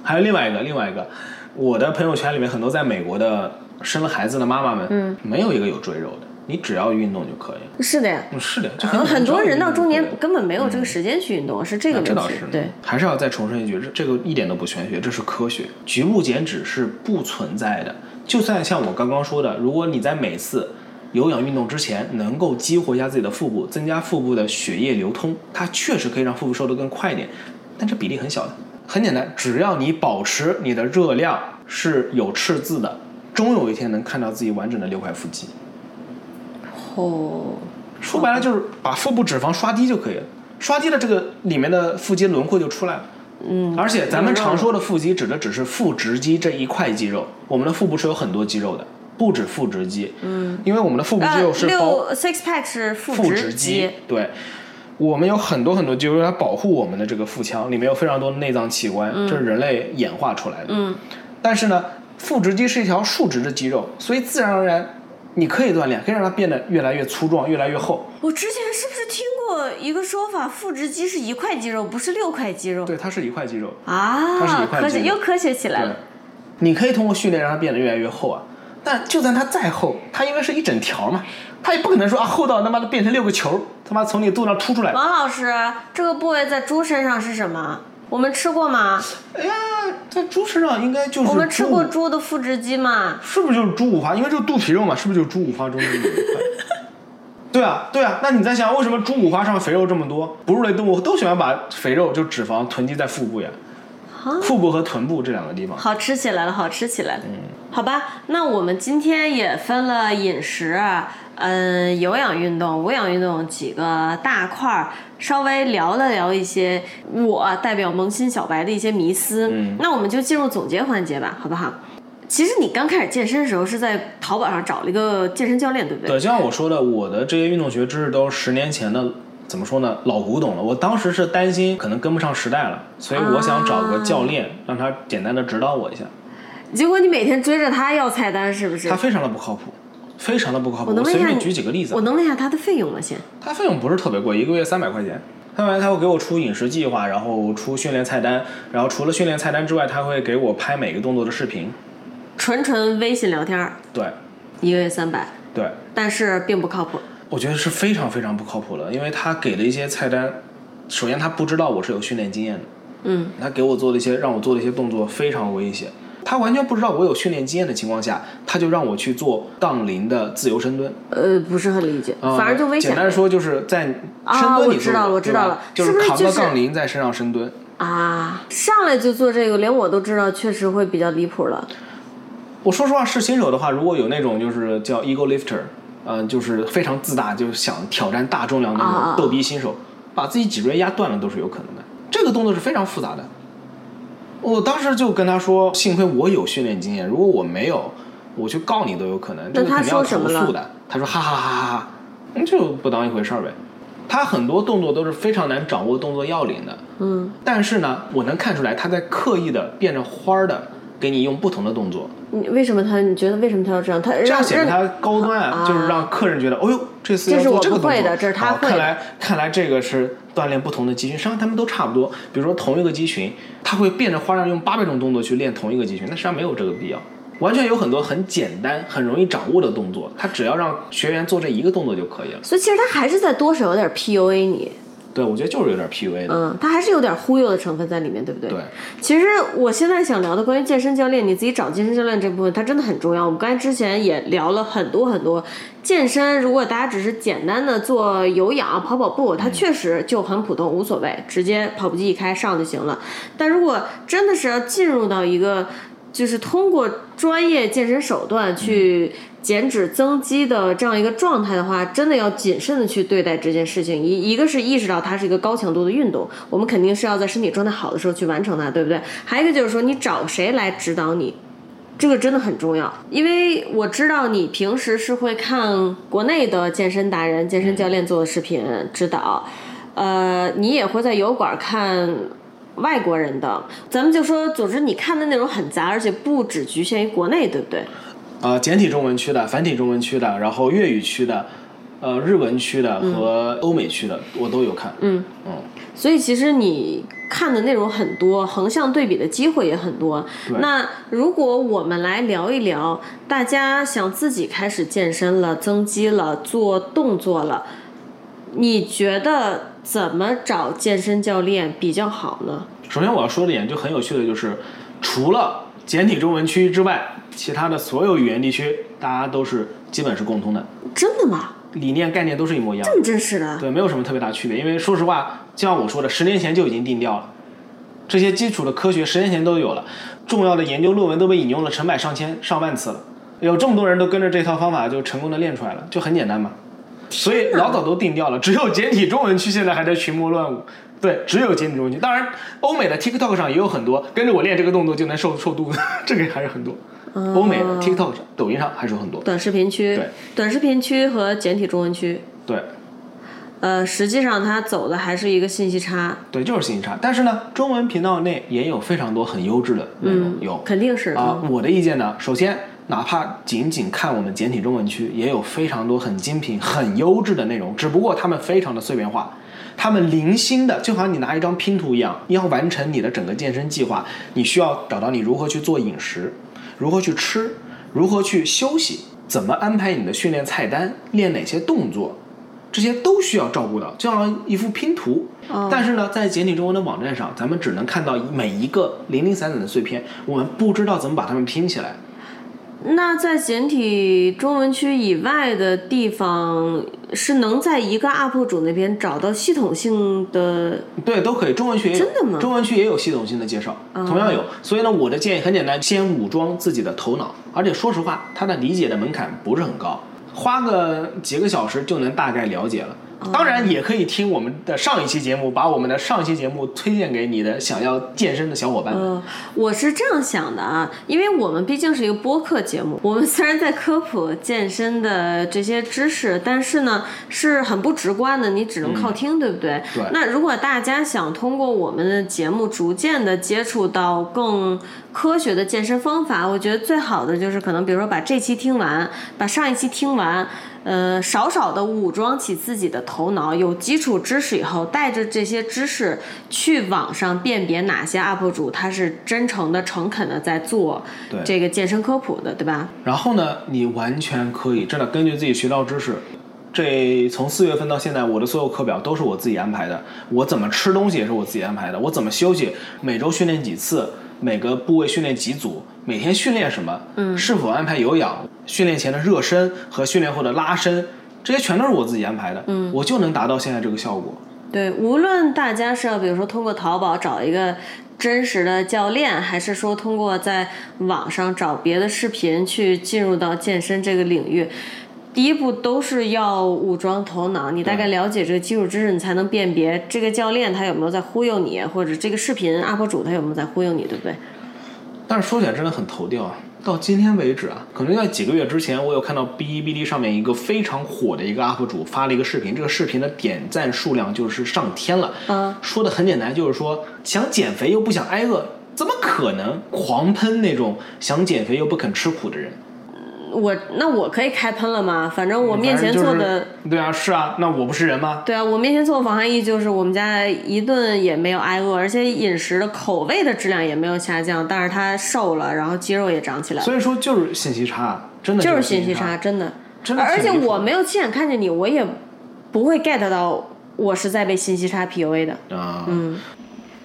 [SPEAKER 3] 还有另外一个，另外一个，我的朋友圈里面很多在美国的生了孩子的妈妈们，嗯，没有一个有赘肉的，你只要运动就可以了。
[SPEAKER 4] 是的呀。
[SPEAKER 3] 嗯，是的，就
[SPEAKER 4] 可能很多人到中年
[SPEAKER 3] 对
[SPEAKER 4] 根本没有这个时间去运动，是这个
[SPEAKER 3] 嗯那啊这
[SPEAKER 4] 问
[SPEAKER 3] 倒
[SPEAKER 4] 题
[SPEAKER 3] 是。
[SPEAKER 4] 对，，
[SPEAKER 3] 还是要再重申一句，这这个一点都不玄学，这是科学。局部减脂是不存在的。就算像我刚刚说的，如果你在每次有氧运动之前能够激活一下自己的腹部，增加腹部的血液流通，它确实可以让腹部瘦得更快一点，但这比例很小的。很简单，只要你保持你的热量是有赤字的，终有一天能看到自己完整的六块腹肌。
[SPEAKER 4] 哦，
[SPEAKER 3] 说白了就是把腹部脂肪刷低就可以了，刷低了这个里面的腹肌轮廓就出来了。而且咱们常说的腹肌指的只是腹直肌这一块肌肉，我们的腹部是有很多肌肉的，不止腹直肌。嗯，因为我们的腹部肌肉是包、
[SPEAKER 4] 呃六 six pack 是腹
[SPEAKER 3] 腹
[SPEAKER 4] 直
[SPEAKER 3] 直肌，对。我们有很多很多肌肉来保护我们的这个腹腔，里面有非常多的内脏器官，这是人类演化出来的。嗯，但是呢，腹直肌是一条竖直的肌肉，所以自然而然你可以锻炼，可以让它变得越来越粗壮，越来越厚。
[SPEAKER 4] 我之前是不是听过一个说法，腹直肌是一块肌肉，不是六块肌肉
[SPEAKER 3] 对，它是一块肌肉。它是
[SPEAKER 4] 啊
[SPEAKER 3] 一？块
[SPEAKER 4] 科
[SPEAKER 3] 肌
[SPEAKER 4] 学
[SPEAKER 3] 肉
[SPEAKER 4] 又科学起来
[SPEAKER 3] 对
[SPEAKER 4] 了。，
[SPEAKER 3] 你可以通过训练让它变得越来越厚啊。但就算它再厚，它因为是一整条嘛，它也不可能说啊厚到他妈的变成六个球，他妈从你肚子上凸出来。
[SPEAKER 4] 王老师，这个部位在猪身上是什么？我们吃过吗？
[SPEAKER 3] 哎呀，在猪身上应该就是
[SPEAKER 4] 我们吃过
[SPEAKER 3] 猪，
[SPEAKER 4] 猪的腹直肌吗？
[SPEAKER 3] 是不是就是猪五花？因为这个肚皮肉嘛，是不是就是猪五花中的一块？ 对啊，对啊，那你在想为什么猪五花上面肥肉这么多？哺乳类动物都喜欢把肥肉就脂肪囤积在腹部呀，
[SPEAKER 4] 啊
[SPEAKER 3] 腹部和臀部这两个地方。
[SPEAKER 4] 好吃起来了，好吃起来了。
[SPEAKER 3] 嗯
[SPEAKER 4] 好吧，那我们今天也分了饮食啊，嗯，有氧运动、无氧运动几个大块儿，稍微聊了聊一些我代表萌新小白的一些迷思。
[SPEAKER 3] 嗯
[SPEAKER 4] 那我们就进入总结环节吧，好不好？其实你刚开始健身的时候是在淘宝上找了一个健身教练，对不对？
[SPEAKER 3] 对，就像我说的，我的这些运动学知识都是十年前的，怎么说呢，老古董了。我当时是担心可能跟不上时代了，所以我想找
[SPEAKER 4] 啊
[SPEAKER 3] 个教练，让他简单的指导我一下。
[SPEAKER 4] 结果你每天追着他要菜单，是不是
[SPEAKER 3] 他？非常的不靠谱，非常的不靠谱。
[SPEAKER 4] 我能问一
[SPEAKER 3] 随
[SPEAKER 4] 下
[SPEAKER 3] 便
[SPEAKER 4] 你
[SPEAKER 3] 举几个例子
[SPEAKER 4] 我
[SPEAKER 3] 啊，
[SPEAKER 4] 能问一下他的费用吗？先，
[SPEAKER 3] 他费用不是特别贵，一个月三百块钱。看完他会给我出饮食计划，然后出训练菜单，然后除了训练菜单之外，他会给我拍每个动作的视频。
[SPEAKER 4] 纯纯微信聊天儿，
[SPEAKER 3] 对，
[SPEAKER 4] 一个月三百，
[SPEAKER 3] 对，
[SPEAKER 4] 但是并不靠谱。
[SPEAKER 3] 我觉得是非常非常不靠谱的，因为他给的一些菜单，首先他不知道我是有训练经验的，
[SPEAKER 4] 嗯，
[SPEAKER 3] 他给我做的一些让我做的一些动作非常危险，他完全不知道我有训练经验的情况下，他就让我去做杠铃的自由深蹲，
[SPEAKER 4] 呃，不是很理解，
[SPEAKER 3] 呃
[SPEAKER 4] 反而就危险
[SPEAKER 3] 简
[SPEAKER 4] 呗。
[SPEAKER 3] 单说就是在
[SPEAKER 4] 啊
[SPEAKER 3] 深蹲
[SPEAKER 4] 我
[SPEAKER 3] 你
[SPEAKER 4] 知
[SPEAKER 3] 做过、
[SPEAKER 4] 道了我知
[SPEAKER 3] 对吧
[SPEAKER 4] 道了
[SPEAKER 3] 就是
[SPEAKER 4] 是不是
[SPEAKER 3] 扛
[SPEAKER 4] 就
[SPEAKER 3] 个
[SPEAKER 4] 是
[SPEAKER 3] 杠铃在身上深蹲。
[SPEAKER 4] 啊，上来就做这个，连我都知道，确实会比较离谱了。
[SPEAKER 3] 我说实话，是新手的话，如果有那种就是叫 ego lifter，嗯、就是非常自大，就是想挑战大重量的
[SPEAKER 4] 啊
[SPEAKER 3] 那
[SPEAKER 4] 啊
[SPEAKER 3] 种逗逼新手，把自己脊椎压断了都是有可能的。这个动作是非常复杂的。我当时就跟他说，幸亏我有训练经验，如果我没有，我去告你都有可能，这个
[SPEAKER 4] 他
[SPEAKER 3] 肯定
[SPEAKER 4] 说
[SPEAKER 3] 要
[SPEAKER 4] 什
[SPEAKER 3] 投
[SPEAKER 4] 么了
[SPEAKER 3] 诉的。他说哈哈哈哈哈，嗯就不当一回事儿呗。他很多动作都是非常难掌握动作要领的，
[SPEAKER 4] 嗯，
[SPEAKER 3] 但是呢，我能看出来他在刻意的变着花儿的给你用不同的动作。
[SPEAKER 4] 你为什么他？你觉得为什么他要这样？他
[SPEAKER 3] 这样
[SPEAKER 4] 让
[SPEAKER 3] 显得
[SPEAKER 4] 让
[SPEAKER 3] 他高端啊，
[SPEAKER 4] 啊
[SPEAKER 3] 就是让客人觉得，哦呦，这次要
[SPEAKER 4] 这是
[SPEAKER 3] 做
[SPEAKER 4] 我
[SPEAKER 3] 个
[SPEAKER 4] 不
[SPEAKER 3] 动
[SPEAKER 4] 会
[SPEAKER 3] 作
[SPEAKER 4] 的这是他
[SPEAKER 3] 啊
[SPEAKER 4] 会的
[SPEAKER 3] 看来看来这个是锻炼不同的肌群，实际上他们都差不多。比如说同一个肌群，他会变着花样用八百种动作去练同一个肌群，那实际上没有这个必要。完全有很多很简单、很容易掌握的动作，他只要让学员做这一个动作就可以了。
[SPEAKER 4] 所以其实他还是在多少有点 PUA 你，
[SPEAKER 3] 对，我觉得就是有点 PUA 的。
[SPEAKER 4] 嗯，他还是有点忽悠的成分在里面，对不对？
[SPEAKER 3] 对，
[SPEAKER 4] 其实我现在想聊的关于健身教练，你自己找健身教练这部分，它真的很重要。我们刚才之前也聊了很多很多健身，如果大家只是简单的做有氧、跑跑步，它确实就很普通，无所谓，直接跑步机一开上就行了。但如果真的是要进入到一个就是通过专业健身手段去减脂增肌的这样一个状态的话，真的要谨慎的去对待这件事情。一一个是意识到它是一个高强度的运动，我们肯定是要在身体状态好的时候去完成它，对不对？还有一个就是说，你找谁来指导你，这个真的很重要，因为我知道你平时是会看国内的健身达人、健身教练做的视频指导，呃，你也会在油管看外国人的。咱们就说，总之你看的内容很杂，而且不只局限于国内，对不对？
[SPEAKER 3] 呃，简体中文区的、繁体中文区的，然后粤语区的，呃，日文区的和欧美区的，我都有看。
[SPEAKER 4] 嗯
[SPEAKER 3] 嗯，
[SPEAKER 4] 所以其实你看的内容很多，横向对比的机会也很多。那如果我们来聊一聊，大家想自己开始健身了、增肌了、做动作了，你觉得怎么找健身教练比较好呢？
[SPEAKER 3] 首先我要说的一点就很有趣的就是，除了简体中文区之外，其他的所有语言地区，大家都是基本是共通的，
[SPEAKER 4] 真的吗？
[SPEAKER 3] 理念概念都是一模一样
[SPEAKER 4] 这
[SPEAKER 3] 的，
[SPEAKER 4] 么真实的？
[SPEAKER 3] 对，没有什么特别大区别。因为说实话，就像我说的，十年前就已经定调了，这些基础的科学十年前都有了，重要的研究论文都被引用了成百上千上万次了，有这么多人都跟着这套方法就成功的练出来了，就很简单嘛。所以老早都定调了，只有简体中文区现在还在群魔乱舞，对，只有减脂中心。当然，欧美的 TikTok 上也有很多跟着我练这个动作就能瘦瘦肚子， 这个还是很多。欧美的 TikTok 上、抖音上还是有很多。
[SPEAKER 4] 短视频区
[SPEAKER 3] 对、
[SPEAKER 4] 短视频区和简体中文区，
[SPEAKER 3] 对
[SPEAKER 4] 呃，实际上它走的还是一个信息差，
[SPEAKER 3] 对，就是信息差。但是呢，中文频道内也有非常多很优质的内容，有
[SPEAKER 4] 肯定是
[SPEAKER 3] 啊，我的意见呢，首先，哪怕仅仅看我们简体中文区，也有非常多很精品、很优质的内容，只不过他们非常的碎片化。他们零星的，就好像你拿一张拼图一样，要完成你的整个健身计划，你需要找到你如何去做饮食，如何去吃，如何去休息，怎么安排你的训练菜单，练哪些动作，这些都需要照顾到，就好像一幅拼图。
[SPEAKER 4] 哦
[SPEAKER 3] 但是呢，在简体中文的网站上，咱们只能看到每一个零零散散的碎片，我们不知道怎么把它们拼起来。
[SPEAKER 4] 那在简体中文区以外的地方，是能在一个 UP 主那边找到系统性的
[SPEAKER 3] 对，都可以。中文区也有
[SPEAKER 4] 真的吗哦
[SPEAKER 3] 中文区也有系统性的介绍，同样有。所以呢，我的建议很简单，先武装自己的头脑，而且说实话，它的理解的门槛不是很高，花个几个小时就能大概了解了。
[SPEAKER 4] 哦
[SPEAKER 3] 当然，也可以听我们的上一期节目，把我们的上一期节目推荐给你的想要健身的小伙伴们。
[SPEAKER 4] 呃，我是这样想的啊，因为我们毕竟是一个播客节目，我们虽然在科普健身的这些知识，但是呢是很不直观的，你只能靠听，对不对？
[SPEAKER 3] 对
[SPEAKER 4] 那如果大家想通过我们的节目逐渐的接触到更科学的健身方法，我觉得最好的就是可能比如说把这期听完，把上一期听完。呃，少少的武装起自己的头脑，有基础知识以后，带着这些知识去网上辨别哪些 UP 主他是真诚的、诚恳的在做
[SPEAKER 3] 对
[SPEAKER 4] 这个健身科普的，对吧？
[SPEAKER 3] 然后呢，你完全可以真的根据自己学到知识。这从四月份到现在，我的所有课表都是我自己安排的。我怎么吃东西也是我自己安排的，我怎么休息，每周训练几次，每个部位训练几组，每天训练什么，嗯，是否安排有氧，训练前的热身和训练后的拉伸，这些全都是我自己安排的。嗯，我就能达到现在这个效果。
[SPEAKER 4] 对，无论大家是要比如说通过淘宝找一个真实的教练，还是说通过在网上找别的视频去进入到健身这个领域。第一步都是要武装头脑，你大概了解这个基础知识，你才能辨别这个教练他有没有在忽悠你，或者这个视频 UP 主他有没有在忽悠你，对不对？
[SPEAKER 3] 但是说起来真的很头掉啊！到今天为止啊，可能在几个月之前，我有看到哔哩哔哩上面一个非常火的一个 UP 主发了一个视频，这个视频的点赞数量就是上天了。
[SPEAKER 4] 啊，
[SPEAKER 3] 说的很简单，就是说想减肥又不想挨饿，怎么可能狂喷那种想减肥又不肯吃苦的人？
[SPEAKER 4] 我那我可以开喷了吗？反正我面前
[SPEAKER 3] 嗯反正
[SPEAKER 4] 坐的、
[SPEAKER 3] 就是、对啊，是啊，那我不是人吗？
[SPEAKER 4] 对啊，我面前做的防寒衣就是我们家一顿也没有挨饿，而且饮食的口味的质量也没有下降，但是他瘦了，然后肌肉也长起来了，
[SPEAKER 3] 所以说就是信息差啊，真的
[SPEAKER 4] 就是是
[SPEAKER 3] 信
[SPEAKER 4] 信息
[SPEAKER 3] 差
[SPEAKER 4] 差，。真的。
[SPEAKER 3] 啊真的挺
[SPEAKER 4] 而且
[SPEAKER 3] 离谱
[SPEAKER 4] 我
[SPEAKER 3] 的
[SPEAKER 4] 没有亲眼看见你，我也不会 get 到我是在被信息差 PUA 的。
[SPEAKER 3] 啊，嗯，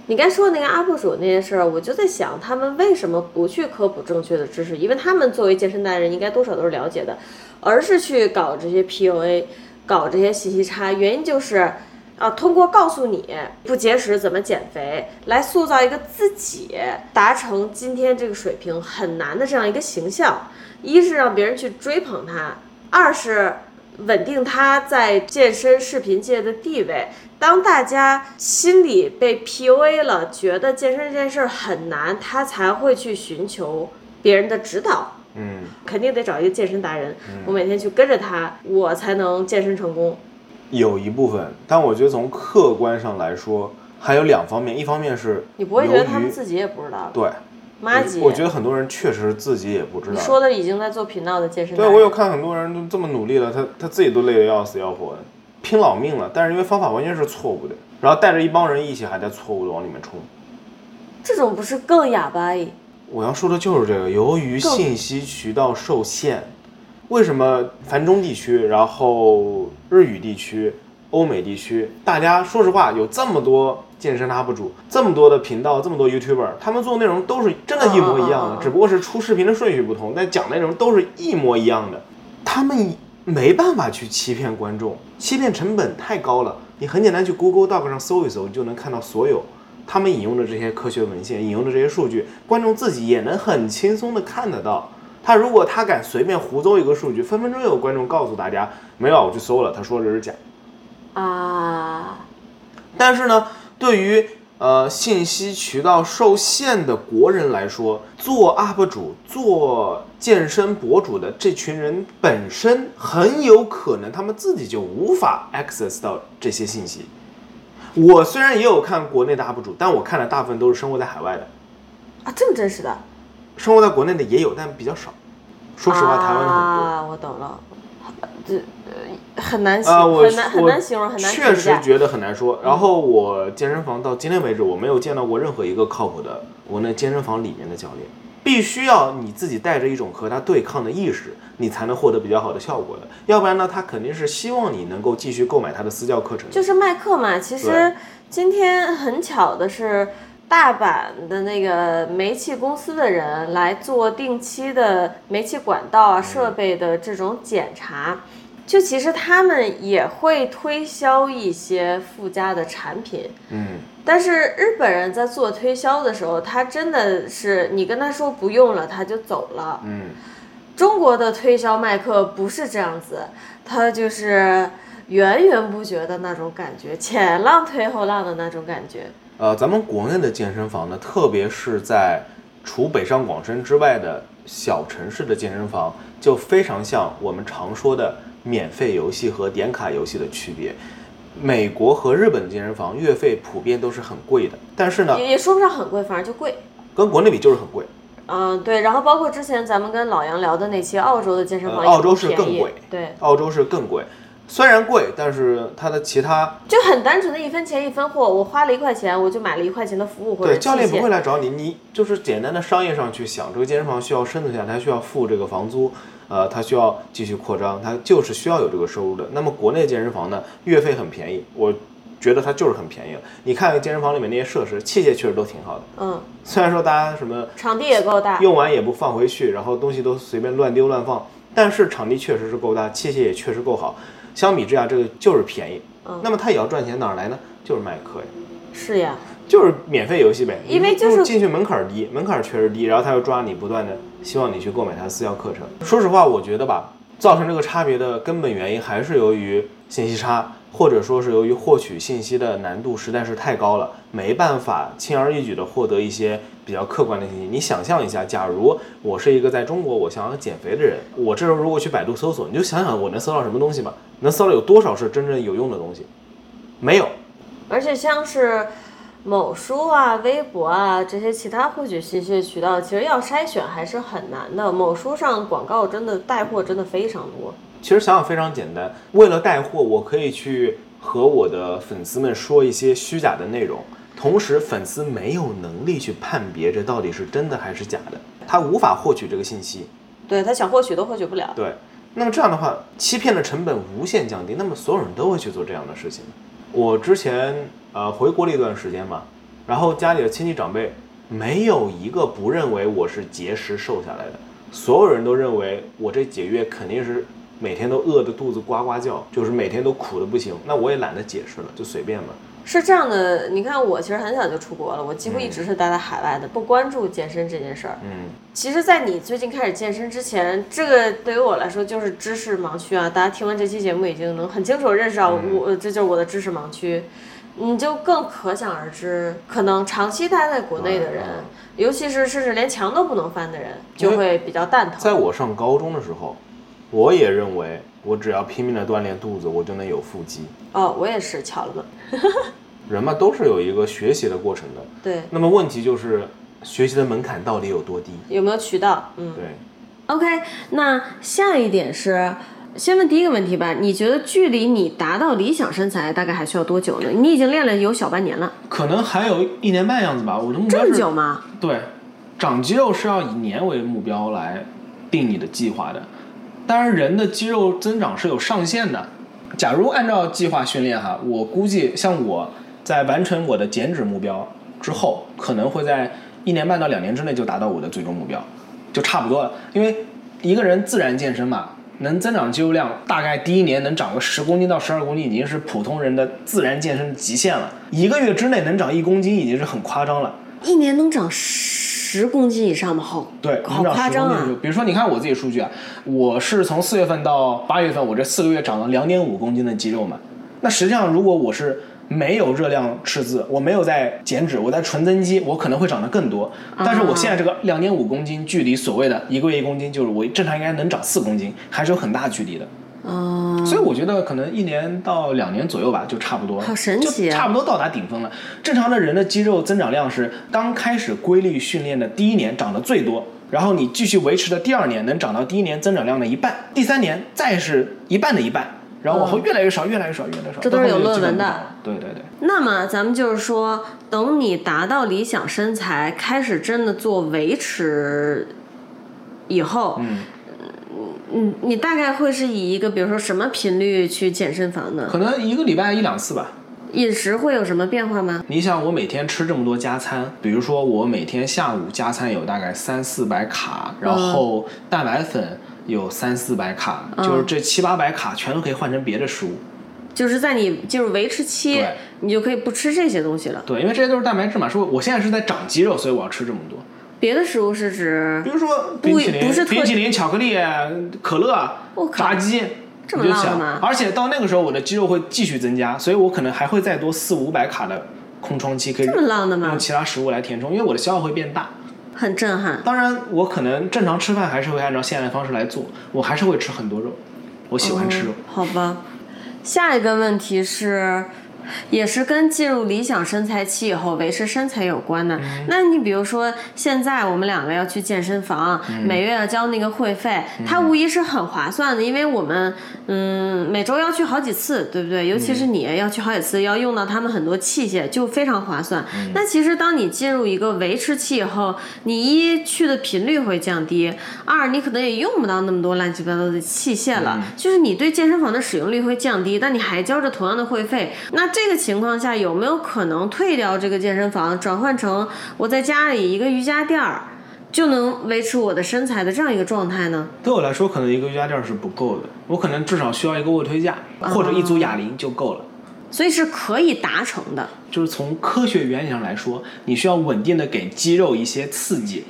[SPEAKER 7] 你刚说的那个 UP 主那件事儿，我就在想，他们为什么不去科普正确的知识？因为他们作为健身达人，应该多少都是了解的，而是去搞这些 PUA，搞这些信息差。原因就是，啊，通过告诉你不节食怎么减肥，来塑造一个自己达成今天这个水平很难的这样一个形象。一是让别人去追捧他，二是稳定他在健身视频界的地位。当大家心里被 PUA 了，觉得健身这件事儿很难，他才会去寻求别人的指导。
[SPEAKER 8] 嗯，
[SPEAKER 7] 肯定得找一个健身达人，我每天去跟着他，我才能健身成功。
[SPEAKER 8] 有一部分，但我觉得从客观上来说，还有两方面，一方面是
[SPEAKER 7] 你不会觉得
[SPEAKER 8] 由于
[SPEAKER 7] 他们自己也不知道吧？
[SPEAKER 8] 对，
[SPEAKER 7] 妈姐，
[SPEAKER 8] 我我觉得很多人确实自己也不知
[SPEAKER 7] 你
[SPEAKER 8] 道。
[SPEAKER 7] 说的已经在做频道的健身达
[SPEAKER 8] 对，
[SPEAKER 7] 人，
[SPEAKER 8] 我有看很多人都这么努力了，他他自己都累得要死要活的，拼老命了，但是因为方法完全是错误的，然后带着一帮人一起还在错误的往里面冲。
[SPEAKER 7] 这种不是更哑巴？
[SPEAKER 8] 我要说的就是这个，由于信息渠道受限，为什么繁中地区，然后日语地区、欧美地区，大家说实话有这么多健身 UP 主，这么多的频道，这么多 YouTuber，他们做的内容都是真的一模一样的
[SPEAKER 7] 啊
[SPEAKER 8] 只不过是出视频的顺序不同，但讲内容都是一模一样的。他们没办法去欺骗观众，欺骗成本太高了。你很简单去 Google Doc 上搜一搜，你就能看到所有他们引用的这些科学文献、引用的这些数据，观众自己也能很轻松的看得到。他如果他敢随便胡诌一个数据，分分钟有观众告诉大家，没有啊，我去搜了，他说这是假的
[SPEAKER 7] 啊，
[SPEAKER 8] 但是呢，
[SPEAKER 3] 对于呃信息渠道受限的国人来说，做 UP 主、做健身博主的这群人本身很有可能他们自己就无法 access 到这些信息。我虽然也有看国内的 UP 主，但我看的大部分都是生活在海外的，
[SPEAKER 4] 啊，这么真实的？
[SPEAKER 3] 生活在国内的也有，但比较少。说实话，台湾很多。
[SPEAKER 4] 啊，我懂了，这、呃、很难形
[SPEAKER 3] 啊，我
[SPEAKER 4] 很难很
[SPEAKER 3] 我
[SPEAKER 4] 难形容，很难嗯
[SPEAKER 3] 确
[SPEAKER 4] 评
[SPEAKER 3] 实
[SPEAKER 4] 价。
[SPEAKER 3] 觉得很难说。然后我健身房到今天为止，我没有见到过任何一个靠谱的我那健身房里面的教练。必须要你自己带着一种和他对抗的意识，你才能获得比较好的效果的。要不然呢，他肯定是希望你能够继续购买他的私教课程。
[SPEAKER 4] 就是麦克嘛，其实
[SPEAKER 3] 对
[SPEAKER 4] 今天很巧的是，大阪的那个煤气公司的人来做定期的煤气管道啊、设备的这种检查。就其实他们也会推销一些附加的产品，
[SPEAKER 3] 嗯，
[SPEAKER 4] 但是日本人在做推销的时候，他真的是你跟他说不用了，他就走了。
[SPEAKER 3] 嗯，
[SPEAKER 4] 中国的推销麦克不是这样子，他就是源源不绝的那种感觉，前浪推后浪的那种感觉。
[SPEAKER 3] 呃，咱们国内的健身房呢，特别是在除北上广深之外的小城市的健身房，就非常像我们常说的免费游戏和点卡游戏的区别。美国和日本的健身房月费普遍都是很贵的，但是呢，
[SPEAKER 4] 也也说不上很贵，反正就贵。
[SPEAKER 3] 跟国内比就是很贵，
[SPEAKER 4] 嗯，对。然后包括之前咱们跟老杨聊的那期澳洲的健身房
[SPEAKER 3] 呃
[SPEAKER 4] 也不
[SPEAKER 3] 澳洲是
[SPEAKER 4] 便
[SPEAKER 3] 更
[SPEAKER 4] 宜
[SPEAKER 3] 贵
[SPEAKER 4] 对，
[SPEAKER 3] 澳洲是更贵。虽然贵，但是它的其他
[SPEAKER 4] 就很单纯的一分钱一分货，我花了一块钱，我就买了一块钱的服务或者
[SPEAKER 3] 对教练
[SPEAKER 4] 器械
[SPEAKER 3] 不会来找你，你就是简单的商业上去想，这个健身房需要生存下来，它需要付这个房租，呃，它需要继续扩张，它就是需要有这个收入的。那么国内健身房呢，月费很便宜，我觉得它就是很便宜了。你看健身房里面那些设施，器械确实都挺好的，
[SPEAKER 4] 嗯，
[SPEAKER 3] 虽然说大家什么
[SPEAKER 4] 场地也够大，
[SPEAKER 3] 用完也不放回去，然后东西都随便乱丢乱放，但是场地确实是够大，器械也确实够好。相比之下，这个就是便宜。
[SPEAKER 4] 嗯
[SPEAKER 3] 那么它也要赚钱，哪儿来呢？就是卖课呀。
[SPEAKER 4] 是呀。
[SPEAKER 3] 就是免费游戏呗，
[SPEAKER 4] 因为
[SPEAKER 3] 你
[SPEAKER 4] 就是
[SPEAKER 3] 进去门槛儿低，门槛儿确实低，然后他又抓你，不断的希望你去购买他的私教课程。说实话，我觉得吧，造成这个差别的根本原因还是由于信息差，或者说是由于获取信息的难度实在是太高了，没办法轻而易举的获得一些比较客观的信息。你想象一下，假如我是一个在中国我想要减肥的人，我这时候如果去百度搜索，你就想想我能搜到什么东西吧，能搜到有多少是真正有用的东西？没有，
[SPEAKER 4] 而且像是某书啊、微博啊这些其他获取信息的渠道，其实要筛选还是很难的。某书上广告真的带货真的非常多，
[SPEAKER 3] 其实想想非常简单，为了带货，我可以去和我的粉丝们说一些虚假的内容，同时粉丝没有能力去判别这到底是真的还是假的，他无法获取这个信息。
[SPEAKER 4] 对他想获取都获取不了。
[SPEAKER 3] 对，那么这样的话，欺骗的成本无限降低，那么所有人都会去做这样的事情。我之前呃回国了一段时间嘛，然后家里的亲戚长辈没有一个不认为我是节食瘦下来的，所有人都认为我这几个月肯定是每天都饿得肚子呱呱叫，就是每天都苦的不行。那我也懒得解释了，就随便嗯吧。
[SPEAKER 4] 是这样的，你看我其实很小就出国了，我几乎一直是待在海外的，不关注健身这件事儿。
[SPEAKER 3] 嗯，
[SPEAKER 4] 其实，在你最近开始健身之前，这个对于我来说就是知识盲区啊。大家听完这期节目已经能很清楚地认识到
[SPEAKER 3] 嗯
[SPEAKER 4] 我，这就是我的知识盲区。你就更可想而知，可能长期待在国内的人，
[SPEAKER 3] 嗯
[SPEAKER 4] 尤其是甚至连墙都不能翻的人，
[SPEAKER 3] 因
[SPEAKER 4] 就
[SPEAKER 3] 为
[SPEAKER 4] 会比较蛋疼。
[SPEAKER 3] 在我上高中的时候，我也认为我只要拼命的锻炼肚子，我就能有腹肌。
[SPEAKER 4] 哦，我也是，巧了嘛。
[SPEAKER 3] 人嘛，都是有一个学习的过程的。
[SPEAKER 4] 对，
[SPEAKER 3] 那么问题就是学习的门槛到底有多低？
[SPEAKER 4] 有没有渠道？嗯，
[SPEAKER 3] 对，
[SPEAKER 6] OK，那下一点是，先问第一个问题吧，你觉得距离你达到理想身材大概还需要多久呢？你已经练了有小半年了，
[SPEAKER 1] 可能还有一年半样子吧。我的目标
[SPEAKER 6] 这
[SPEAKER 1] 是
[SPEAKER 6] 么久吗？
[SPEAKER 1] 对，长肌肉是要以年为目标来定你的计划的。当然，人的肌肉增长是有上限的。假如按照计划训练哈，我估计像我在完成我的减脂目标之后，可能会在一年半到两年之内就达到我的最终目标，就差不多了。因为一个人自然健身嘛，能增长肌肉量，大概第一年能长个十公斤到十二公斤，已经是普通人的自然健身的极限了。一个月之内能长一公斤，已经是很夸张了。
[SPEAKER 6] 一年能长十公斤以上吗？好，
[SPEAKER 1] 对，
[SPEAKER 6] 好
[SPEAKER 1] 能长
[SPEAKER 6] 夸张
[SPEAKER 1] 10公斤
[SPEAKER 6] 啊
[SPEAKER 1] 左！右比如说，你看我自己数据啊，我是从四月份到八月份，我这四个月长了两点五公斤的肌肉嘛。那实际上，如果我是没有热量赤字，我没有在减脂，我在纯增肌，我可能会长得更多。
[SPEAKER 6] 啊
[SPEAKER 1] 但是我现在这个两点五公斤，距离所谓的一个月一公斤，就是我正常应该能长四公斤，还是有很大距离的。
[SPEAKER 4] 哦，
[SPEAKER 1] 所以我觉得可能一年到两年左右吧，就差不多，
[SPEAKER 9] 好神奇啊
[SPEAKER 1] 就差不多到达顶峰了。正常的人的肌肉增长量是刚开始规律训练的第一年长得最多，然后你继续维持的第二年能长到第一年增长量的一半，第三年再是一半的一半，然后往后越来越少，越来越少，越来越少。
[SPEAKER 9] 嗯这都是
[SPEAKER 1] 到后
[SPEAKER 9] 有
[SPEAKER 1] 面就基
[SPEAKER 9] 论文
[SPEAKER 1] 本
[SPEAKER 9] 的
[SPEAKER 1] 不长了。对对对，
[SPEAKER 4] 那么咱们就是说，等你达到理想身材，开始真的做维持以后，
[SPEAKER 1] 嗯，
[SPEAKER 4] 嗯，你大概会是以一个比如说什么频率去健身房呢？
[SPEAKER 1] 可能一个礼拜一两次吧。
[SPEAKER 4] 饮食会有什么变化吗？
[SPEAKER 1] 你想，我每天吃这么多加餐，比如说我每天下午加餐有大概三四百卡，然
[SPEAKER 4] 嗯
[SPEAKER 1] 后蛋白粉有三四百卡，就是这七八百卡全都可以换成别的食物。
[SPEAKER 4] 就是在你进入维持期
[SPEAKER 1] 对，
[SPEAKER 4] 你就可以不吃这些东西了。
[SPEAKER 1] 对，因为这些都是蛋白质嘛，是我我现在是在长肌肉，所以我要吃这么多。
[SPEAKER 4] 别的食物是指
[SPEAKER 1] 比如说冰淇淋、
[SPEAKER 4] 不是特
[SPEAKER 1] 冰淇淋、巧克力、可乐
[SPEAKER 4] 我、靠
[SPEAKER 1] 炸鸡。
[SPEAKER 4] 这么
[SPEAKER 1] 你就
[SPEAKER 4] 浪
[SPEAKER 1] 想
[SPEAKER 4] 漫，啊
[SPEAKER 1] 而且到那个时候我的肌肉会继续增加，所以我可能还会再多四五百卡的空窗期，可以
[SPEAKER 4] 这么浪的啊吗
[SPEAKER 1] 用？其他食物来填充，因为我的消耗会变大。
[SPEAKER 4] 很震撼。
[SPEAKER 1] 当然，我可能正常吃饭还是会按照现在的方式来做，我还是会吃很多肉，我喜欢吃肉。
[SPEAKER 4] 嗯好吧，下一个问题是，也是跟进入理想身材期以后维持身材有关的。那你比如说，现在我们两个要去健身房，每月要交那个会费，它无疑是很划算的，因为我们嗯每周要去好几次，对不对？尤其是你要去好几次，要用到他们很多器械，就非常划算。那其实当你进入一个维持期以后，你一去的频率会降低，二你可能也用不到那么多乱七八糟的器械了，就是你对健身房的使用率会降低，但你还交着同样的会费。那这个情况下，有没有可能退掉这个健身房，转换成我在家里一个瑜伽垫儿，就能维持我的身材的这样一个状态呢？
[SPEAKER 1] 对我来说，可能一个瑜伽垫儿是不够的，我可能至少需要一个卧推架或者一组哑铃就够了。
[SPEAKER 4] 所以是可以达成的。
[SPEAKER 1] 就是从科学原理上来说，你需要稳定的给肌肉一些刺激，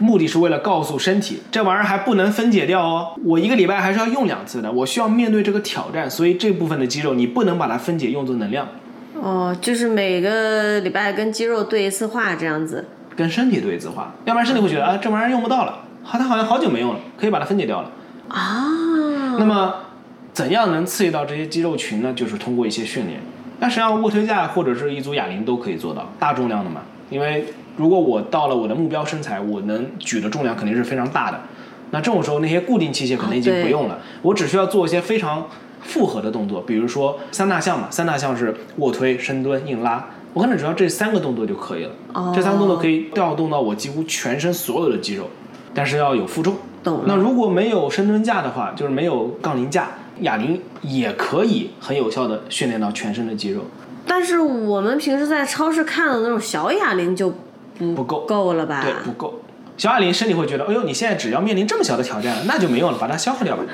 [SPEAKER 1] 目的是为了告诉身体这玩意儿还不能分解掉哦，我一个礼拜还是要用两次的，我需要面对这个挑战，所以这部分的肌肉你不能把它分解用作能量，
[SPEAKER 4] 哦，就是每个礼拜跟肌肉对一次话这样子。
[SPEAKER 1] 跟身体对字化，要不然身体会觉得啊这玩意儿用不到了，好它好像好久没用了，可以把它分解掉了。
[SPEAKER 4] 啊，
[SPEAKER 1] 那么，怎样能刺激到这些肌肉群呢？就是通过一些训练。那实际上，卧推架或者是一组哑铃都可以做到，大重量的嘛。因为如果我到了我的目标身材，我能举的重量肯定是非常大的。那这种时候，那些固定器械可能已经
[SPEAKER 4] 啊对
[SPEAKER 1] 不用了，我只需要做一些非常复合的动作，比如说三大项嘛，三大项是卧推、深蹲、硬拉。我可能只要这三个动作就可以了，
[SPEAKER 4] 哦
[SPEAKER 1] 这三个动作可以调动到我几乎全身所有的肌肉，但是要有负重。
[SPEAKER 4] 懂
[SPEAKER 1] 那
[SPEAKER 4] 了。
[SPEAKER 1] 如果没有深蹲架的话，就是没有杠铃架，哑铃也可以很有效的训练到全身的肌肉。
[SPEAKER 4] 但是我们平时在超市看到的那种小哑铃就不
[SPEAKER 1] 不够
[SPEAKER 4] 嗯够啊了吧？
[SPEAKER 1] 对，不够。小哑铃身体会觉得，哎呦，你现在只要面临这么小的挑战了，那就没用了，把它消耗掉吧。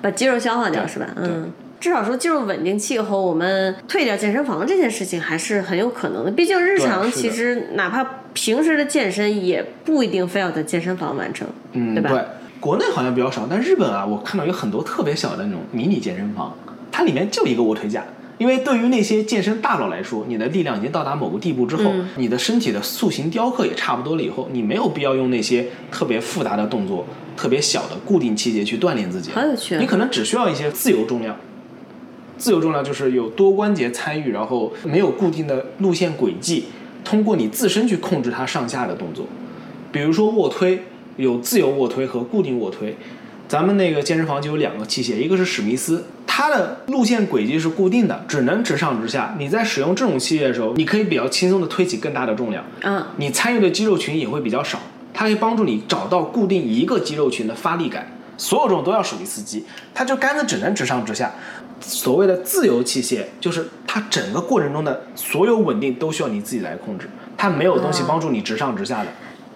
[SPEAKER 4] 把肌肉消耗掉
[SPEAKER 1] 对
[SPEAKER 4] 是吧？
[SPEAKER 1] 对
[SPEAKER 4] 嗯。至少说进入稳定期以后，我们退掉健身房这件事情还是很有可能的。毕竟日
[SPEAKER 1] 对
[SPEAKER 4] 常
[SPEAKER 1] 是的
[SPEAKER 4] 其实哪怕平时的健身也不一定非要在健身房完成，
[SPEAKER 1] 嗯，
[SPEAKER 4] 对吧？
[SPEAKER 1] 国内好像比较少，但日本啊，我看到有很多特别小的那种迷你健身房，它里面就一个卧推架。因为对于那些健身大佬来说，你的力量已经到达某个地步之后，
[SPEAKER 4] 嗯
[SPEAKER 1] 你的身体的塑形雕刻也差不多了，以后你没有必要用那些特别复杂的动作、特别小的固定器械去锻炼自己。
[SPEAKER 4] 好有趣啊
[SPEAKER 1] 你可能只需要一些自由重量。自由重量就是有多关节参与，然后没有固定的路线轨迹，通过你自身去控制它上下的动作。比如说卧推，有自由卧推和固定卧推。咱们那个健身房就有两个器械，一个是史密斯，它的路线轨迹是固定的，只能直上直下。你在使用这种器械的时候，你可以比较轻松的推起更大的重量，
[SPEAKER 4] 嗯，
[SPEAKER 1] 你参与的肌肉群也会比较少，它可以帮助你找到固定一个肌肉群的发力感。所有这种都要史密斯肌，它就杆子只能直上直下。所谓的自由器械，就是它整个过程中的所有稳定都需要你自己来控制，它没有东西帮助你直上直下的，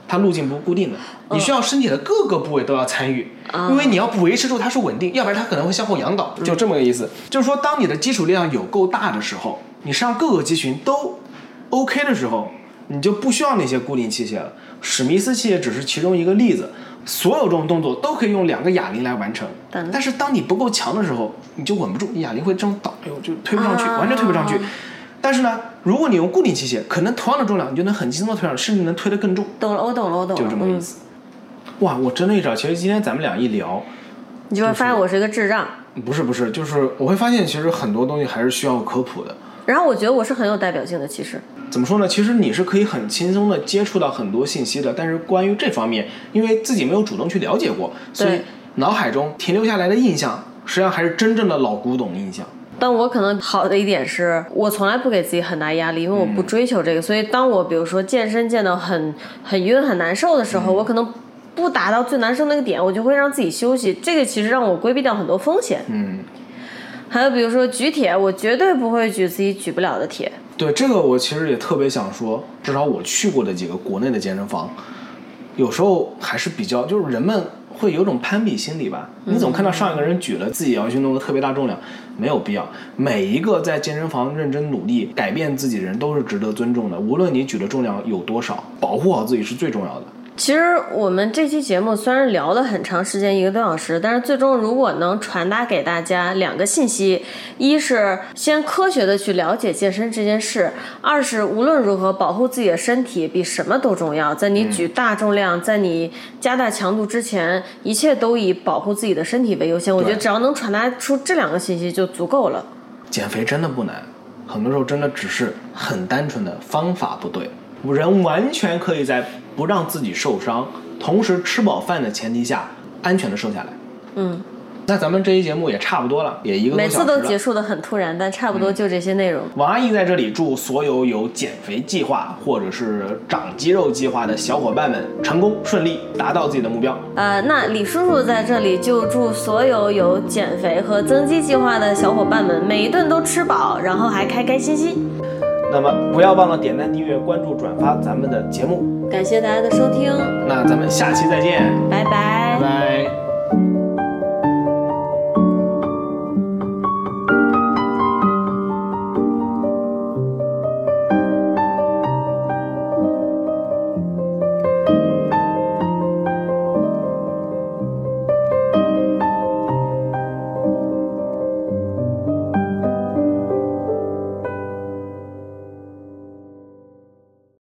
[SPEAKER 1] 它路径不固定的，你需要身体的各个部位都要参与，因为你要维持住它是稳定，要不然它可能会向后仰倒，就这么个意思。就是说，当你的基础力量有够大的时候，你身上各个肌群都 OK 的时候，你就不需要那些固定器械了。史密斯器械只是其中一个例子，所有这种动作都可以用两个哑铃来完成。
[SPEAKER 4] 嗯
[SPEAKER 1] 但是当你不够强的时候，你就稳不住，你哑铃会这样倒，哎呦，就推不上去，完全推不上去。
[SPEAKER 3] 但是呢，如果你用固定器械，可能同样的重量，你就能很轻松的推上，甚至能推得更重，
[SPEAKER 4] 懂了，我懂了，我懂了，
[SPEAKER 3] 就这么个意
[SPEAKER 4] 嗯
[SPEAKER 3] 思。哇，我真的一找，其实今天咱们俩一聊，
[SPEAKER 4] 你就会发现我是一个智障。
[SPEAKER 3] 不是不是，就是我会发现，其实很多东西还是需要科普的。
[SPEAKER 4] 然后我觉得我是很有代表性的，其实
[SPEAKER 3] 怎么说呢？其实你是可以很轻松的接触到很多信息的，但是关于这方面，因为自己没有主动去了解过，所以
[SPEAKER 4] 对
[SPEAKER 3] 脑海中停留下来的印象，实际上还是真正的老古董印象。
[SPEAKER 4] 但我可能好的一点是我从来不给自己很大压力，因为我不追求这个。所以当我比如说健身健到很很晕、很难受的时候，我可能不达到最难受那个点，我就会让自己休息。这个其实让我规避掉很多风险。
[SPEAKER 3] 嗯，
[SPEAKER 4] 还有比如说举铁，我绝对不会举自己举不了的铁。
[SPEAKER 3] 对这个我其实也特别想说，至少我去过的几个国内的健身房，有时候还是比较，就是人们会有种攀比心理吧。你总看到上一个人举了，自己也要去弄个特别大重量，没有必要。每一个在健身房认真努力改变自己的人都是值得尊重的，无论你举的重量有多少，保护好自己是最重要的。
[SPEAKER 4] 其实我们这期节目虽然聊了很长时间，一个多小时，但是最终如果能传达给大家两个信息：一是先科学的去了解健身这件事；二是无论如何保护自己的身体比什么都重要。在你举大重量、在你加大强度之前，一切都以保护自己的身体为优先。我觉得只要能传达出这两个信息就足够了。
[SPEAKER 3] 减肥真的不难，很多时候真的只是很单纯的方法不对。人完全可以在不让自己受伤，同时吃饱饭的前提下，安全的瘦下来。
[SPEAKER 4] 嗯，
[SPEAKER 3] 那咱们这期节目也差不多了，也一个多
[SPEAKER 4] 每
[SPEAKER 3] 小时
[SPEAKER 4] 次
[SPEAKER 3] 了。
[SPEAKER 4] 都结束的很突然，但差不多就这些内容。
[SPEAKER 3] 王阿姨在这里祝所有有减肥计划或者是长肌肉计划的小伙伴们成功顺利，达到自己的目标。
[SPEAKER 4] 呃，那李叔叔在这里就祝所有有减肥和增肌计划的小伙伴们，每一顿都吃饱，然后还开开心心。
[SPEAKER 3] 那么不要忘了点赞、订阅、关注、转发咱们的节目。
[SPEAKER 4] 感谢大家的收听，
[SPEAKER 3] 那咱们下期再见，
[SPEAKER 4] 拜拜
[SPEAKER 3] 拜拜。